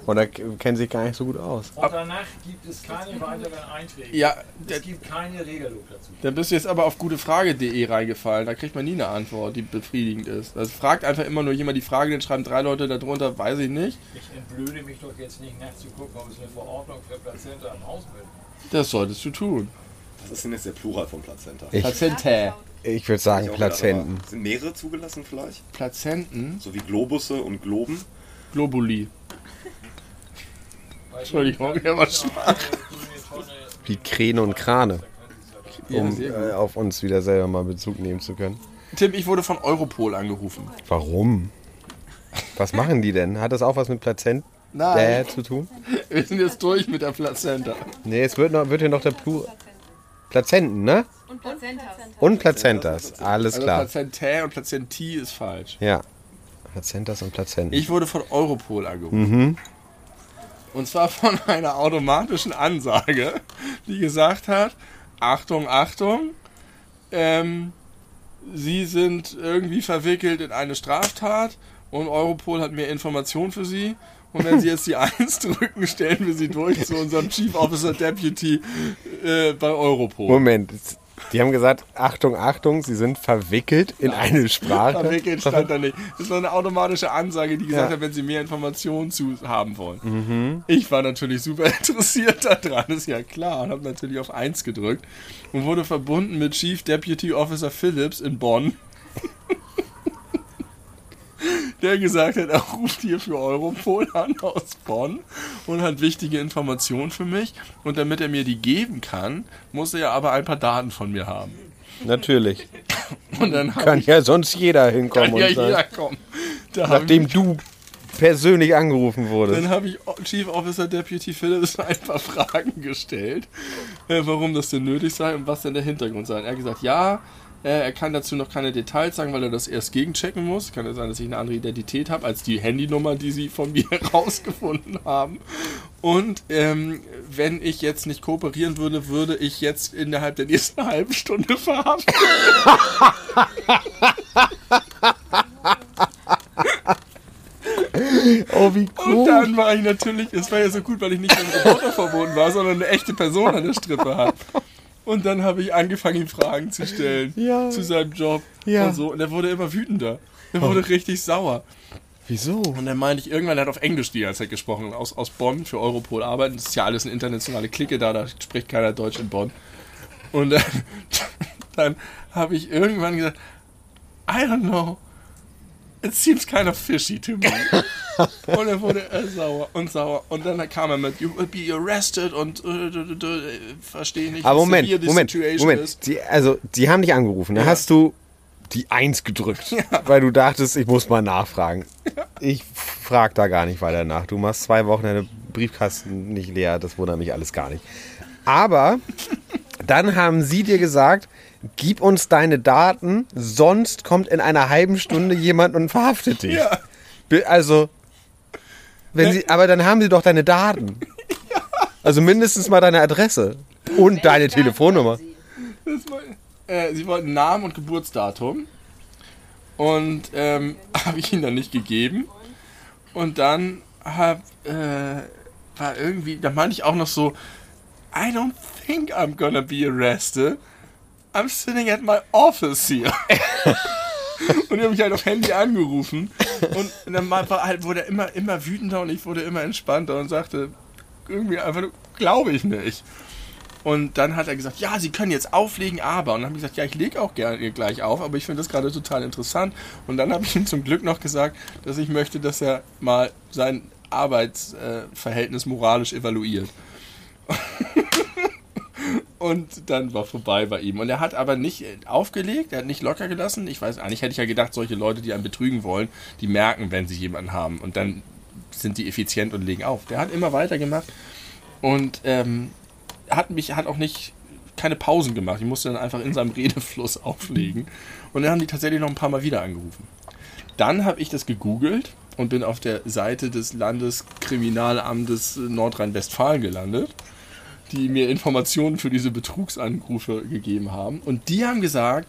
oder kennen sich gar nicht so gut aus. und danach gibt es keine weiteren Einträge. Ja, Es gibt keine Regelung dazu. Dann bist du jetzt aber auf gutefrage.de reingefallen. Da kriegt man nie eine Antwort, die befriedigend ist. Also fragt einfach immer nur jemand die Frage, dann schreiben drei Leute darunter, weiß ich nicht. Ich entblöde mich doch jetzt nicht nachzugucken, ob es eine Verordnung für Plazenta im Haus gibt. Das solltest du tun. Was ist denn jetzt der Plural von Plazenta? Ich- Plazentae. Ich würde sagen, Ich auch Plazenten. gerade, aber Sind mehrere zugelassen vielleicht? Plazenten. So wie Globusse und Globen? Globuli. Weil Entschuldigung, der war schwach. Wie Kräne und Krane, Ja, um sehr gut. äh, auf uns wieder selber mal Bezug nehmen zu können. Ähm, Tim, ich wurde von Europol angerufen. Warum? Was machen die denn? Hat das auch was mit Plazenten äh, Nein. zu tun? Wir sind jetzt durch mit der Plazenta. Nee, jetzt wird, noch, wird hier noch der Plu Plazenten, ne? Und Plazentas. Und Plazentas. Alles Also klar. Plazentae und Plazenti ist falsch. Ja. Plazentas und Plazenten. Ich wurde von Europol angerufen. Und zwar von einer automatischen Ansage, die gesagt hat, Achtung, Achtung, ähm, Sie sind irgendwie verwickelt in eine Straftat und Europol hat mehr Informationen für Sie. Und wenn Sie jetzt die 1 drücken, stellen wir Sie durch zu unserem Chief Officer Deputy äh, bei Europol. Moment. Die haben gesagt, Achtung, Achtung, sie sind verwickelt in eine Sprache. Verwickelt stand da halt nicht. Das war eine automatische Ansage, die gesagt hat, wenn sie mehr Informationen zu haben wollen. Ich war natürlich super interessiert daran, ist ja klar, und habe natürlich auf 1 gedrückt und wurde verbunden mit Chief Deputy Officer Phillips in Bonn. Der gesagt hat, er ruft hier für Europol an aus Bonn und hat wichtige Informationen für mich. Und damit er mir die geben kann, muss er aber ein paar Daten von mir haben. Natürlich. Und dann hab Kann ich, ja sonst jeder hinkommen kann ja und sagen, jeder kommen. Da hab nachdem du persönlich angerufen wurdest. Dann habe ich Chief Officer Deputy Phillips ein paar Fragen gestellt, äh, warum das denn nötig sei und was denn der Hintergrund sei. Und er hat gesagt, ja, äh, er kann dazu noch keine Details sagen, weil er das erst gegenchecken muss. Kann ja sein, dass ich eine andere Identität habe als die Handynummer, die sie von mir rausgefunden haben. Und ähm, wenn ich jetzt nicht kooperieren würde, würde ich jetzt innerhalb der nächsten halben Stunde verhaftet. Genau. Oh, wie Und dann war ich natürlich, es war ja so gut, weil ich nicht mit einem Reporter verbunden war, sondern eine echte Person an der Strippe hat. Und dann habe ich angefangen, ihm Fragen zu stellen Ja. zu seinem Job Ja. Oh. und so. Und er wurde immer wütender. Er wurde richtig sauer. Wieso? Und dann meinte ich, irgendwann er hat auf Englisch die ganze Zeit gesprochen. Aus, aus Bonn für Europol arbeiten. Das ist ja alles eine internationale Clique da, da spricht keiner Deutsch in Bonn. Und dann, dann habe ich irgendwann gesagt, I don't know. It seems kind of fishy to me. und dann wurde er sauer und sauer. Und dann kam er mit, you will be arrested und äh, d- d- d- verstehe nicht, Aber wie Moment, severe die Moment, Situation ist. Moment. Die, also, die haben dich angerufen. Da hast du die Eins gedrückt, weil du dachtest, ich muss mal nachfragen. Ich frag da gar nicht weiter nach. Du machst zwei Wochen deine Briefkasten nicht leer. Das wundert mich alles gar nicht. Aber dann haben sie dir gesagt, gib uns deine Daten, sonst kommt in einer halben Stunde jemand und verhaftet dich. Ja. Ne. Bi- Also, wenn sie, aber dann haben sie doch deine Daten. Also mindestens mal deine Adresse und deine Telefonnummer. Das war, äh, sie wollten Namen und Geburtsdatum. Und ähm, habe ich ihnen dann nicht gegeben. Und dann hab, äh, war irgendwie, da meinte ich auch noch so, I don't think I'm gonna be arrested. I'm sitting at my office here. und die haben mich halt auf Handy angerufen. Und dann war, war halt, wurde er immer, immer wütender und ich wurde immer entspannter und sagte, irgendwie einfach, glaube ich nicht. Und dann hat er gesagt, ja, Sie können jetzt auflegen, aber. Und dann habe ich gesagt, ja, ich lege auch gerne gleich auf, aber ich finde das gerade total interessant. Und dann habe ich ihm zum Glück noch gesagt, dass ich möchte, dass er mal sein Arbeitsverhältnis moralisch evaluiert. Und dann war vorbei bei ihm. Und er hat aber nicht aufgelegt, er hat nicht locker gelassen. Ich weiß, eigentlich hätte ich ja gedacht, solche Leute, die einen betrügen wollen, die merken, wenn sie jemanden haben. Und dann sind die effizient und legen auf. Der hat immer weitergemacht. Und ähm, hat mich hat auch nicht keine Pausen gemacht. Ich musste dann einfach in seinem Redefluss auflegen. Und dann haben die tatsächlich noch ein paar Mal wieder angerufen. Dann habe ich das gegoogelt und bin auf der Seite des Landeskriminalamtes Nordrhein-Westfalen gelandet, die mir Informationen für diese Betrugsanrufe gegeben haben. Und die haben gesagt,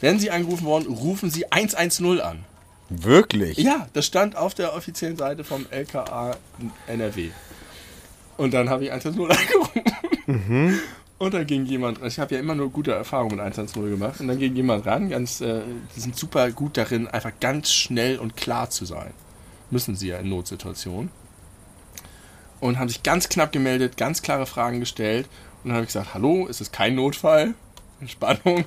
wenn sie angerufen worden, rufen sie 110 an. Wirklich? Ja, das stand auf der offiziellen Seite vom LKA NRW. Und dann habe ich 110 angerufen. Und dann ging jemand, also ich habe ja immer nur gute Erfahrungen mit 110 gemacht, und dann ging jemand ran, ganz, äh, die sind super gut darin, einfach ganz schnell und klar zu sein. Müssen sie ja in Notsituationen. Und haben sich ganz knapp gemeldet, ganz klare Fragen gestellt. Und dann habe ich gesagt, hallo, es ist kein Notfall, Entspannung.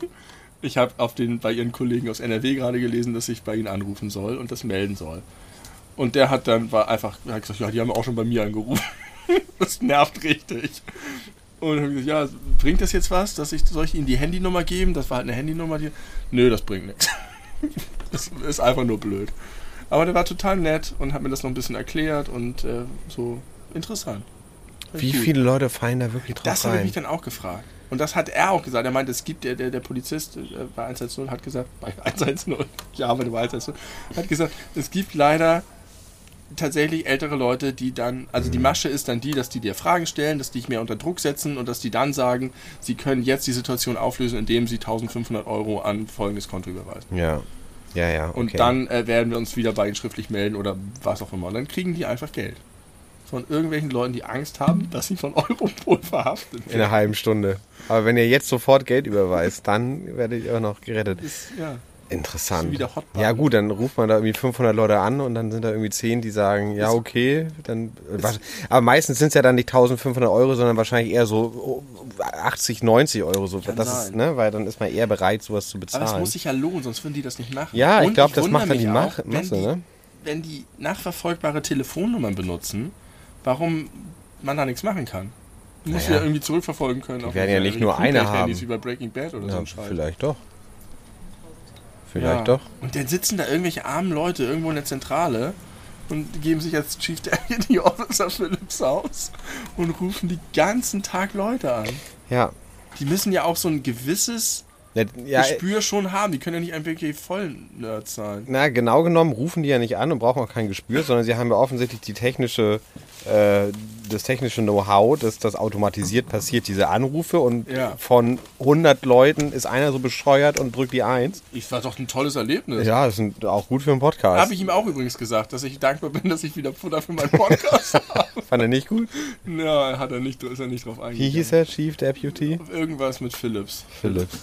Ich habe auf den, bei ihren Kollegen aus NRW gerade gelesen, dass ich bei ihnen anrufen soll und das melden soll. Und der hat dann war einfach hat gesagt, ja, die haben auch schon bei mir angerufen. das nervt richtig. Und hab gesagt, ja, bringt das jetzt was, dass ich soll ich ihnen die Handynummer geben? Das war halt eine Handynummer, die Nö, das bringt nichts. Das ist einfach nur blöd. Aber der war total nett und hat mir das noch ein bisschen erklärt und äh, so interessant. Wie Gut. viele Leute fallen da wirklich drauf Das habe ich rein? mich dann auch gefragt. Und das hat er auch gesagt. Er meinte, es gibt, der, der, der Polizist äh, bei 110 hat gesagt, bei 110, ich arbeite bei 110, hat gesagt, es gibt leider tatsächlich ältere Leute, die dann, also Mhm. die Masche ist dann die, dass die dir Fragen stellen, dass die dich mehr unter Druck setzen und dass die dann sagen, sie können jetzt die Situation auflösen, indem sie 1500 Euro an folgendes Konto überweisen. ja. Ja, ja. Und okay. dann äh, werden wir uns wieder bei ihnen schriftlich melden oder was auch immer. Und dann kriegen die einfach Geld. von irgendwelchen Leuten, die Angst haben, dass sie von Europol verhaftet In einer halben Stunde. Aber wenn ihr jetzt sofort Geld überweist, dann werdet ihr auch noch gerettet. Ist, ja. Interessant. Ist wieder Hotbar. Ja gut, dann ruft man da irgendwie 500 Leute an und dann sind da irgendwie 10, die sagen, ja okay, dann äh, was, aber meistens sind es ja dann nicht 1500 Euro, sondern wahrscheinlich eher so oh, 80, 90 Euro so. Kann Das ist, sein. ne, weil dann ist man eher bereit, sowas zu Aber bezahlen. es muss sich ja lohnen, sonst würden die das nicht machen. Ja, ich Und glaub, das wundere macht dann die mich Mach- wenn Masse, die, ne? Wenn die nachverfolgbare Telefonnummern benutzen, warum man da nichts machen kann. Du musst Naja. ja irgendwie zurückverfolgen können. Die werden ja nicht nur eine haben. Wie bei Breaking Bad oder so ja, ein Scheiß. vielleicht doch. Vielleicht Ja. doch. Und dann sitzen da irgendwelche armen Leute irgendwo in der Zentrale und geben sich als Chief Deputy Officer Phillips aus und rufen die ganzen Tag Leute an. Ja. Die müssen ja auch so ein gewisses Ja, ja, äh, Gespür schon haben. Die können ja nicht ein wirklich Vollnerd sein. na, genau genommen rufen die ja nicht an und brauchen auch kein Gespür, sondern sie haben ja offensichtlich die technische, äh, das technische Know-how, dass das automatisiert passiert, diese Anrufe und Ja. von 100 Leuten ist einer so bescheuert und drückt die Eins. Ich war doch ein tolles Erlebnis. Ja, das ist auch gut für einen Podcast. Habe ich ihm auch übrigens gesagt, dass ich dankbar bin, dass ich wieder Futter für meinen Podcast habe. Fand er nicht gut? Ja, hat er nicht, ist er nicht drauf Wie eingegangen. hieß er? Chief Deputy? Irgendwas mit Philips Phillips.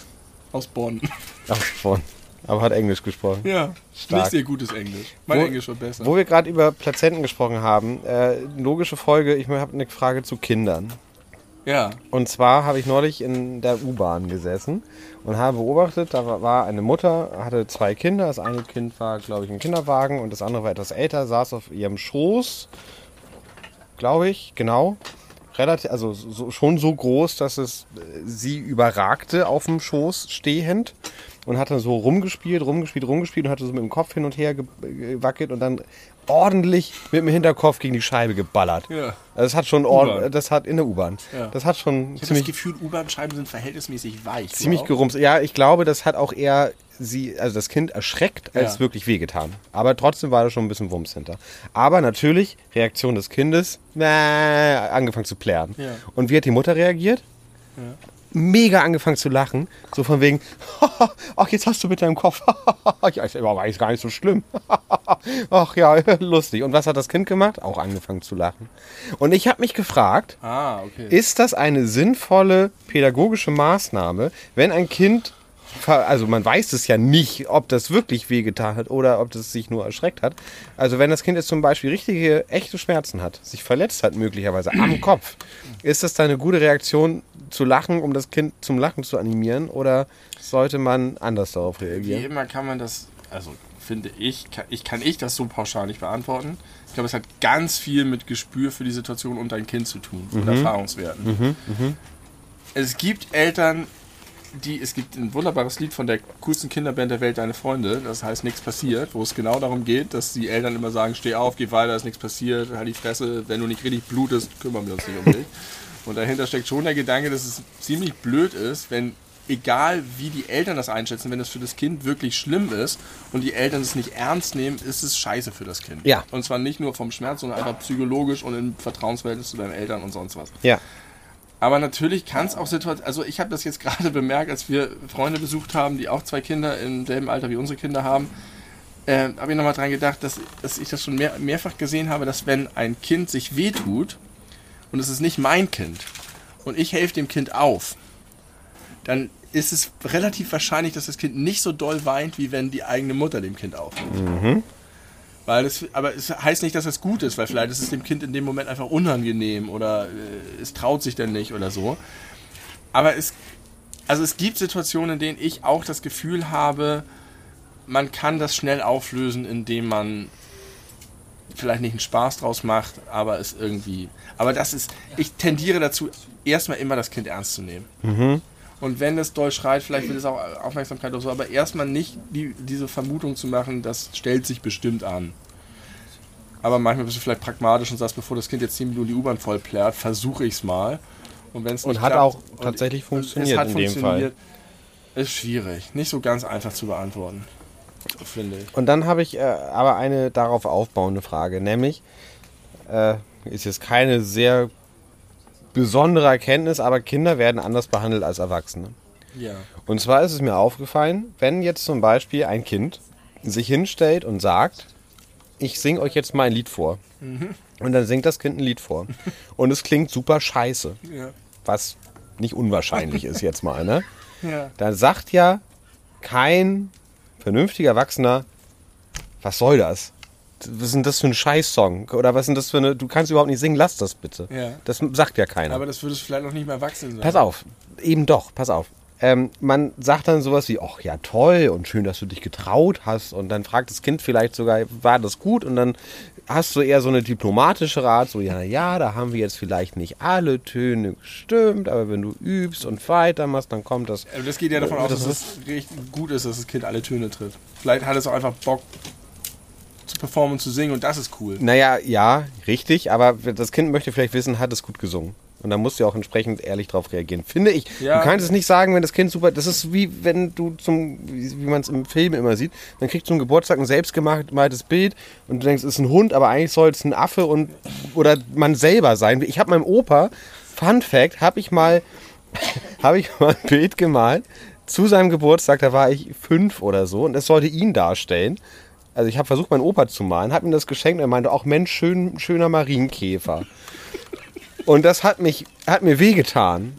aus Bonn. Ach, von. Aber hat Englisch gesprochen. Ja, Stark. nicht sehr gutes Englisch. Mein Wo- Englisch war besser. Wo wir gerade über Plazenten gesprochen haben, äh, logische Folge, ich habe eine Frage zu Kindern. Ja, Und zwar habe ich neulich in der U-Bahn gesessen und habe beobachtet, da war- war eine Mutter, hatte zwei Kinder. Das eine Kind war, glaube ich, im Kinderwagen und das andere war etwas älter, saß auf ihrem Schoß, glaube ich, genau. Relativ, also so, schon so groß, dass es äh, sie überragte auf dem Schoß stehend und hat dann so rumgespielt, rumgespielt, rumgespielt und hatte so mit dem Kopf hin und her ge- äh, gewackelt und dann ordentlich mit dem Hinterkopf gegen die Scheibe geballert. ja. Also das hat schon U-Bahn. ordentlich, das hat in der U-Bahn. Ja. Das hat schon Ich habe das ziemlich, Gefühl, U-Bahn-Scheiben sind verhältnismäßig weich. ziemlich Du auch? gerumst. Ja, ich glaube, das hat auch eher sie, also das Kind erschreckt, als Ja. wirklich wehgetan. Aber trotzdem war da schon ein bisschen Wumms hinter. Aber natürlich, Reaktion des Kindes, äh, angefangen zu plären. Ja. Und wie hat die Mutter reagiert? Mega angefangen zu lachen, so von wegen, ach, jetzt hast du mit deinem Kopf, ja, ist aber weiß gar nicht so schlimm. ach ja, lustig. Und was hat das Kind gemacht? Auch angefangen zu lachen. Und ich habe mich gefragt, Ah, okay. ist das eine sinnvolle pädagogische Maßnahme, wenn ein Kind, ver- also man weiß es ja nicht, ob das wirklich wehgetan hat oder ob das sich nur erschreckt hat. Also wenn das Kind jetzt zum Beispiel richtige, echte Schmerzen hat, sich verletzt hat möglicherweise am Kopf, ist das dann eine gute Reaktion zu lachen, um das Kind zum Lachen zu animieren oder sollte man anders darauf Wie reagieren? immer kann man das, also finde ich, kann ich, kann ich das so pauschal nicht beantworten. Ich glaube, es hat ganz viel mit Gespür für die Situation und dein Kind zu tun und Erfahrungswerten. Es gibt Eltern, die, es gibt ein wunderbares Lied von der coolsten Kinderband der Welt, Deine Freunde, das heißt Nichts passiert, wo es genau darum geht, dass die Eltern immer sagen, steh auf, geh weiter, ist nichts passiert, halt die Fresse, wenn du nicht richtig blutest, kümmern wir uns nicht um dich. Und dahinter steckt schon der Gedanke, dass es ziemlich blöd ist, wenn, egal wie die Eltern das einschätzen, wenn es für das Kind wirklich schlimm ist und die Eltern es nicht ernst nehmen, ist es scheiße für das Kind. Ja. Und zwar nicht nur vom Schmerz, sondern einfach psychologisch und im Vertrauensverhältnis zu deinen Eltern und sonst was. Ja, Aber natürlich kann es auch Situationen, also ich habe das jetzt gerade bemerkt, als wir Freunde besucht haben, die auch zwei Kinder im selben Alter wie unsere Kinder haben, äh, habe ich nochmal dran gedacht, dass, dass ich das schon mehr, mehrfach gesehen habe, dass wenn ein Kind sich wehtut und es ist nicht mein Kind und ich helfe dem Kind auf, dann ist es relativ wahrscheinlich, dass das Kind nicht so doll weint, wie wenn die eigene Mutter dem Kind aufhilft. Weil das, aber es heißt nicht, dass das gut ist, weil vielleicht ist es dem Kind in dem Moment einfach unangenehm oder äh, es traut sich dann nicht oder so. Aber es, also es gibt Situationen, in denen ich auch das Gefühl habe, man kann das schnell auflösen, indem man vielleicht nicht einen Spaß draus macht, aber es irgendwie. Aber das ist, ich tendiere dazu, erstmal immer das Kind ernst zu nehmen. Mhm. Und wenn es doll schreit, vielleicht will es auch Aufmerksamkeit oder so, aber erstmal nicht die, diese Vermutung zu machen, das stellt sich bestimmt an. Aber manchmal bist du vielleicht pragmatisch und sagst, bevor das Kind jetzt 10 Minuten die U-Bahn vollplärt, versuche ich es mal. Und, wenn's Und nicht hat klappt- auch tatsächlich funktioniert in dem Ist schwierig. Nicht so ganz einfach zu beantworten, finde ich. Und dann habe ich äh, aber eine darauf aufbauende Frage, nämlich äh, ist jetzt keine sehr besondere Erkenntnis, aber Kinder werden anders behandelt als Erwachsene. Ja. Und zwar ist es mir aufgefallen, wenn jetzt zum Beispiel ein Kind sich hinstellt und sagt, ich singe euch jetzt mal ein Lied vor. Und dann singt das Kind ein Lied vor. Und es klingt super scheiße. Ja. Was nicht unwahrscheinlich ist jetzt mal, ne? Ja. Da sagt ja kein vernünftiger Erwachsener, was soll das? Was ist denn das für ein Scheißsong? Oder was ist denn das für eine. Du kannst überhaupt nicht singen, lass das bitte. Ja. Das sagt ja keiner. Aber das würdest du vielleicht noch nicht mehr wachsen sein. Pass auf, eben doch, pass auf. Ähm, man sagt dann sowas wie, ach ja toll und schön, dass du dich getraut hast. Und dann fragt das Kind vielleicht sogar, war das gut? Und dann hast du eher so eine diplomatische Rat, so ja, ja, da haben wir jetzt vielleicht nicht alle Töne gestimmt, aber wenn du übst und weitermachst, dann kommt das. Also das geht ja davon aus, Das dass es richtig gut ist, dass das Kind alle Töne tritt. Vielleicht hat es auch einfach Bock zu performen und zu singen und das ist cool. Naja, ja, richtig, aber das Kind möchte vielleicht wissen, hat es gut gesungen. Und da musst du ja auch entsprechend ehrlich drauf reagieren, finde ich. Ja. Du kannst es nicht sagen, wenn das Kind super. Das ist wie wenn du zum, wie, wie man es im Film immer sieht, dann kriegst du zum Geburtstag ein selbstgemachtes Bild und du denkst, es ist ein Hund, aber eigentlich soll es ein Affe und oder man selber sein. Ich habe meinem Opa, Fun Fact, habe ich mal habe ich mal ein Bild gemalt zu seinem Geburtstag, da war ich fünf oder so und es sollte ihn darstellen. Also ich habe versucht, meinen Opa zu malen, habe ihm das geschenkt und er meinte, auch Mensch, schön, schöner Marienkäfer. Und das hat, mich, hat mir wehgetan.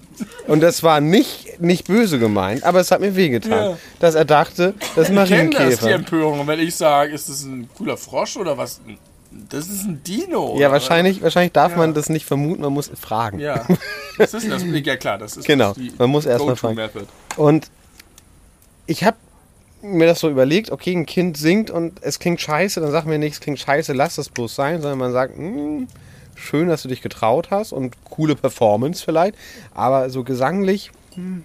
Und das war nicht, nicht böse gemeint, aber es hat mir wehgetan, Ja. dass er dachte, das ist ein Ich kenne das, die Marienkäfer. Empörung. Und wenn ich sage, ist das ein cooler Frosch oder was? Das ist ein Dino. Ja, oder? wahrscheinlich, wahrscheinlich darf man das nicht vermuten, man muss fragen. Ja, das ist das. Ja, klar, das ist Genau, die man muss erst mal fragen. Go-To-Method. Und ich habe mir das so überlegt, okay, ein Kind singt und es klingt scheiße, dann sag mir nichts, klingt scheiße, lass das bloß sein, sondern man sagt, "Hm, schön, dass du dich getraut hast und coole Performance vielleicht, aber so gesanglich hm,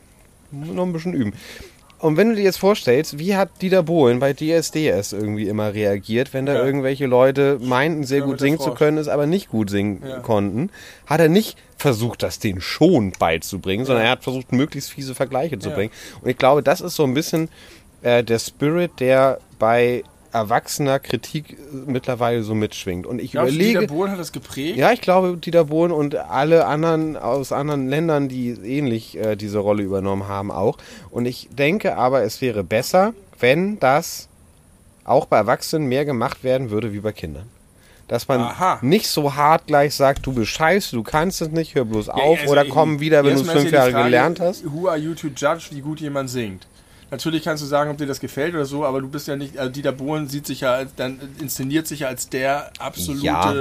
noch ein bisschen üben. Und wenn du dir jetzt vorstellst, wie hat Dieter Bohlen bei DSDS irgendwie immer reagiert, wenn da Ja. irgendwelche Leute meinten, sehr Ja, gut mit der singen zu Frosch. können, es aber nicht gut singen Genau. Ja. konnten, hat er nicht versucht, das denen schon beizubringen, sondern er hat versucht, möglichst fiese Vergleiche zu Ja. bringen. Und ich glaube, das ist so ein bisschen äh, der Spirit, der bei erwachsener Kritik äh, mittlerweile so mitschwingt. Und ich Glaubst du, überlege. Dieter Bohlen hat das geprägt? Ja, ich glaube, Dieter Bohlen und alle anderen aus anderen Ländern, die ähnlich äh, diese Rolle übernommen haben, auch. Und ich denke aber, es wäre besser, wenn das auch bei Erwachsenen mehr gemacht werden würde wie bei Kindern. Dass man Aha. nicht so hart gleich sagt, du bist scheiße, du kannst es nicht, hör bloß Ja, auf also oder eben. komm wieder, wenn du es Erstmal ist fünf ja die Jahre Frage, gelernt hast. Who are you to judge, wie gut jemand singt? Natürlich kannst du sagen, ob dir das gefällt oder so, aber du bist ja nicht, also Dieter Bohlen sieht sich ja, als- dann inszeniert sich ja als der absolute Ja.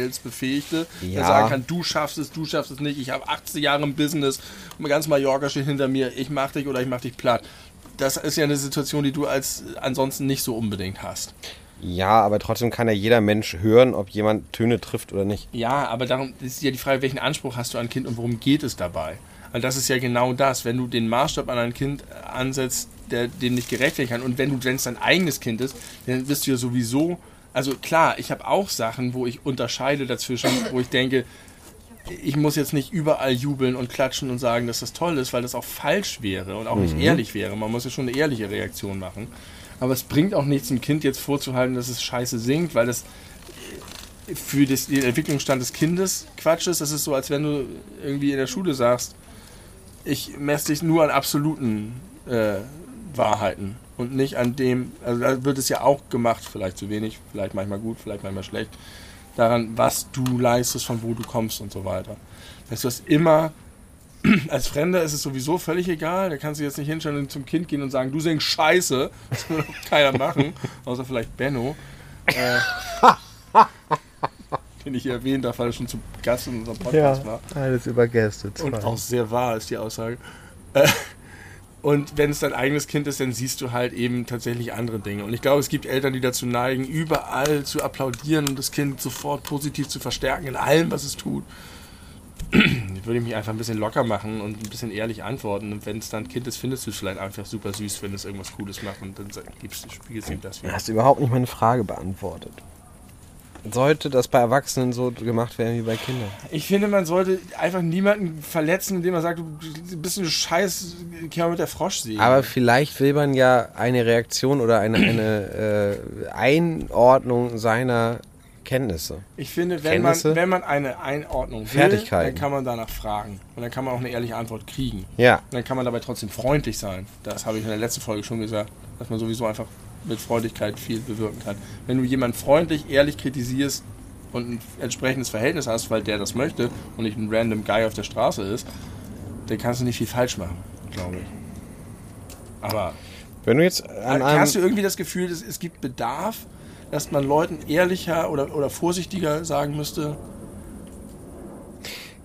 Urteilsbefähigte, der Ja. sagen kann, du schaffst es, du schaffst es nicht, ich habe 18 Jahre im Business, ganz Mallorca steht hinter mir, ich mach dich oder ich mach dich platt. Das ist ja eine Situation, die du als ansonsten nicht so unbedingt hast. Ja, aber trotzdem kann ja jeder Mensch hören, ob jemand Töne trifft oder nicht. Ja, aber darum ist ja die Frage, welchen Anspruch hast du an ein Kind und worum geht es dabei? Weil das ist ja genau das, wenn du den Maßstab an ein Kind äh, ansetzt, der dem nicht gerecht werden kann. Und wenn du, wenn es dein eigenes Kind ist, dann bist du ja sowieso. Also klar, ich habe auch Sachen, wo ich unterscheide dazwischen, wo ich denke, ich muss jetzt nicht überall jubeln und klatschen und sagen, dass das toll ist, weil das auch falsch wäre und auch nicht ehrlich wäre. Man muss ja schon eine ehrliche Reaktion machen. Aber es bringt auch nichts, dem Kind jetzt vorzuhalten, dass es scheiße singt, weil das für das, den Entwicklungsstand des Kindes Quatsch ist. Das ist so, als wenn du irgendwie in der Schule sagst, ich messe dich nur an absoluten äh, Wahrheiten und nicht an dem, also da wird es ja auch gemacht, vielleicht zu wenig, vielleicht manchmal gut, vielleicht manchmal schlecht, daran, was du leistest, von wo du kommst und so weiter. Dass du das immer, als Fremder ist es sowieso völlig egal, da kannst du jetzt nicht hinstellen und zum Kind gehen und sagen, du singst Scheiße, das will doch keiner machen, außer vielleicht Benno. Äh, den ich hier erwähnt darf, weil er schon zu Gast in unserem Podcast war. alles übergestet. Und auch sehr wahr ist die Aussage. Äh, Und wenn es dein eigenes Kind ist, dann siehst du halt eben tatsächlich andere Dinge. Und ich glaube, es gibt Eltern, die dazu neigen, überall zu applaudieren und das Kind sofort positiv zu verstärken in allem, was es tut. Ich würde mich einfach ein bisschen locker machen und ein bisschen ehrlich antworten. Und wenn es dann ein Kind ist, findest du es vielleicht einfach super süß, wenn es irgendwas Cooles macht und dann gibst du, spiegelst du ihm das Du wieder. hast überhaupt nicht meine Frage beantwortet. Sollte das bei Erwachsenen so gemacht werden wie bei Kindern? Ich finde, man sollte einfach niemanden verletzen, indem man sagt, du bist ein scheiß Kerl mit der Froschsäge. Aber vielleicht will man ja eine Reaktion oder eine, eine äh, Einordnung seiner Kenntnisse. Ich finde, wenn man, Kenntnisse? wenn man eine Einordnung will, Fertigkeiten. dann kann man danach fragen. Und dann kann man auch eine ehrliche Antwort kriegen. Und Ja. dann kann man dabei trotzdem freundlich sein. Das habe ich in der letzten Folge schon gesagt, dass man sowieso einfach mit Freundlichkeit viel bewirken kann. Wenn du jemanden freundlich, ehrlich kritisierst, und ein entsprechendes Verhältnis hast, weil der das möchte und nicht ein random Guy auf der Straße ist, dann kannst du nicht viel falsch machen, glaube ich. Aber Wenn Äh, du jetzt an einem. hast du irgendwie das Gefühl, dass es gibt Bedarf, dass man Leuten ehrlicher oder, oder vorsichtiger sagen müsste,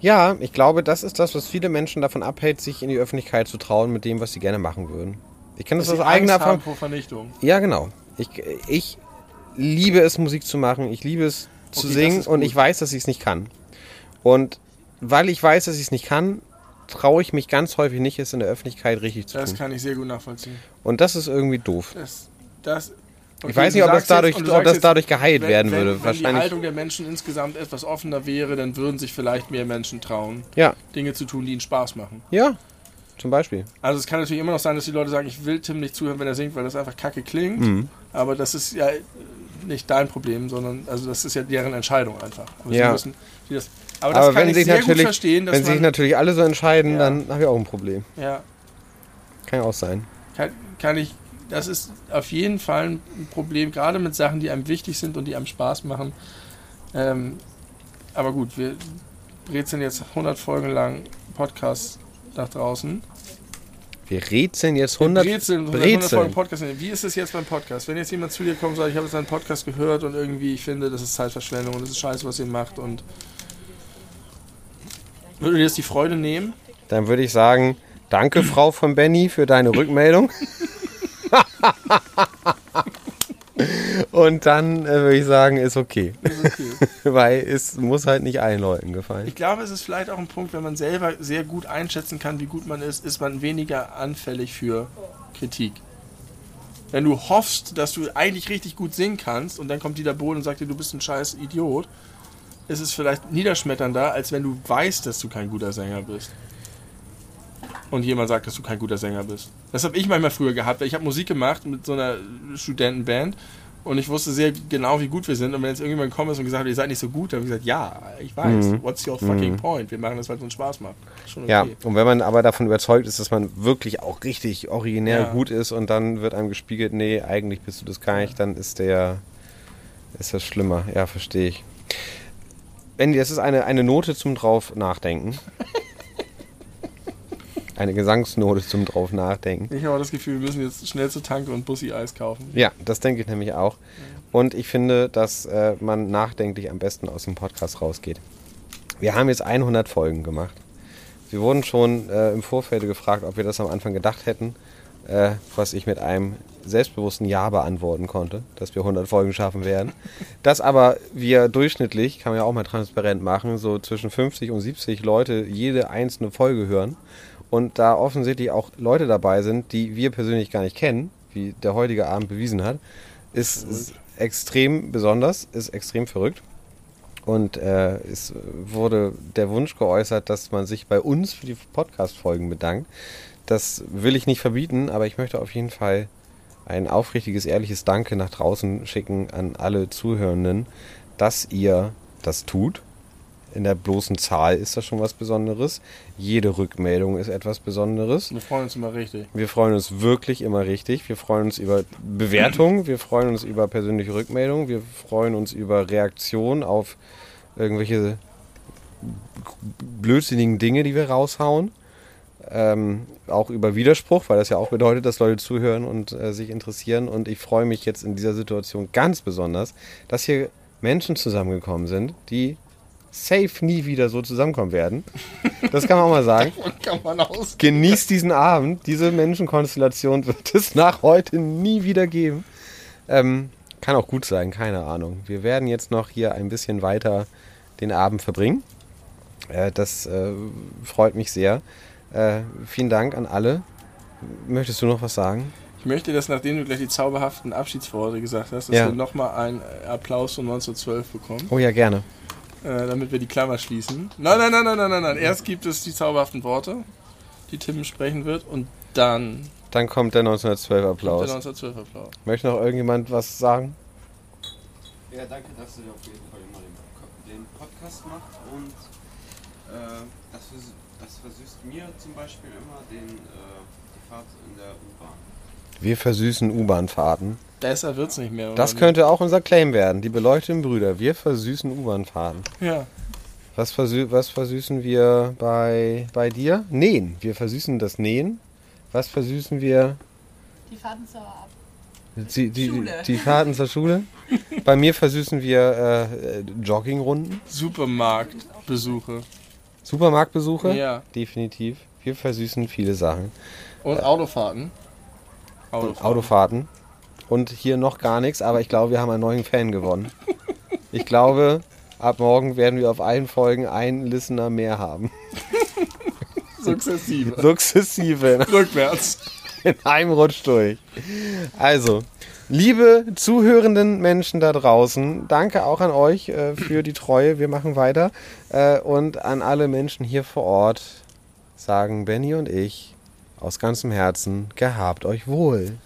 Ja, ich glaube, das ist das, was viele Menschen davon abhält, sich in die Öffentlichkeit zu trauen mit dem, was sie gerne machen würden. Ich kann das aus dass sie eigener Angst haben Erfahrung. vor Vernichtung? Ja, genau. Ich, ich liebe es, Musik zu machen. Ich liebe es zu Okay, das singen ist und gut. ich weiß, dass ich es nicht kann. Und weil ich weiß, dass ich es nicht kann, traue ich mich ganz häufig nicht, es in der Öffentlichkeit richtig zu Das tun. kann ich sehr gut nachvollziehen. Und das ist irgendwie doof. Das, das, Ich weiß nicht, ob das dadurch- ob das dadurch geheilt werden würde. Wenn, wenn die Wahrscheinlich- Haltung der Menschen insgesamt etwas offener wäre, dann würden sich vielleicht mehr Menschen trauen, Ja, Dinge zu tun, die ihnen Spaß machen. ja, zum Beispiel. Also es kann natürlich immer noch sein, dass die Leute sagen, ich will Tim nicht zuhören, wenn er singt, weil das einfach kacke klingt. Mhm. Aber das ist ja nicht dein Problem, sondern also das ist ja deren Entscheidung einfach. Aber Ja. sie müssen, die das, aber das Aber kann wenn ich sich sehr gut natürlich, verstehen, dass wenn sich man, natürlich alle so entscheiden, Ja. dann habe ich auch ein Problem. ja, Kann ja auch sein. kann, kann ich, das ist auf jeden Fall ein Problem, gerade mit Sachen, die einem wichtig sind und die einem Spaß machen. Ähm, aber gut, wir brezeln jetzt 100 Folgen lang Podcasts nach draußen. Wir rätseln jetzt Wir 100 brezeln, 100, 100 Folgen Podcast. Wie ist es jetzt beim Podcast? Wenn jetzt jemand zu dir kommt und sagt, ich habe jetzt einen Podcast gehört und irgendwie, ich finde, das ist Zeitverschwendung und das ist scheiße, was ihr macht und würde dir das die Freude nehmen? Dann würde ich sagen, danke Frau von Benny für deine Rückmeldung. Und dann äh, würde ich sagen, ist okay. Ist okay. Weil es muss halt nicht allen Leuten gefallen. Ich glaube, es ist vielleicht auch ein Punkt, wenn man selber sehr gut einschätzen kann, wie gut man ist, ist man weniger anfällig für Kritik. Wenn du hoffst, dass du eigentlich richtig gut singen kannst und dann kommt Dieter Bohlen und sagt dir, du bist ein scheiß Idiot, ist es vielleicht niederschmetternder, als wenn du weißt, dass du kein guter Sänger bist. Und jemand sagt, dass du kein guter Sänger bist. Das habe ich manchmal früher gehabt. weil Ich habe Musik gemacht mit so einer Studentenband und ich wusste sehr genau, wie gut wir sind. Und wenn jetzt irgendjemand gekommen ist und gesagt hat, ihr seid nicht so gut, dann habe ich gesagt, ja, ich weiß. What's your fucking point? Wir machen das, weil es uns Spaß macht. Schon okay. Mhm. Ja, und wenn man aber davon überzeugt ist, dass man wirklich auch richtig originär Ja. gut ist und dann wird einem gespiegelt, nee, eigentlich bist du das gar nicht, dann ist der, ist das schlimmer. Ja, verstehe ich. Benny, das ist eine, eine Note zum drauf nachdenken. Eine Gesangsnote zum drauf nachdenken. Ich habe auch das Gefühl, wir müssen jetzt schnell zur Tanke und Bussi Eis kaufen. Ja, das denke ich nämlich auch. Und ich finde, dass äh, man nachdenklich am besten aus dem Podcast rausgeht. Wir haben jetzt 100 Folgen gemacht. Wir wurden schon äh, im Vorfeld gefragt, ob wir das am Anfang gedacht hätten, äh, was ich mit einem selbstbewussten Ja beantworten konnte, dass wir 100 Folgen schaffen werden. Dass aber wir durchschnittlich, kann man ja auch mal transparent machen, so zwischen 50 und 70 Leute jede einzelne Folge hören und da offensichtlich auch Leute dabei sind, die wir persönlich gar nicht kennen, wie der heutige Abend bewiesen hat, ist, ist extrem besonders, ist extrem verrückt. Und äh, es wurde der Wunsch geäußert, dass man sich bei uns für die Podcast-Folgen bedankt. Das will ich nicht verbieten, aber ich möchte auf jeden Fall ein aufrichtiges, ehrliches Danke nach draußen schicken an alle Zuhörenden, dass ihr das tut. In der bloßen Zahl ist das schon was Besonderes. Jede Rückmeldung ist etwas Besonderes. Wir freuen uns immer richtig. Wir freuen uns wirklich immer richtig. Wir freuen uns über Bewertungen, wir freuen uns über persönliche Rückmeldungen, wir freuen uns über Reaktionen auf irgendwelche blödsinnigen Dinge, die wir raushauen. Ähm, auch über Widerspruch, weil das ja auch bedeutet, dass Leute zuhören und äh, sich interessieren. Und ich freue mich jetzt in dieser Situation ganz besonders, dass hier Menschen zusammengekommen sind, die safe nie wieder so zusammenkommen werden. Das kann man auch mal sagen. Kann man aus. Genießt diesen Abend. Diese Menschenkonstellation wird es nach heute nie wieder geben. Ähm, kann auch gut sein, keine Ahnung. Wir werden jetzt noch hier ein bisschen weiter den Abend verbringen. Äh, das äh, freut mich sehr. Äh, vielen Dank an alle. Möchtest du noch was sagen? Ich möchte, dass nachdem du gleich die zauberhaften Abschiedsworte gesagt hast, dass Ja. wir nochmal einen äh, Applaus von 1912 bekommen, Oh ja, gerne. äh, damit wir die Klammer schließen. Nein, nein, nein, nein, nein, nein, nein. Erst gibt es die zauberhaften Worte, die Tim sprechen wird, und dann Dann kommt der 1912-Applaus. der 1912 Applaus. Möchte noch irgendjemand was sagen? Ja, danke, dass du dir auf jeden Fall immer den, Ko- den Podcast machst und äh, das, vers- das versüßt mir zum Beispiel immer den, äh, die Fahrt in der U-Bahn. Wir versüßen U-Bahn-Fahrten. Besser wird's nicht mehr. oder Das wie? könnte auch unser Claim werden. Die beleuchteten Brüder. Wir versüßen U-Bahn-Fahrten. Ja. Was, versü was versüßen wir bei, bei dir? Nähen. Wir versüßen das Nähen. Was versüßen wir? Die Fahrten zur ab. Die, die, Schule. die Fahrten zur Schule. bei mir versüßen wir äh, äh, Joggingrunden, Supermarktbesuche. Supermarktbesuche. Ja. Definitiv. Wir versüßen viele Sachen. Und Autofahrten. Autofahrten. Autofahrten. Und hier noch gar nichts, aber ich glaube, wir haben einen neuen Fan gewonnen. Ich glaube, ab morgen werden wir auf allen Folgen einen Listener mehr haben. Sukzessive. Sukzessive Rückwärts. in einem Rutsch durch. Also, liebe zuhörenden Menschen da draußen, danke auch an euch äh, für die Treue. Wir machen weiter. Äh, und an alle Menschen hier vor Ort sagen Benny und ich aus ganzem Herzen, gehabt euch wohl.